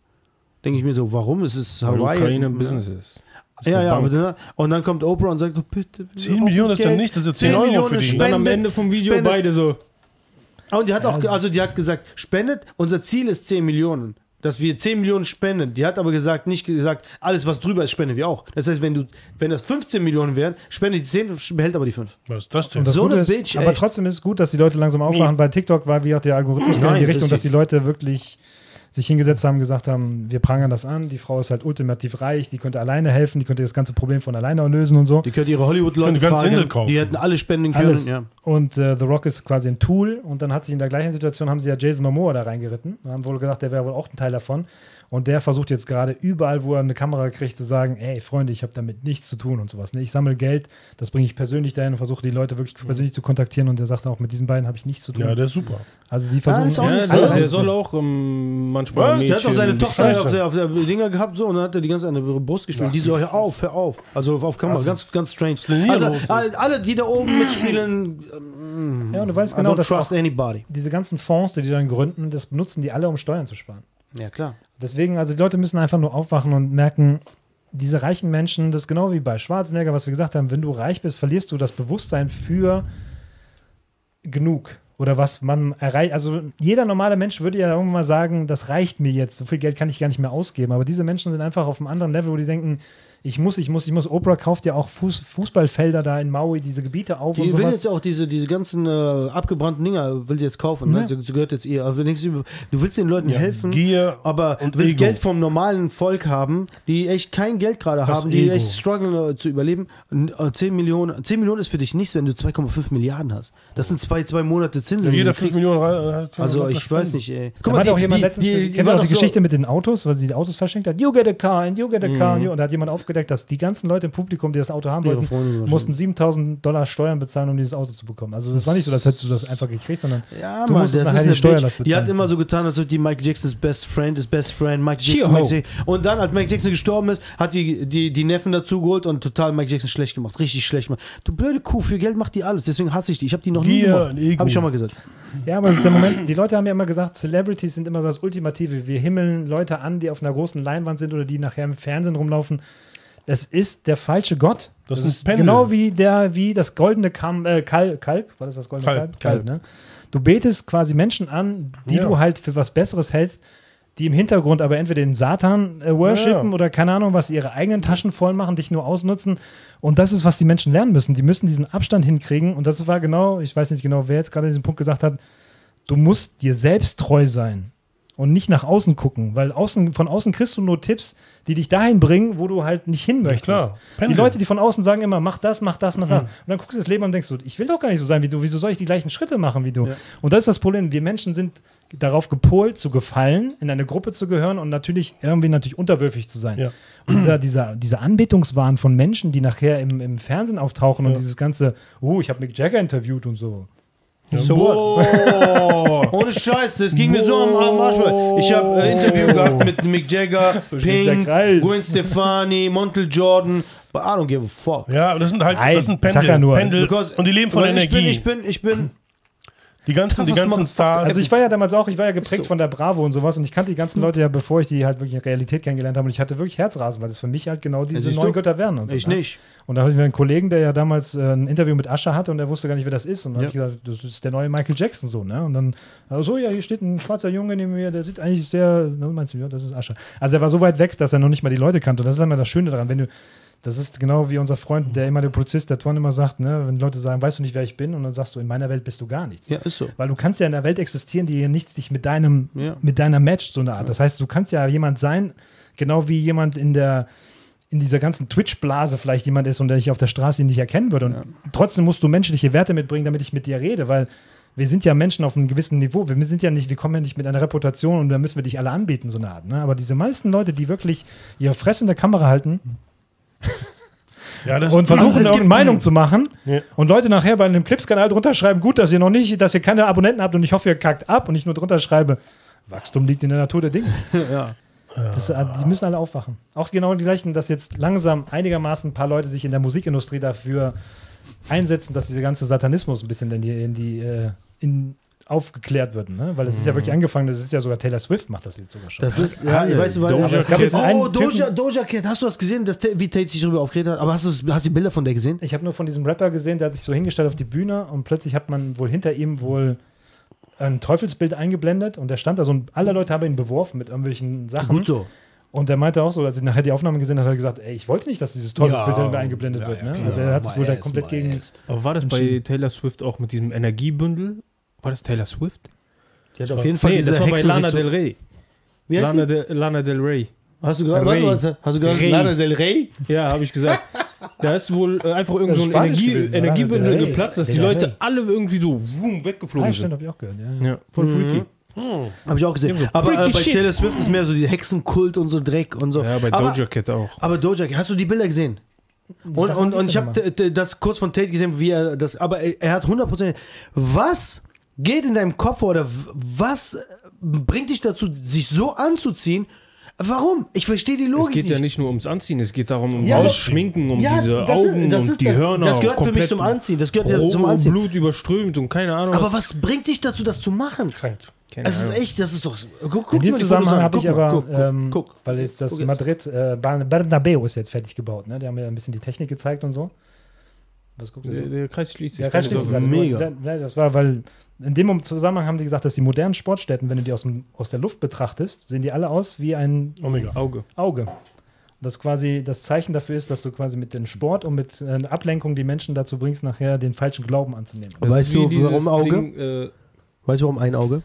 Speaker 1: Denke ich mir so, warum? Es ist
Speaker 4: Weil
Speaker 1: Hawaii.
Speaker 4: Ukraine Business ist. Ist
Speaker 1: Ja,
Speaker 4: eine
Speaker 1: ja, aber
Speaker 4: Bank.
Speaker 1: dann, und dann kommt Oprah und sagt so, bitte. wir
Speaker 3: 10
Speaker 1: brauchen
Speaker 3: Millionen ist ja
Speaker 1: Geld.
Speaker 3: nichts, das ist ja 10 Euro für die.
Speaker 4: Und dann am Ende vom Video
Speaker 1: spendet.
Speaker 4: beide so.
Speaker 1: Ah, Und die hat auch, ge- also die hat gesagt, spendet, unser Ziel ist 10 Millionen. Dass wir 10 Millionen spenden. Die hat aber gesagt, nicht gesagt, alles was drüber ist, spenden wir auch. Das heißt, wenn du, wenn das 15 Millionen wären, spendet die 10, behält aber die 5.
Speaker 3: Was ist das denn?
Speaker 2: Und das
Speaker 1: So
Speaker 2: Gute
Speaker 1: eine
Speaker 2: ist,
Speaker 1: Bitch,
Speaker 2: aber
Speaker 1: ey.
Speaker 2: trotzdem ist es gut, dass die Leute langsam aufwachen bei TikTok, weil wie auch der Algorithmus geht in
Speaker 1: Nein,
Speaker 2: die Richtung,
Speaker 1: richtig.
Speaker 2: dass die Leute wirklich sich hingesetzt haben, gesagt haben, wir prangern das an, die Frau ist halt ultimativ reich, die könnte alleine helfen, die könnte das ganze Problem von alleine lösen und so.
Speaker 1: Die könnte ihre Hollywood-Leute
Speaker 3: Können die ganze
Speaker 1: fragen,
Speaker 3: Insel kaufen.
Speaker 1: die hätten alle spenden können.
Speaker 2: Alles.
Speaker 1: Ja.
Speaker 2: Und äh, The Rock ist quasi ein Tool und dann hat sich in der gleichen Situation, haben sie ja Jason Momoa da reingeritten und haben wohl gedacht, der wäre wohl auch ein Teil davon. Und der versucht jetzt gerade überall, wo er eine Kamera kriegt, zu sagen, ey Freunde, ich habe damit nichts zu tun und sowas. Ne? Ich sammle Geld, das bringe ich persönlich dahin und versuche die Leute wirklich persönlich zu kontaktieren. Und der sagt auch, mit diesen beiden habe ich nichts zu tun.
Speaker 3: Ja, der ist super.
Speaker 2: also die versuchen,
Speaker 1: das ist auch
Speaker 4: Ja,
Speaker 1: Oh, nicht
Speaker 4: der,
Speaker 1: so.
Speaker 4: der soll auch ähm, manchmal.
Speaker 3: Was?
Speaker 1: Der hat auch seine Tochter
Speaker 3: Scheiße.
Speaker 1: auf der, auf der Dinger gehabt so, und dann hat er die ganze an der Brust gespielt. Die so, hör auf, hör auf. Also auf- auf Kamera, ganz, ganz strange.
Speaker 3: denn hier
Speaker 1: Also
Speaker 3: los?
Speaker 1: all- alle, die da oben mitspielen, ähm,
Speaker 2: ja, und du weißt
Speaker 1: I
Speaker 2: genau,
Speaker 1: don't
Speaker 2: dass
Speaker 1: trust
Speaker 2: auch
Speaker 1: anybody.
Speaker 2: diese ganzen Fonds, die die dann gründen, das benutzen die alle, um Steuern zu sparen.
Speaker 1: Ja, klar.
Speaker 2: Deswegen, also die Leute müssen einfach nur aufwachen und merken, diese reichen Menschen, das ist genau wie bei Schwarzenegger, was wir gesagt haben, wenn du reich bist, verlierst du das Bewusstsein für genug oder was man erreicht. Also jeder normale Mensch würde ja irgendwann mal sagen, das reicht mir jetzt, so viel Geld kann ich gar nicht mehr ausgeben. Aber diese Menschen sind einfach auf einem anderen Level, wo die denken, ich muss, ich muss, ich muss. Oprah kauft ja auch Fuß, Fußballfelder da in Maui, diese Gebiete auf und
Speaker 1: Die will
Speaker 2: sowas.
Speaker 1: jetzt auch diese, diese ganzen äh, abgebrannten Dinger, will sie jetzt kaufen. Ne?
Speaker 2: Ja.
Speaker 1: Sie, sie gehört jetzt ihr. Aber wenigstens über- du willst den Leuten helfen,
Speaker 3: Gier
Speaker 1: aber
Speaker 3: und
Speaker 1: du willst
Speaker 3: Ego.
Speaker 1: Geld vom normalen Volk haben, die echt kein Geld gerade
Speaker 3: Das
Speaker 1: haben, die
Speaker 3: Ego.
Speaker 1: echt strugglen äh, zu überleben. N- äh, 10 Millionen, 10 Millionen ist für dich nichts, wenn du 2,5 Milliarden hast. Das sind zwei, zwei Monate Zinsen. die
Speaker 3: also Jeder
Speaker 1: du
Speaker 3: 5
Speaker 1: kriegst.
Speaker 3: Millionen Re- äh, hat-
Speaker 1: also
Speaker 3: hat
Speaker 1: ich weiß
Speaker 3: spenden.
Speaker 1: nicht, ey.
Speaker 2: Guck mal, hat Mhm. auch jemand letztens, die, kennt ihr auch die Geschichte mit den Autos, weil sie die Autos verschenkt hat? You get a car and you get a car and you. Und da hat jemand aufgedeckt, dass die ganzen Leute im Publikum, die das Auto haben
Speaker 1: Ihre
Speaker 2: wollten,
Speaker 1: Freunde wahrscheinlich.
Speaker 2: mussten 7000 Dollar Steuern bezahlen, um dieses Auto zu bekommen. Also das war nicht so, als hättest du das einfach gekriegt, sondern
Speaker 1: Ja,
Speaker 2: du
Speaker 1: Mann, das
Speaker 2: musstest
Speaker 1: ist
Speaker 3: halt
Speaker 2: nachher
Speaker 1: eine
Speaker 2: die Steuern
Speaker 1: Bitch. Die hat immer so getan, als ob die Mike Jacksons Best Friend ist Best Friend. Mike Jackson,
Speaker 4: She-ho.
Speaker 1: Mike Jackson. Und dann, als Mike Jackson gestorben ist, hat die, die, die Neffen dazu geholt und total Mike Jackson schlecht gemacht. Richtig schlecht gemacht. Du blöde Kuh, für Geld macht die alles. Deswegen hasse ich die. Ich habe die noch nie
Speaker 3: Gier,
Speaker 1: gemacht.
Speaker 3: ein Ego.
Speaker 1: Hab ich schon mal gesagt.
Speaker 2: Ja, aber das ist der Moment, die Leute haben ja immer gesagt, Celebrities sind immer so das Ultimative. Wir himmeln Leute an, die auf einer großen Leinwand sind oder die nachher im Fernsehen rumlaufen. Das ist der falsche Gott.
Speaker 3: Das ist ein Pendel.
Speaker 2: genau wie der, wie das goldene Kam, äh, Kalb, Kalb, war das das goldene
Speaker 3: Kalb,
Speaker 2: Kalb? Kalb, ne? Du betest quasi Menschen an, die
Speaker 3: Ja.
Speaker 2: du halt für was Besseres hältst, die im Hintergrund aber entweder den Satan äh, worshipen
Speaker 3: Ja.
Speaker 2: oder keine Ahnung was, ihre eigenen Taschen voll machen, dich nur ausnutzen. Und das ist, was die Menschen lernen müssen. Die müssen diesen Abstand hinkriegen. Und das war genau, ich weiß nicht genau, wer jetzt gerade diesen Punkt gesagt hat, du musst dir selbst treu sein und nicht nach außen gucken, weil außen, von außen kriegst du nur Tipps, die dich dahin bringen, wo du halt nicht hin möchtest.
Speaker 3: klar. Mhm.
Speaker 2: Die
Speaker 3: Pendel.
Speaker 2: Leute, die von außen sagen immer, mach das, mach das, mach das. Und dann guckst du das Leben an und denkst du, ich will doch gar nicht so sein wie du, wieso soll ich die gleichen Schritte machen wie du? Und das ist das Problem, wir Menschen sind darauf gepolt, zu gefallen, in eine Gruppe zu gehören und natürlich irgendwie natürlich unterwürfig zu sein.
Speaker 3: Ja.
Speaker 2: Und dieser, dieser, dieser Anbetungswahn von Menschen, die nachher im, im Fernsehen auftauchen und dieses ganze, oh, ich habe Mick Jagger interviewt und so.
Speaker 1: So what?
Speaker 2: Oh.
Speaker 1: *laughs* Ohne Scheiß, das ging mir so am am Arsch. vorbei. Ich habe äh, Interview gehabt mit Mick
Speaker 2: *laughs*
Speaker 1: Jagger,
Speaker 2: Oh. schließt der
Speaker 1: Pink,
Speaker 2: Kreis.
Speaker 1: Gwen Stefani, Montel Jordan. But I don't give a fuck.
Speaker 3: Ja, aber das sind halt
Speaker 2: Nein,
Speaker 3: das sind
Speaker 2: ich sag
Speaker 3: Pendel,
Speaker 2: ja nur,
Speaker 3: Pendel
Speaker 1: Because-
Speaker 3: und die leben von
Speaker 1: weil
Speaker 3: Energie.
Speaker 1: Ich bin, ich bin, ich bin.
Speaker 3: die ganzen, die
Speaker 1: Toughest
Speaker 3: ganzen
Speaker 1: motherfucker.
Speaker 3: Stars.
Speaker 2: Also ich war ja damals auch, ich war ja geprägt von der Bravo und sowas und ich kannte die
Speaker 1: Hm.
Speaker 2: ganzen Leute ja, bevor ich die halt wirklich in Realität kennengelernt habe und ich hatte wirklich Herzrasen, weil das für mich halt genau diese
Speaker 1: siehst
Speaker 2: neuen
Speaker 1: du?
Speaker 2: Götter wären und so.
Speaker 1: Ich
Speaker 2: ne?
Speaker 1: nicht.
Speaker 2: Und da hatte ich einen Kollegen, der ja damals äh, ein Interview mit Ascher hatte und der wusste gar nicht, wer das ist. Und dann
Speaker 1: Ja.
Speaker 2: habe ich gesagt, das ist der neue Michael Jackson so, ne? Und dann, also so, ja, hier steht ein schwarzer Junge neben mir, der sieht eigentlich sehr, ne, meinst du, ja, das ist Ascher. Also er war so weit weg, dass er noch nicht mal die Leute kannte. Und das ist immer das Schöne daran, wenn du, das ist genau wie unser Freund, der immer der Polizist, der Twan immer sagt, ne, wenn Leute sagen, weißt du nicht, wer ich bin, und dann sagst du, in meiner Welt bist du gar nichts.
Speaker 1: Ja, ist so.
Speaker 2: Weil du kannst ja in der Welt existieren, die nichts dich mit deinem,
Speaker 1: Ja.
Speaker 2: mit deiner Match so eine Art. Das heißt, du kannst ja jemand sein, genau wie jemand in der in dieser ganzen Twitch-Blase vielleicht jemand ist und der ich auf der Straße ihn nicht erkennen würde. Und trotzdem musst du menschliche Werte mitbringen, damit ich mit dir rede, weil wir sind ja Menschen auf einem gewissen Niveau. Wir sind ja nicht, wir kommen ja nicht mit einer Reputation und dann müssen wir dich alle anbieten, so eine Art. Ne? Aber diese meisten Leute, die wirklich ihre Fresse in der Kamera halten,
Speaker 3: ja, das
Speaker 2: und versuchen,
Speaker 3: es
Speaker 2: irgendeine
Speaker 3: gibt-
Speaker 2: Meinung zu machen.
Speaker 3: Ja.
Speaker 2: Und Leute nachher bei einem Clipskanal drunter schreiben, gut, dass ihr noch nicht, dass ihr keine Abonnenten habt und ich hoffe, ihr kackt ab und ich nur drunter schreibe, Wachstum liegt in der Natur der
Speaker 3: *laughs*
Speaker 2: Dinge.
Speaker 1: Ja.
Speaker 2: Das, äh, die müssen alle aufwachen. Auch genau die gleichen, dass jetzt langsam einigermaßen ein paar Leute sich in der Musikindustrie dafür einsetzen, dass dieser ganze Satanismus ein bisschen in die, in die äh, in, aufgeklärt wird. Ne? Weil es ist ja
Speaker 3: Mhm.
Speaker 2: wirklich angefangen, das ist ja sogar Taylor Swift macht das jetzt sogar schon.
Speaker 1: Das ist, ja, ich weiß, weil
Speaker 4: Doja
Speaker 2: es gab jetzt einen
Speaker 1: Oh, Doja,
Speaker 2: Typen-
Speaker 1: Doja Cat, hast du das gesehen, dass, Ta- wie Tate sich darüber aufgeregt hat? Aber hast du das- hast du die Bilder von der gesehen?
Speaker 2: Ich habe nur von diesem Rapper gesehen, der hat sich so hingestellt auf die Bühne und plötzlich hat man wohl hinter ihm wohl ein Teufelsbild eingeblendet und der stand da so und alle Leute haben ihn beworfen mit irgendwelchen Sachen.
Speaker 1: Gut so.
Speaker 2: Und der meinte auch so, als ich nachher die Aufnahme gesehen habe, hat er gesagt, ey, ich wollte nicht, dass dieses Teufelsbild
Speaker 1: Ja,
Speaker 2: irgendwie eingeblendet wird. Ne? also er hat sich wohl da komplett gegen.
Speaker 4: Aber war das bei Taylor Swift auch mit diesem Energiebündel? War das Taylor Swift?
Speaker 1: Die hat auf jeden Fall diese
Speaker 4: das war bei Lana
Speaker 1: Hexenrichtung-
Speaker 4: Del Rey.
Speaker 1: Wie heißt
Speaker 4: Lana,
Speaker 1: die?
Speaker 4: De, Lana Del Rey.
Speaker 1: Hast du gerade, warte,
Speaker 4: Rey.
Speaker 1: warte, hast du gerade
Speaker 4: Rey.
Speaker 1: Lana Del Rey?
Speaker 4: Ja, habe
Speaker 1: *laughs*
Speaker 4: ich gesagt. Da ist wohl äh, einfach irgend
Speaker 2: Das
Speaker 4: so
Speaker 2: ist
Speaker 4: ein
Speaker 2: Spanisch
Speaker 4: Energie,
Speaker 2: gewesen, Lana Del
Speaker 4: Energiebündel
Speaker 2: Rey.
Speaker 4: geplatzt, dass die
Speaker 2: Del Rey.
Speaker 4: Leute alle irgendwie so wum,
Speaker 2: Ah,
Speaker 4: weggeflogen
Speaker 2: stimmt,
Speaker 4: sind.
Speaker 2: habe ich auch gehört. Ja, ja.
Speaker 4: Ja,
Speaker 1: Mhm.
Speaker 4: voll freaky.
Speaker 1: Hab ich auch gesehen. Aber äh,
Speaker 4: Freaky
Speaker 1: bei
Speaker 4: shit.
Speaker 1: Taylor Swift ist mehr so die Hexenkult und so Dreck und so.
Speaker 4: Ja, bei
Speaker 1: aber,
Speaker 4: Doja Cat auch.
Speaker 1: Aber Doja Cat, hast du die Bilder gesehen? Und,
Speaker 2: Sachen
Speaker 1: und, und
Speaker 2: ist
Speaker 1: ich
Speaker 2: ja
Speaker 1: habe das kurz von Tate gesehen, wie er das, aber er, er hat 100%. Was geht in deinem Kopf vor oder w- was bringt dich dazu, sich so anzuziehen? Warum? Ich verstehe die
Speaker 4: Es
Speaker 1: Logik
Speaker 4: geht ja
Speaker 1: nicht.
Speaker 4: nicht nur ums Anziehen, es geht darum, um
Speaker 1: Ja,
Speaker 4: das
Speaker 1: aber-
Speaker 4: Schminken, um
Speaker 1: Ja,
Speaker 4: diese
Speaker 1: das ist-
Speaker 4: Augen
Speaker 1: das
Speaker 4: und
Speaker 1: ist-
Speaker 4: die
Speaker 1: das-
Speaker 4: Hörner.
Speaker 1: Das gehört für mich
Speaker 4: komplett
Speaker 1: zum Anziehen. Das gehört ja
Speaker 4: Proben
Speaker 1: zum
Speaker 4: und
Speaker 1: Anziehen.
Speaker 4: Blut überströmt und keine Ahnung.
Speaker 1: Aber was bringt dich dazu, das zu machen?
Speaker 3: krank.
Speaker 4: keine
Speaker 1: Es ist
Speaker 4: Ahnung.
Speaker 1: echt, das ist doch. Guck, guck
Speaker 2: In dem
Speaker 1: mal die Fotos
Speaker 2: Zusammenhang
Speaker 1: an.
Speaker 2: habe
Speaker 1: Guck
Speaker 2: ich
Speaker 1: mal,
Speaker 2: aber,
Speaker 1: guck, guck,
Speaker 2: ähm,
Speaker 1: guck.
Speaker 2: weil jetzt das
Speaker 1: Guck jetzt.
Speaker 2: Madrid, äh, Bern- Bernabeu ist jetzt fertig gebaut, ne? Die haben ja ein bisschen die Technik gezeigt und so. Was gucken Sie
Speaker 4: Der,
Speaker 2: so?
Speaker 4: der Kreis schließt sich.
Speaker 2: Ja,
Speaker 4: keine
Speaker 2: verstehst du
Speaker 4: Sorge.
Speaker 2: gerade.
Speaker 1: mega.
Speaker 2: Nein, nein, Das war, weil in dem Zusammenhang haben die gesagt, dass die modernen Sportstätten, wenn du die aus, dem, aus der Luft betrachtest, sehen die alle aus wie ein
Speaker 3: Omega.
Speaker 4: Auge.
Speaker 2: Auge. Und Das quasi das Zeichen dafür ist, dass du quasi mit dem Sport und mit äh, Ablenkung die Menschen dazu bringst, nachher den falschen Glauben anzunehmen.
Speaker 4: Das
Speaker 1: Weißt
Speaker 4: ist wie
Speaker 1: du,
Speaker 4: dieses
Speaker 1: warum Auge?
Speaker 4: Ding, äh,
Speaker 1: Weißt du, warum ein Auge?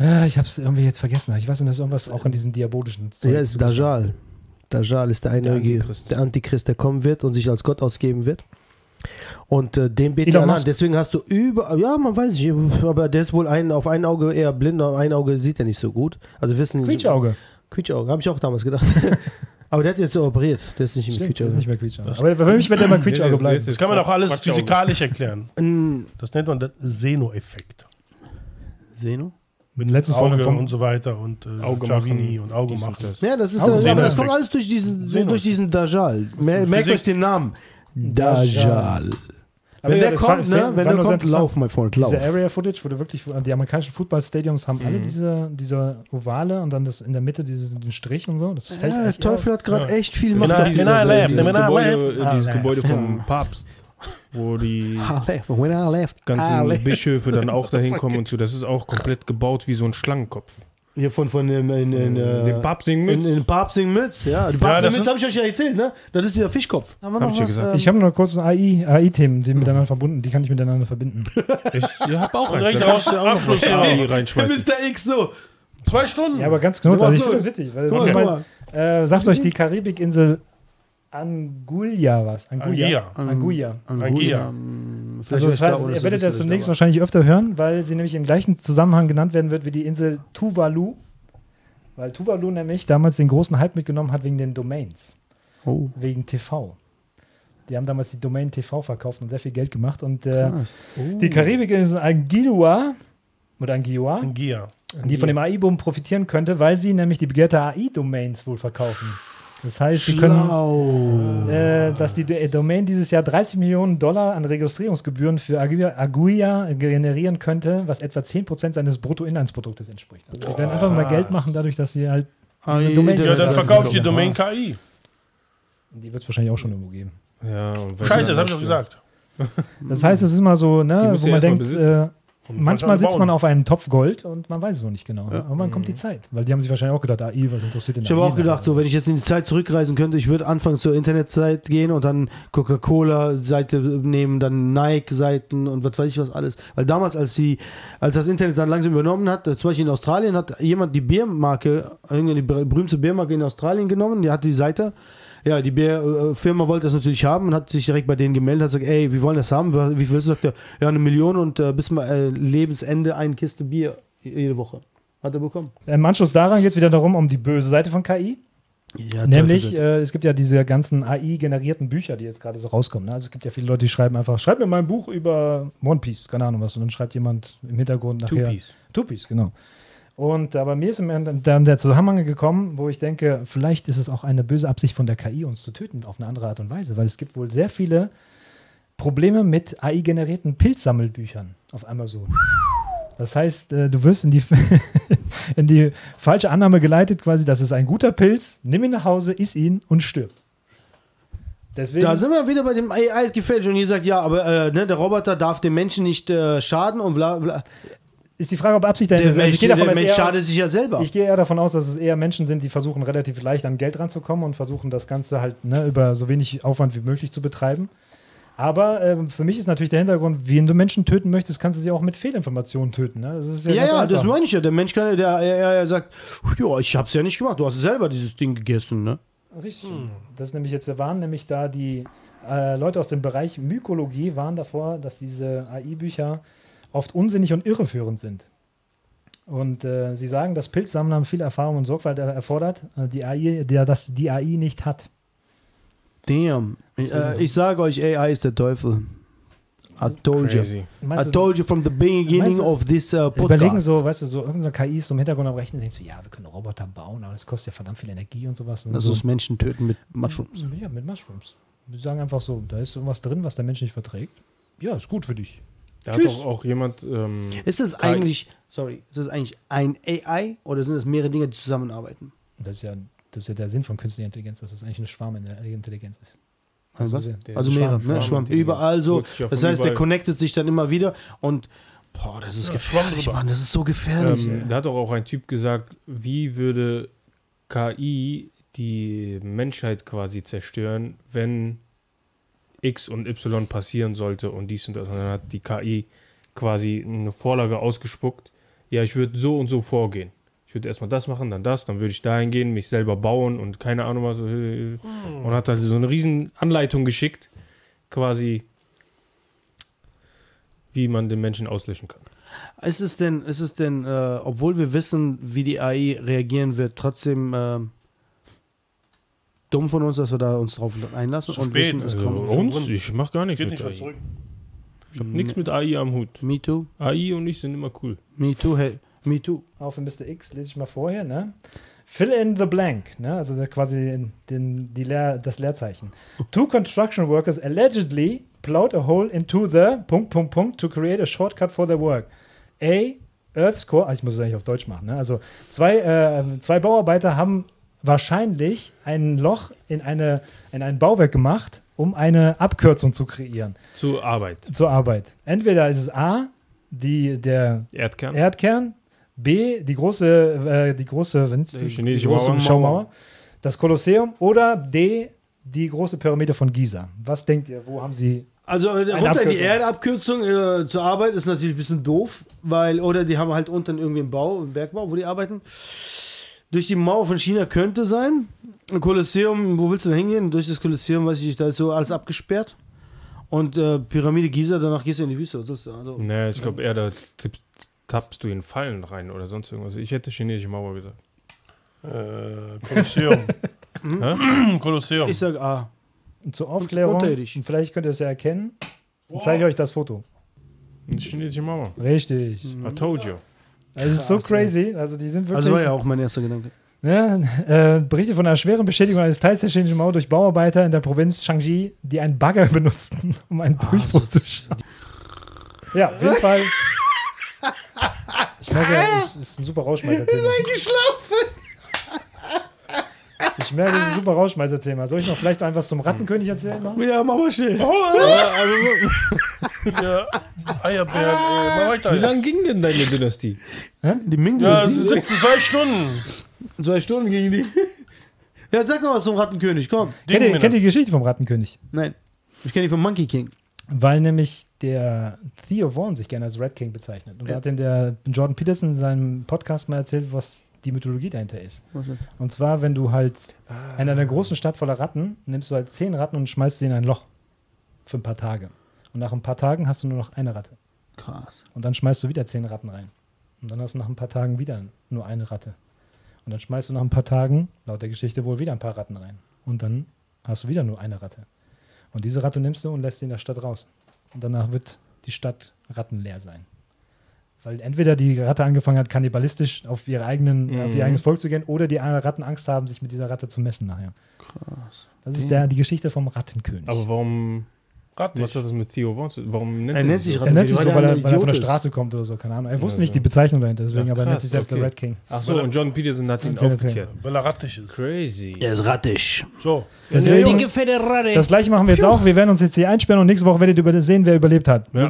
Speaker 2: Äh, ich habe es irgendwie jetzt vergessen. Ich weiß nicht, dass irgendwas auch in diesem diabolischen Zeug
Speaker 1: Ja, ist Dajjal. Dajjal ist der einäugige, der Antichrist.
Speaker 4: Antichrist.
Speaker 1: der kommen wird und sich als Gott ausgeben wird. Und äh, den beten
Speaker 2: Elon
Speaker 1: alle an.
Speaker 2: Musk.
Speaker 1: Deswegen hast du über, ja, man weiß nicht, aber der ist wohl ein, auf ein Auge eher blind, auf ein Auge sieht er nicht so gut. Also wissen.
Speaker 2: Quietschauge.
Speaker 1: Quietschauge, habe ich auch damals gedacht. Aber der hat jetzt operiert. Der ist nicht im
Speaker 2: Stimmt, der
Speaker 1: Creature.
Speaker 2: ist nicht mehr Creature. Aber für mich wird *laughs* er immer Creature
Speaker 4: Nee,
Speaker 2: bleiben.
Speaker 4: das
Speaker 3: Das kann man auch alles
Speaker 4: Quatschauge.
Speaker 3: physikalisch erklären.
Speaker 1: Mm,
Speaker 3: Das nennt man den Seno-Effekt.
Speaker 1: Seno?
Speaker 3: Mit
Speaker 2: letztens von-
Speaker 3: Auge
Speaker 2: von-
Speaker 3: und so weiter und äh,
Speaker 4: Auge
Speaker 3: Jarini
Speaker 4: machen,
Speaker 3: und Auge
Speaker 4: dies und
Speaker 3: machen.
Speaker 4: das.
Speaker 1: Ja, das ist
Speaker 2: Auch
Speaker 1: das, aber das
Speaker 3: Seno-Effekt.
Speaker 1: kommt alles durch diesen,
Speaker 3: Seno-Effekt.
Speaker 1: durch diesen Dajjal. Mer
Speaker 3: Physik.
Speaker 1: merkt euch den Namen. Dajjal.
Speaker 2: Aber
Speaker 1: Wenn
Speaker 2: ja,
Speaker 1: der
Speaker 2: das
Speaker 1: kommt,
Speaker 2: war-
Speaker 1: ne?
Speaker 2: war
Speaker 1: Wenn
Speaker 2: nur
Speaker 1: der
Speaker 2: so
Speaker 1: kommt,
Speaker 2: interessant.
Speaker 1: lauf, mein Freund, lauf.
Speaker 2: Diese Area-Footage wurde wirklich, die amerikanischen Football-Stadiums haben
Speaker 1: Mhm.
Speaker 2: alle diese, diese Ovale und dann das in der Mitte diesen den Strich und so. Das fällt
Speaker 1: Ja, der
Speaker 2: echt auf.
Speaker 1: Teufel hat gerade
Speaker 3: Ja.
Speaker 1: echt viel
Speaker 3: Wenn
Speaker 1: Macht
Speaker 3: er-
Speaker 1: auf
Speaker 3: wenn
Speaker 1: dieser Welt.
Speaker 3: er lebt,
Speaker 1: Dieses-
Speaker 4: Dieses
Speaker 3: Wenn er
Speaker 4: Gebäude, äh,
Speaker 3: lebt, ah,
Speaker 4: dieses
Speaker 3: ja.
Speaker 4: Gebäude vom Papst, wo
Speaker 3: *laughs*
Speaker 4: die
Speaker 1: Ah, left, when I left, I
Speaker 4: ganzen
Speaker 1: left.
Speaker 4: Bischöfe dann auch dahin kommen und so. Das ist auch komplett gebaut wie so ein Schlangenkopf.
Speaker 1: Hier von, von dem, in, in, äh,
Speaker 4: Den Papst singen
Speaker 1: in,
Speaker 4: mit.
Speaker 1: in Papsing Mütz, ja. Die Papsing
Speaker 3: Ja, das
Speaker 1: Mütz
Speaker 3: ist-
Speaker 1: habe ich euch ja erzählt, ne? Das ist dieser Fischkopf. Haben wir
Speaker 4: Hab ich ja gesagt.
Speaker 2: Ich habe noch kurz AI-Themen, AI -Themen, die miteinander verbunden, die kann ich miteinander
Speaker 1: *laughs*
Speaker 2: verbinden.
Speaker 4: Ich hab auch
Speaker 3: direkt
Speaker 4: Da
Speaker 3: raus-
Speaker 4: kannst du auch noch
Speaker 3: Abschluss.
Speaker 4: was AI reinschmeißen.
Speaker 1: Mr. X so.
Speaker 3: Zwei Stunden?
Speaker 2: ja, aber ganz kurz, also ich
Speaker 1: Guck
Speaker 2: finde
Speaker 1: mal,
Speaker 2: das witzig. Weil das
Speaker 1: Guck
Speaker 2: ich mein,
Speaker 1: mal.
Speaker 2: äh, sagt euch die Karibikinsel Anguilla was? Anguilla.
Speaker 3: Anguilla.
Speaker 2: Anguilla.
Speaker 3: Anguilla.
Speaker 2: Also das heißt, ihr werdet das demnächst wahrscheinlich öfter hören, weil sie nämlich im gleichen Zusammenhang genannt werden wird wie die Insel Tuvalu. Weil Tuvalu nämlich damals den großen Hype mitgenommen hat wegen den Domains.
Speaker 5: Oh.
Speaker 2: Wegen TV. Die haben damals die Domain TV verkauft und sehr viel Geld gemacht. Und äh, die Karibikinsel Anguilla oder Anguilla,
Speaker 3: Anguilla.
Speaker 2: die von dem AI-Boom profitieren könnte, weil sie nämlich die begehrte AI-Domains wohl verkaufen. Das heißt, sie können
Speaker 5: Schlau.
Speaker 2: äh, dass die D- Domain dieses Jahr 30 Millionen Dollar an Registrierungsgebühren für Aguia, Aguia generieren könnte, was etwa 10% seines Bruttoinlandsproduktes entspricht. Also die werden einfach mal Geld machen, dadurch, dass sie halt diese
Speaker 1: Ei,
Speaker 2: Domain.
Speaker 1: der-
Speaker 3: Ja, dann
Speaker 1: Ja,
Speaker 3: verkaufe ich die
Speaker 1: ja.
Speaker 3: Domain KI.
Speaker 2: Die wird es wahrscheinlich auch schon irgendwo geben.
Speaker 4: Ja, und was
Speaker 3: Scheiße,
Speaker 4: dann
Speaker 3: das habe ich
Speaker 4: noch
Speaker 3: doch gesagt.
Speaker 2: Das heißt, es ist mal so,
Speaker 4: Die
Speaker 2: ne,
Speaker 4: müsst
Speaker 2: wo
Speaker 4: ihr
Speaker 2: man
Speaker 4: erst mal
Speaker 2: denkt, äh,
Speaker 4: besitzen.
Speaker 3: Und
Speaker 2: manchmal sitzt man
Speaker 3: bauen.
Speaker 2: auf einem Topf Gold und man weiß es noch nicht genau. Aber wann kommt die Zeit? Weil die haben sich wahrscheinlich auch gedacht, AI, was interessiert den
Speaker 1: Ich habe
Speaker 2: AI
Speaker 1: auch gedacht, so, wenn ich jetzt in die Zeit zurückreisen könnte, ich würde anfangen zur Internetzeit gehen und dann Coca-Cola-Seite nehmen, dann Nike-Seiten und was weiß ich was alles. Weil damals, als die, als das Internet dann langsam übernommen hat, äh, zum Beispiel in Australien hat jemand die Biermarke, irgendwie die ber- berühmte Biermarke in Australien genommen, die hatte die Seite. Ja, die Bier, äh, Firma wollte das natürlich haben und hat sich direkt bei denen gemeldet, hat gesagt, ey, wir wollen das haben, wa- wie viel ist das? Sagt er, ja, eine Million und äh, bis mal äh, Lebensende eine Kiste Bier jede Woche. Hat er bekommen.
Speaker 2: Im Anschluss Äh, daran geht es wieder darum, um die böse Seite von KI. Nämlich, äh, es gibt ja diese ganzen AI-generierten Bücher, die jetzt gerade so rauskommen. Ne? Also es gibt ja viele Leute, die schreiben einfach, schreib mir mal ein Buch über One Piece, keine Ahnung was. Und dann schreibt jemand im Hintergrund nachher.
Speaker 4: Two-Piece.
Speaker 2: Two Piece, genau. Und äh, bei mir ist im Endeffekt dann der Zusammenhang gekommen, wo ich denke, vielleicht ist es auch eine böse Absicht von der KI, uns zu töten, auf eine andere Art und Weise. Weil es gibt wohl sehr viele Probleme mit AI-generierten Pilzsammelbüchern auf Amazon. Das heißt, äh, du wirst in die, *laughs* in die falsche Annahme geleitet, quasi, das ist ein guter Pilz, nimm ihn nach Hause, iss ihn und stirb. Deswegen,
Speaker 1: Da sind wir wieder bei dem AI ist gefälscht und ihr sagt, ja, aber äh, ne, der Roboter darf dem Menschen nicht äh, schaden und bla bla.
Speaker 2: ist die Frage, ob Absicht dahinter
Speaker 1: Der
Speaker 2: ist. Also
Speaker 1: Mensch,
Speaker 2: ich gehe davon
Speaker 1: der
Speaker 2: dass
Speaker 1: Mensch
Speaker 2: eher-
Speaker 1: schadet sich ja selber.
Speaker 2: Ich gehe eher davon aus, dass es eher Menschen sind, die versuchen, relativ leicht an Geld ranzukommen und versuchen, das Ganze halt ne, über so wenig Aufwand wie möglich zu betreiben. Aber ähm, für mich ist natürlich der Hintergrund, wenn du Menschen töten möchtest, kannst du sie auch mit Fehlinformationen töten. Ne? Das ist ja,
Speaker 1: ja,
Speaker 2: ganz
Speaker 1: ja,
Speaker 2: einfach.
Speaker 1: das meine ich ja. Der Mensch kann, der er, er, er sagt, ja, ich hab's ja nicht gemacht, du hast selber dieses Ding gegessen, ne?
Speaker 2: Richtig. Das ist nämlich jetzt, da waren nämlich da die äh, Leute aus dem Bereich Mykologie waren davor, dass diese AI-Bücher oft unsinnig und irreführend sind. Und äh, sie sagen, dass Pilzsammlern viel Erfahrung und Sorgfalt er- erfordert, äh, die AI, der das die AI nicht hat.
Speaker 1: Damn. Ich, äh, ich sage euch, AI ist der Teufel. I told you.
Speaker 4: Crazy.
Speaker 1: I
Speaker 2: Meinst du-
Speaker 1: told you from the beginning
Speaker 2: Meinst du-
Speaker 1: of this uh, podcast.
Speaker 2: Überlegen so, weißt du, so irgendeine KI ist so im Hintergrund am Rechnen, denkst du, ja, wir können Roboter bauen, aber das kostet ja verdammt viel Energie und sowas. Und
Speaker 1: Lass
Speaker 2: so.
Speaker 1: uns Menschen töten Also mit Mushrooms.
Speaker 2: Ja, mit Mushrooms. Wir sagen einfach so, da ist irgendwas drin, was der Mensch nicht verträgt. Ja, ist gut für dich.
Speaker 4: Da hat
Speaker 2: Tschüss.
Speaker 4: doch auch jemand. Ähm,
Speaker 1: Ist es eigentlich, sorry, ist es eigentlich ein AI oder sind es mehrere Dinge, die zusammenarbeiten?
Speaker 2: Und Das ist ja, das ist ja der Sinn von künstlicher Intelligenz, dass es eigentlich eine Schwarmintelligenz ist.
Speaker 1: Also was?
Speaker 2: sehr-
Speaker 4: der
Speaker 1: Also mehrere,
Speaker 4: Schwamm-
Speaker 1: ne? Schwamm.
Speaker 4: Schwamm-
Speaker 1: Überall so.
Speaker 4: holt sich ja
Speaker 1: Das
Speaker 4: von
Speaker 1: heißt, der
Speaker 4: überall.
Speaker 1: connectet sich dann immer wieder und boah, das ist gefährlich, Mann. Das ist so gefährlich.
Speaker 4: Ähm, da hat doch auch ein Typ gesagt, wie würde KI die Menschheit quasi zerstören, wenn X und Y passieren sollte und dies und das. Und dann hat die KI quasi eine Vorlage ausgespuckt. Ja, ich würde so und so vorgehen. Ich würde erstmal das machen, dann das, dann würde ich dahin gehen, mich selber bauen und keine Ahnung was. äh, Und hat also so eine riesen Anleitung geschickt, quasi, wie man den Menschen auslöschen kann.
Speaker 1: ey. Ist es denn, ist es denn, äh, obwohl wir wissen, wie die AI reagieren wird, trotzdem ähm, äh, dumm von uns, dass wir da uns drauf einlassen
Speaker 3: Zu
Speaker 1: und
Speaker 3: spät,
Speaker 1: wissen, es
Speaker 3: also.
Speaker 1: kommt.
Speaker 4: Äh, Uns?
Speaker 3: drin.
Speaker 4: Ich mach gar nichts
Speaker 3: Geht
Speaker 4: mit
Speaker 3: nicht mehr
Speaker 4: AI.
Speaker 3: zurück.
Speaker 4: Ich hab nichts mit AI am Hut.
Speaker 1: Me too,
Speaker 4: AI und ich sind immer cool.
Speaker 1: me too, hey, me too.
Speaker 2: Auf in Mr. X lese ich mal vorher, ne? Fill in the blank, ne? Also der- quasi den, die Leer,
Speaker 1: *laughs*
Speaker 2: das Leerzeichen. Two construction workers allegedly plowed a hole into the Punkt, Punkt, Punkt to create a shortcut for their work. A. Earth's Core, ah, ich muss es eigentlich auf Deutsch machen, ne? Also zwei, äh, zwei Bauarbeiter haben wahrscheinlich ein Loch in, eine, in ein Bauwerk gemacht, um eine Abkürzung zu kreieren
Speaker 4: Zur Arbeit.
Speaker 2: zur Arbeit. Entweder ist es A, die, der
Speaker 4: Erdkern.
Speaker 2: Erdkern. B, die große, äh, die große, wenn's,
Speaker 4: Die
Speaker 2: die,
Speaker 4: chinesische
Speaker 2: große
Speaker 4: Mauer.
Speaker 2: Schaumauer. Das Kolosseum. Oder D, die große Pyramide von Giza. Was denkt ihr, wo haben sie.
Speaker 1: Also äh, runter in die Erdabkürzung
Speaker 2: Abkürzung.
Speaker 1: äh, zur Arbeit ist natürlich ein bisschen doof, weil, oder die haben halt unten irgendwie einen Bau, einen Bergbau, wo die arbeiten. Durch die Mauer von China könnte sein. Ein Kolosseum, wo willst du denn hingehen? Durch das Kolosseum, weiß ich nicht, da ist so alles abgesperrt. Und äh, Pyramide Giza, danach gehst du in die Wüste. Das ist, also,
Speaker 4: Nee, ich glaube eher, da tippst, tappst du in Fallen rein oder sonst irgendwas. Ich hätte chinesische Mauer gesagt.
Speaker 3: Äh, Kolosseum. *clears throat* Kolosseum.
Speaker 1: Ich sag ah, A.
Speaker 2: Und zur Aufklärung.
Speaker 1: unterirdisch.
Speaker 2: Und vielleicht könnt ihr es ja erkennen. Dann zeige ich euch das Foto.
Speaker 4: Eine chinesische Mauer.
Speaker 2: Richtig.
Speaker 4: I told you.
Speaker 2: Also, es ist so crazy. Also, die sind wirklich.
Speaker 1: Hm. ne? Also war ja auch mein erster Gedanke.
Speaker 2: Ne, äh, Berichte von einer schweren Beschädigung eines Teils der chinesischen Mauer durch Bauarbeiter in der Provinz Shangji, die einen Bagger *laughs* benutzten, um einen Durchbruch zu schaffen. Ja, auf jeden Fall. Ich merke, es ist ein super Rauschmeißer-Thema. Ich merke, es ist ein super Rauschmeißer-Thema. Soll ich noch vielleicht einfach zum Rattenkönig erzählen? Mal?
Speaker 1: Ja, mach mal schnell.
Speaker 3: Oh, äh. *laughs* Ja, Eierbären, ey. Mach weiter.
Speaker 4: Wie lange ging denn deine Dynastie?
Speaker 1: Die ming
Speaker 3: Ja, es sind zwei Stunden.
Speaker 1: Zwei Stunden gegen die. *laughs* Ja, sag noch was zum Rattenkönig, komm.
Speaker 2: Kennt ihr,
Speaker 3: mir
Speaker 2: kennt ihr
Speaker 3: das.
Speaker 2: die Geschichte vom Rattenkönig?
Speaker 1: Nein. Ich kenne die von Monkey King.
Speaker 2: Weil nämlich der Theo Vaughn sich gerne als Red King bezeichnet. Und da
Speaker 1: Ja.
Speaker 2: hat ihm der Jordan Peterson in seinem Podcast mal erzählt, was die Mythologie dahinter ist. Und zwar, wenn du halt in einer großen Stadt voller Ratten nimmst du halt zehn Ratten und schmeißt sie in ein Loch. Für ein paar Tage. Und nach ein paar Tagen hast du nur noch eine Ratte.
Speaker 1: Krass.
Speaker 2: Und dann schmeißt du wieder zehn Ratten rein. Und dann hast du nach ein paar Tagen wieder nur eine Ratte. Und dann schmeißt du nach ein paar Tagen, laut der Geschichte, wohl wieder ein paar Ratten rein. Und dann hast du wieder nur eine Ratte. Und diese Ratte nimmst du und lässt sie in der Stadt raus. Und danach wird die Stadt rattenleer sein. Weil entweder die Ratte angefangen hat, kannibalistisch auf, ihre eigenen, auf ihr eigenes Volk zu gehen, oder die Ratten Angst haben, sich mit dieser Ratte zu messen nachher. Krass. Das ist der, die Geschichte vom Rattenkönig.
Speaker 4: Aber warum.
Speaker 3: Rat
Speaker 4: Was
Speaker 3: nicht.
Speaker 4: hat das mit Theo Vaughn zu Warum nennt
Speaker 1: Er nennt
Speaker 4: sich
Speaker 1: sich
Speaker 4: so?
Speaker 2: er nennt sich
Speaker 1: Rattenkönig,
Speaker 2: so, weil er, weil er von der
Speaker 1: Idiot ist.
Speaker 2: Straße kommt oder so, keine Ahnung. Er wusste
Speaker 4: Ja,
Speaker 2: nicht
Speaker 4: so.
Speaker 2: die Bezeichnung dahinter, deswegen,
Speaker 4: Ach,
Speaker 2: aber er nennt
Speaker 4: krass,
Speaker 2: sich selbst
Speaker 4: okay.
Speaker 2: der Red King.
Speaker 4: Ach so, und John Peterson hat ihn
Speaker 2: Erzähl, erzähl.
Speaker 4: aufgeklärt.
Speaker 3: Weil er rattig ist.
Speaker 4: Crazy.
Speaker 1: Er ist rattig.
Speaker 3: So,
Speaker 2: Deswegen, das gleiche machen wir jetzt auch. Wir werden uns jetzt hier einsperren und nächste Woche werdet ihr über- sehen, wer überlebt hat.
Speaker 4: Ja.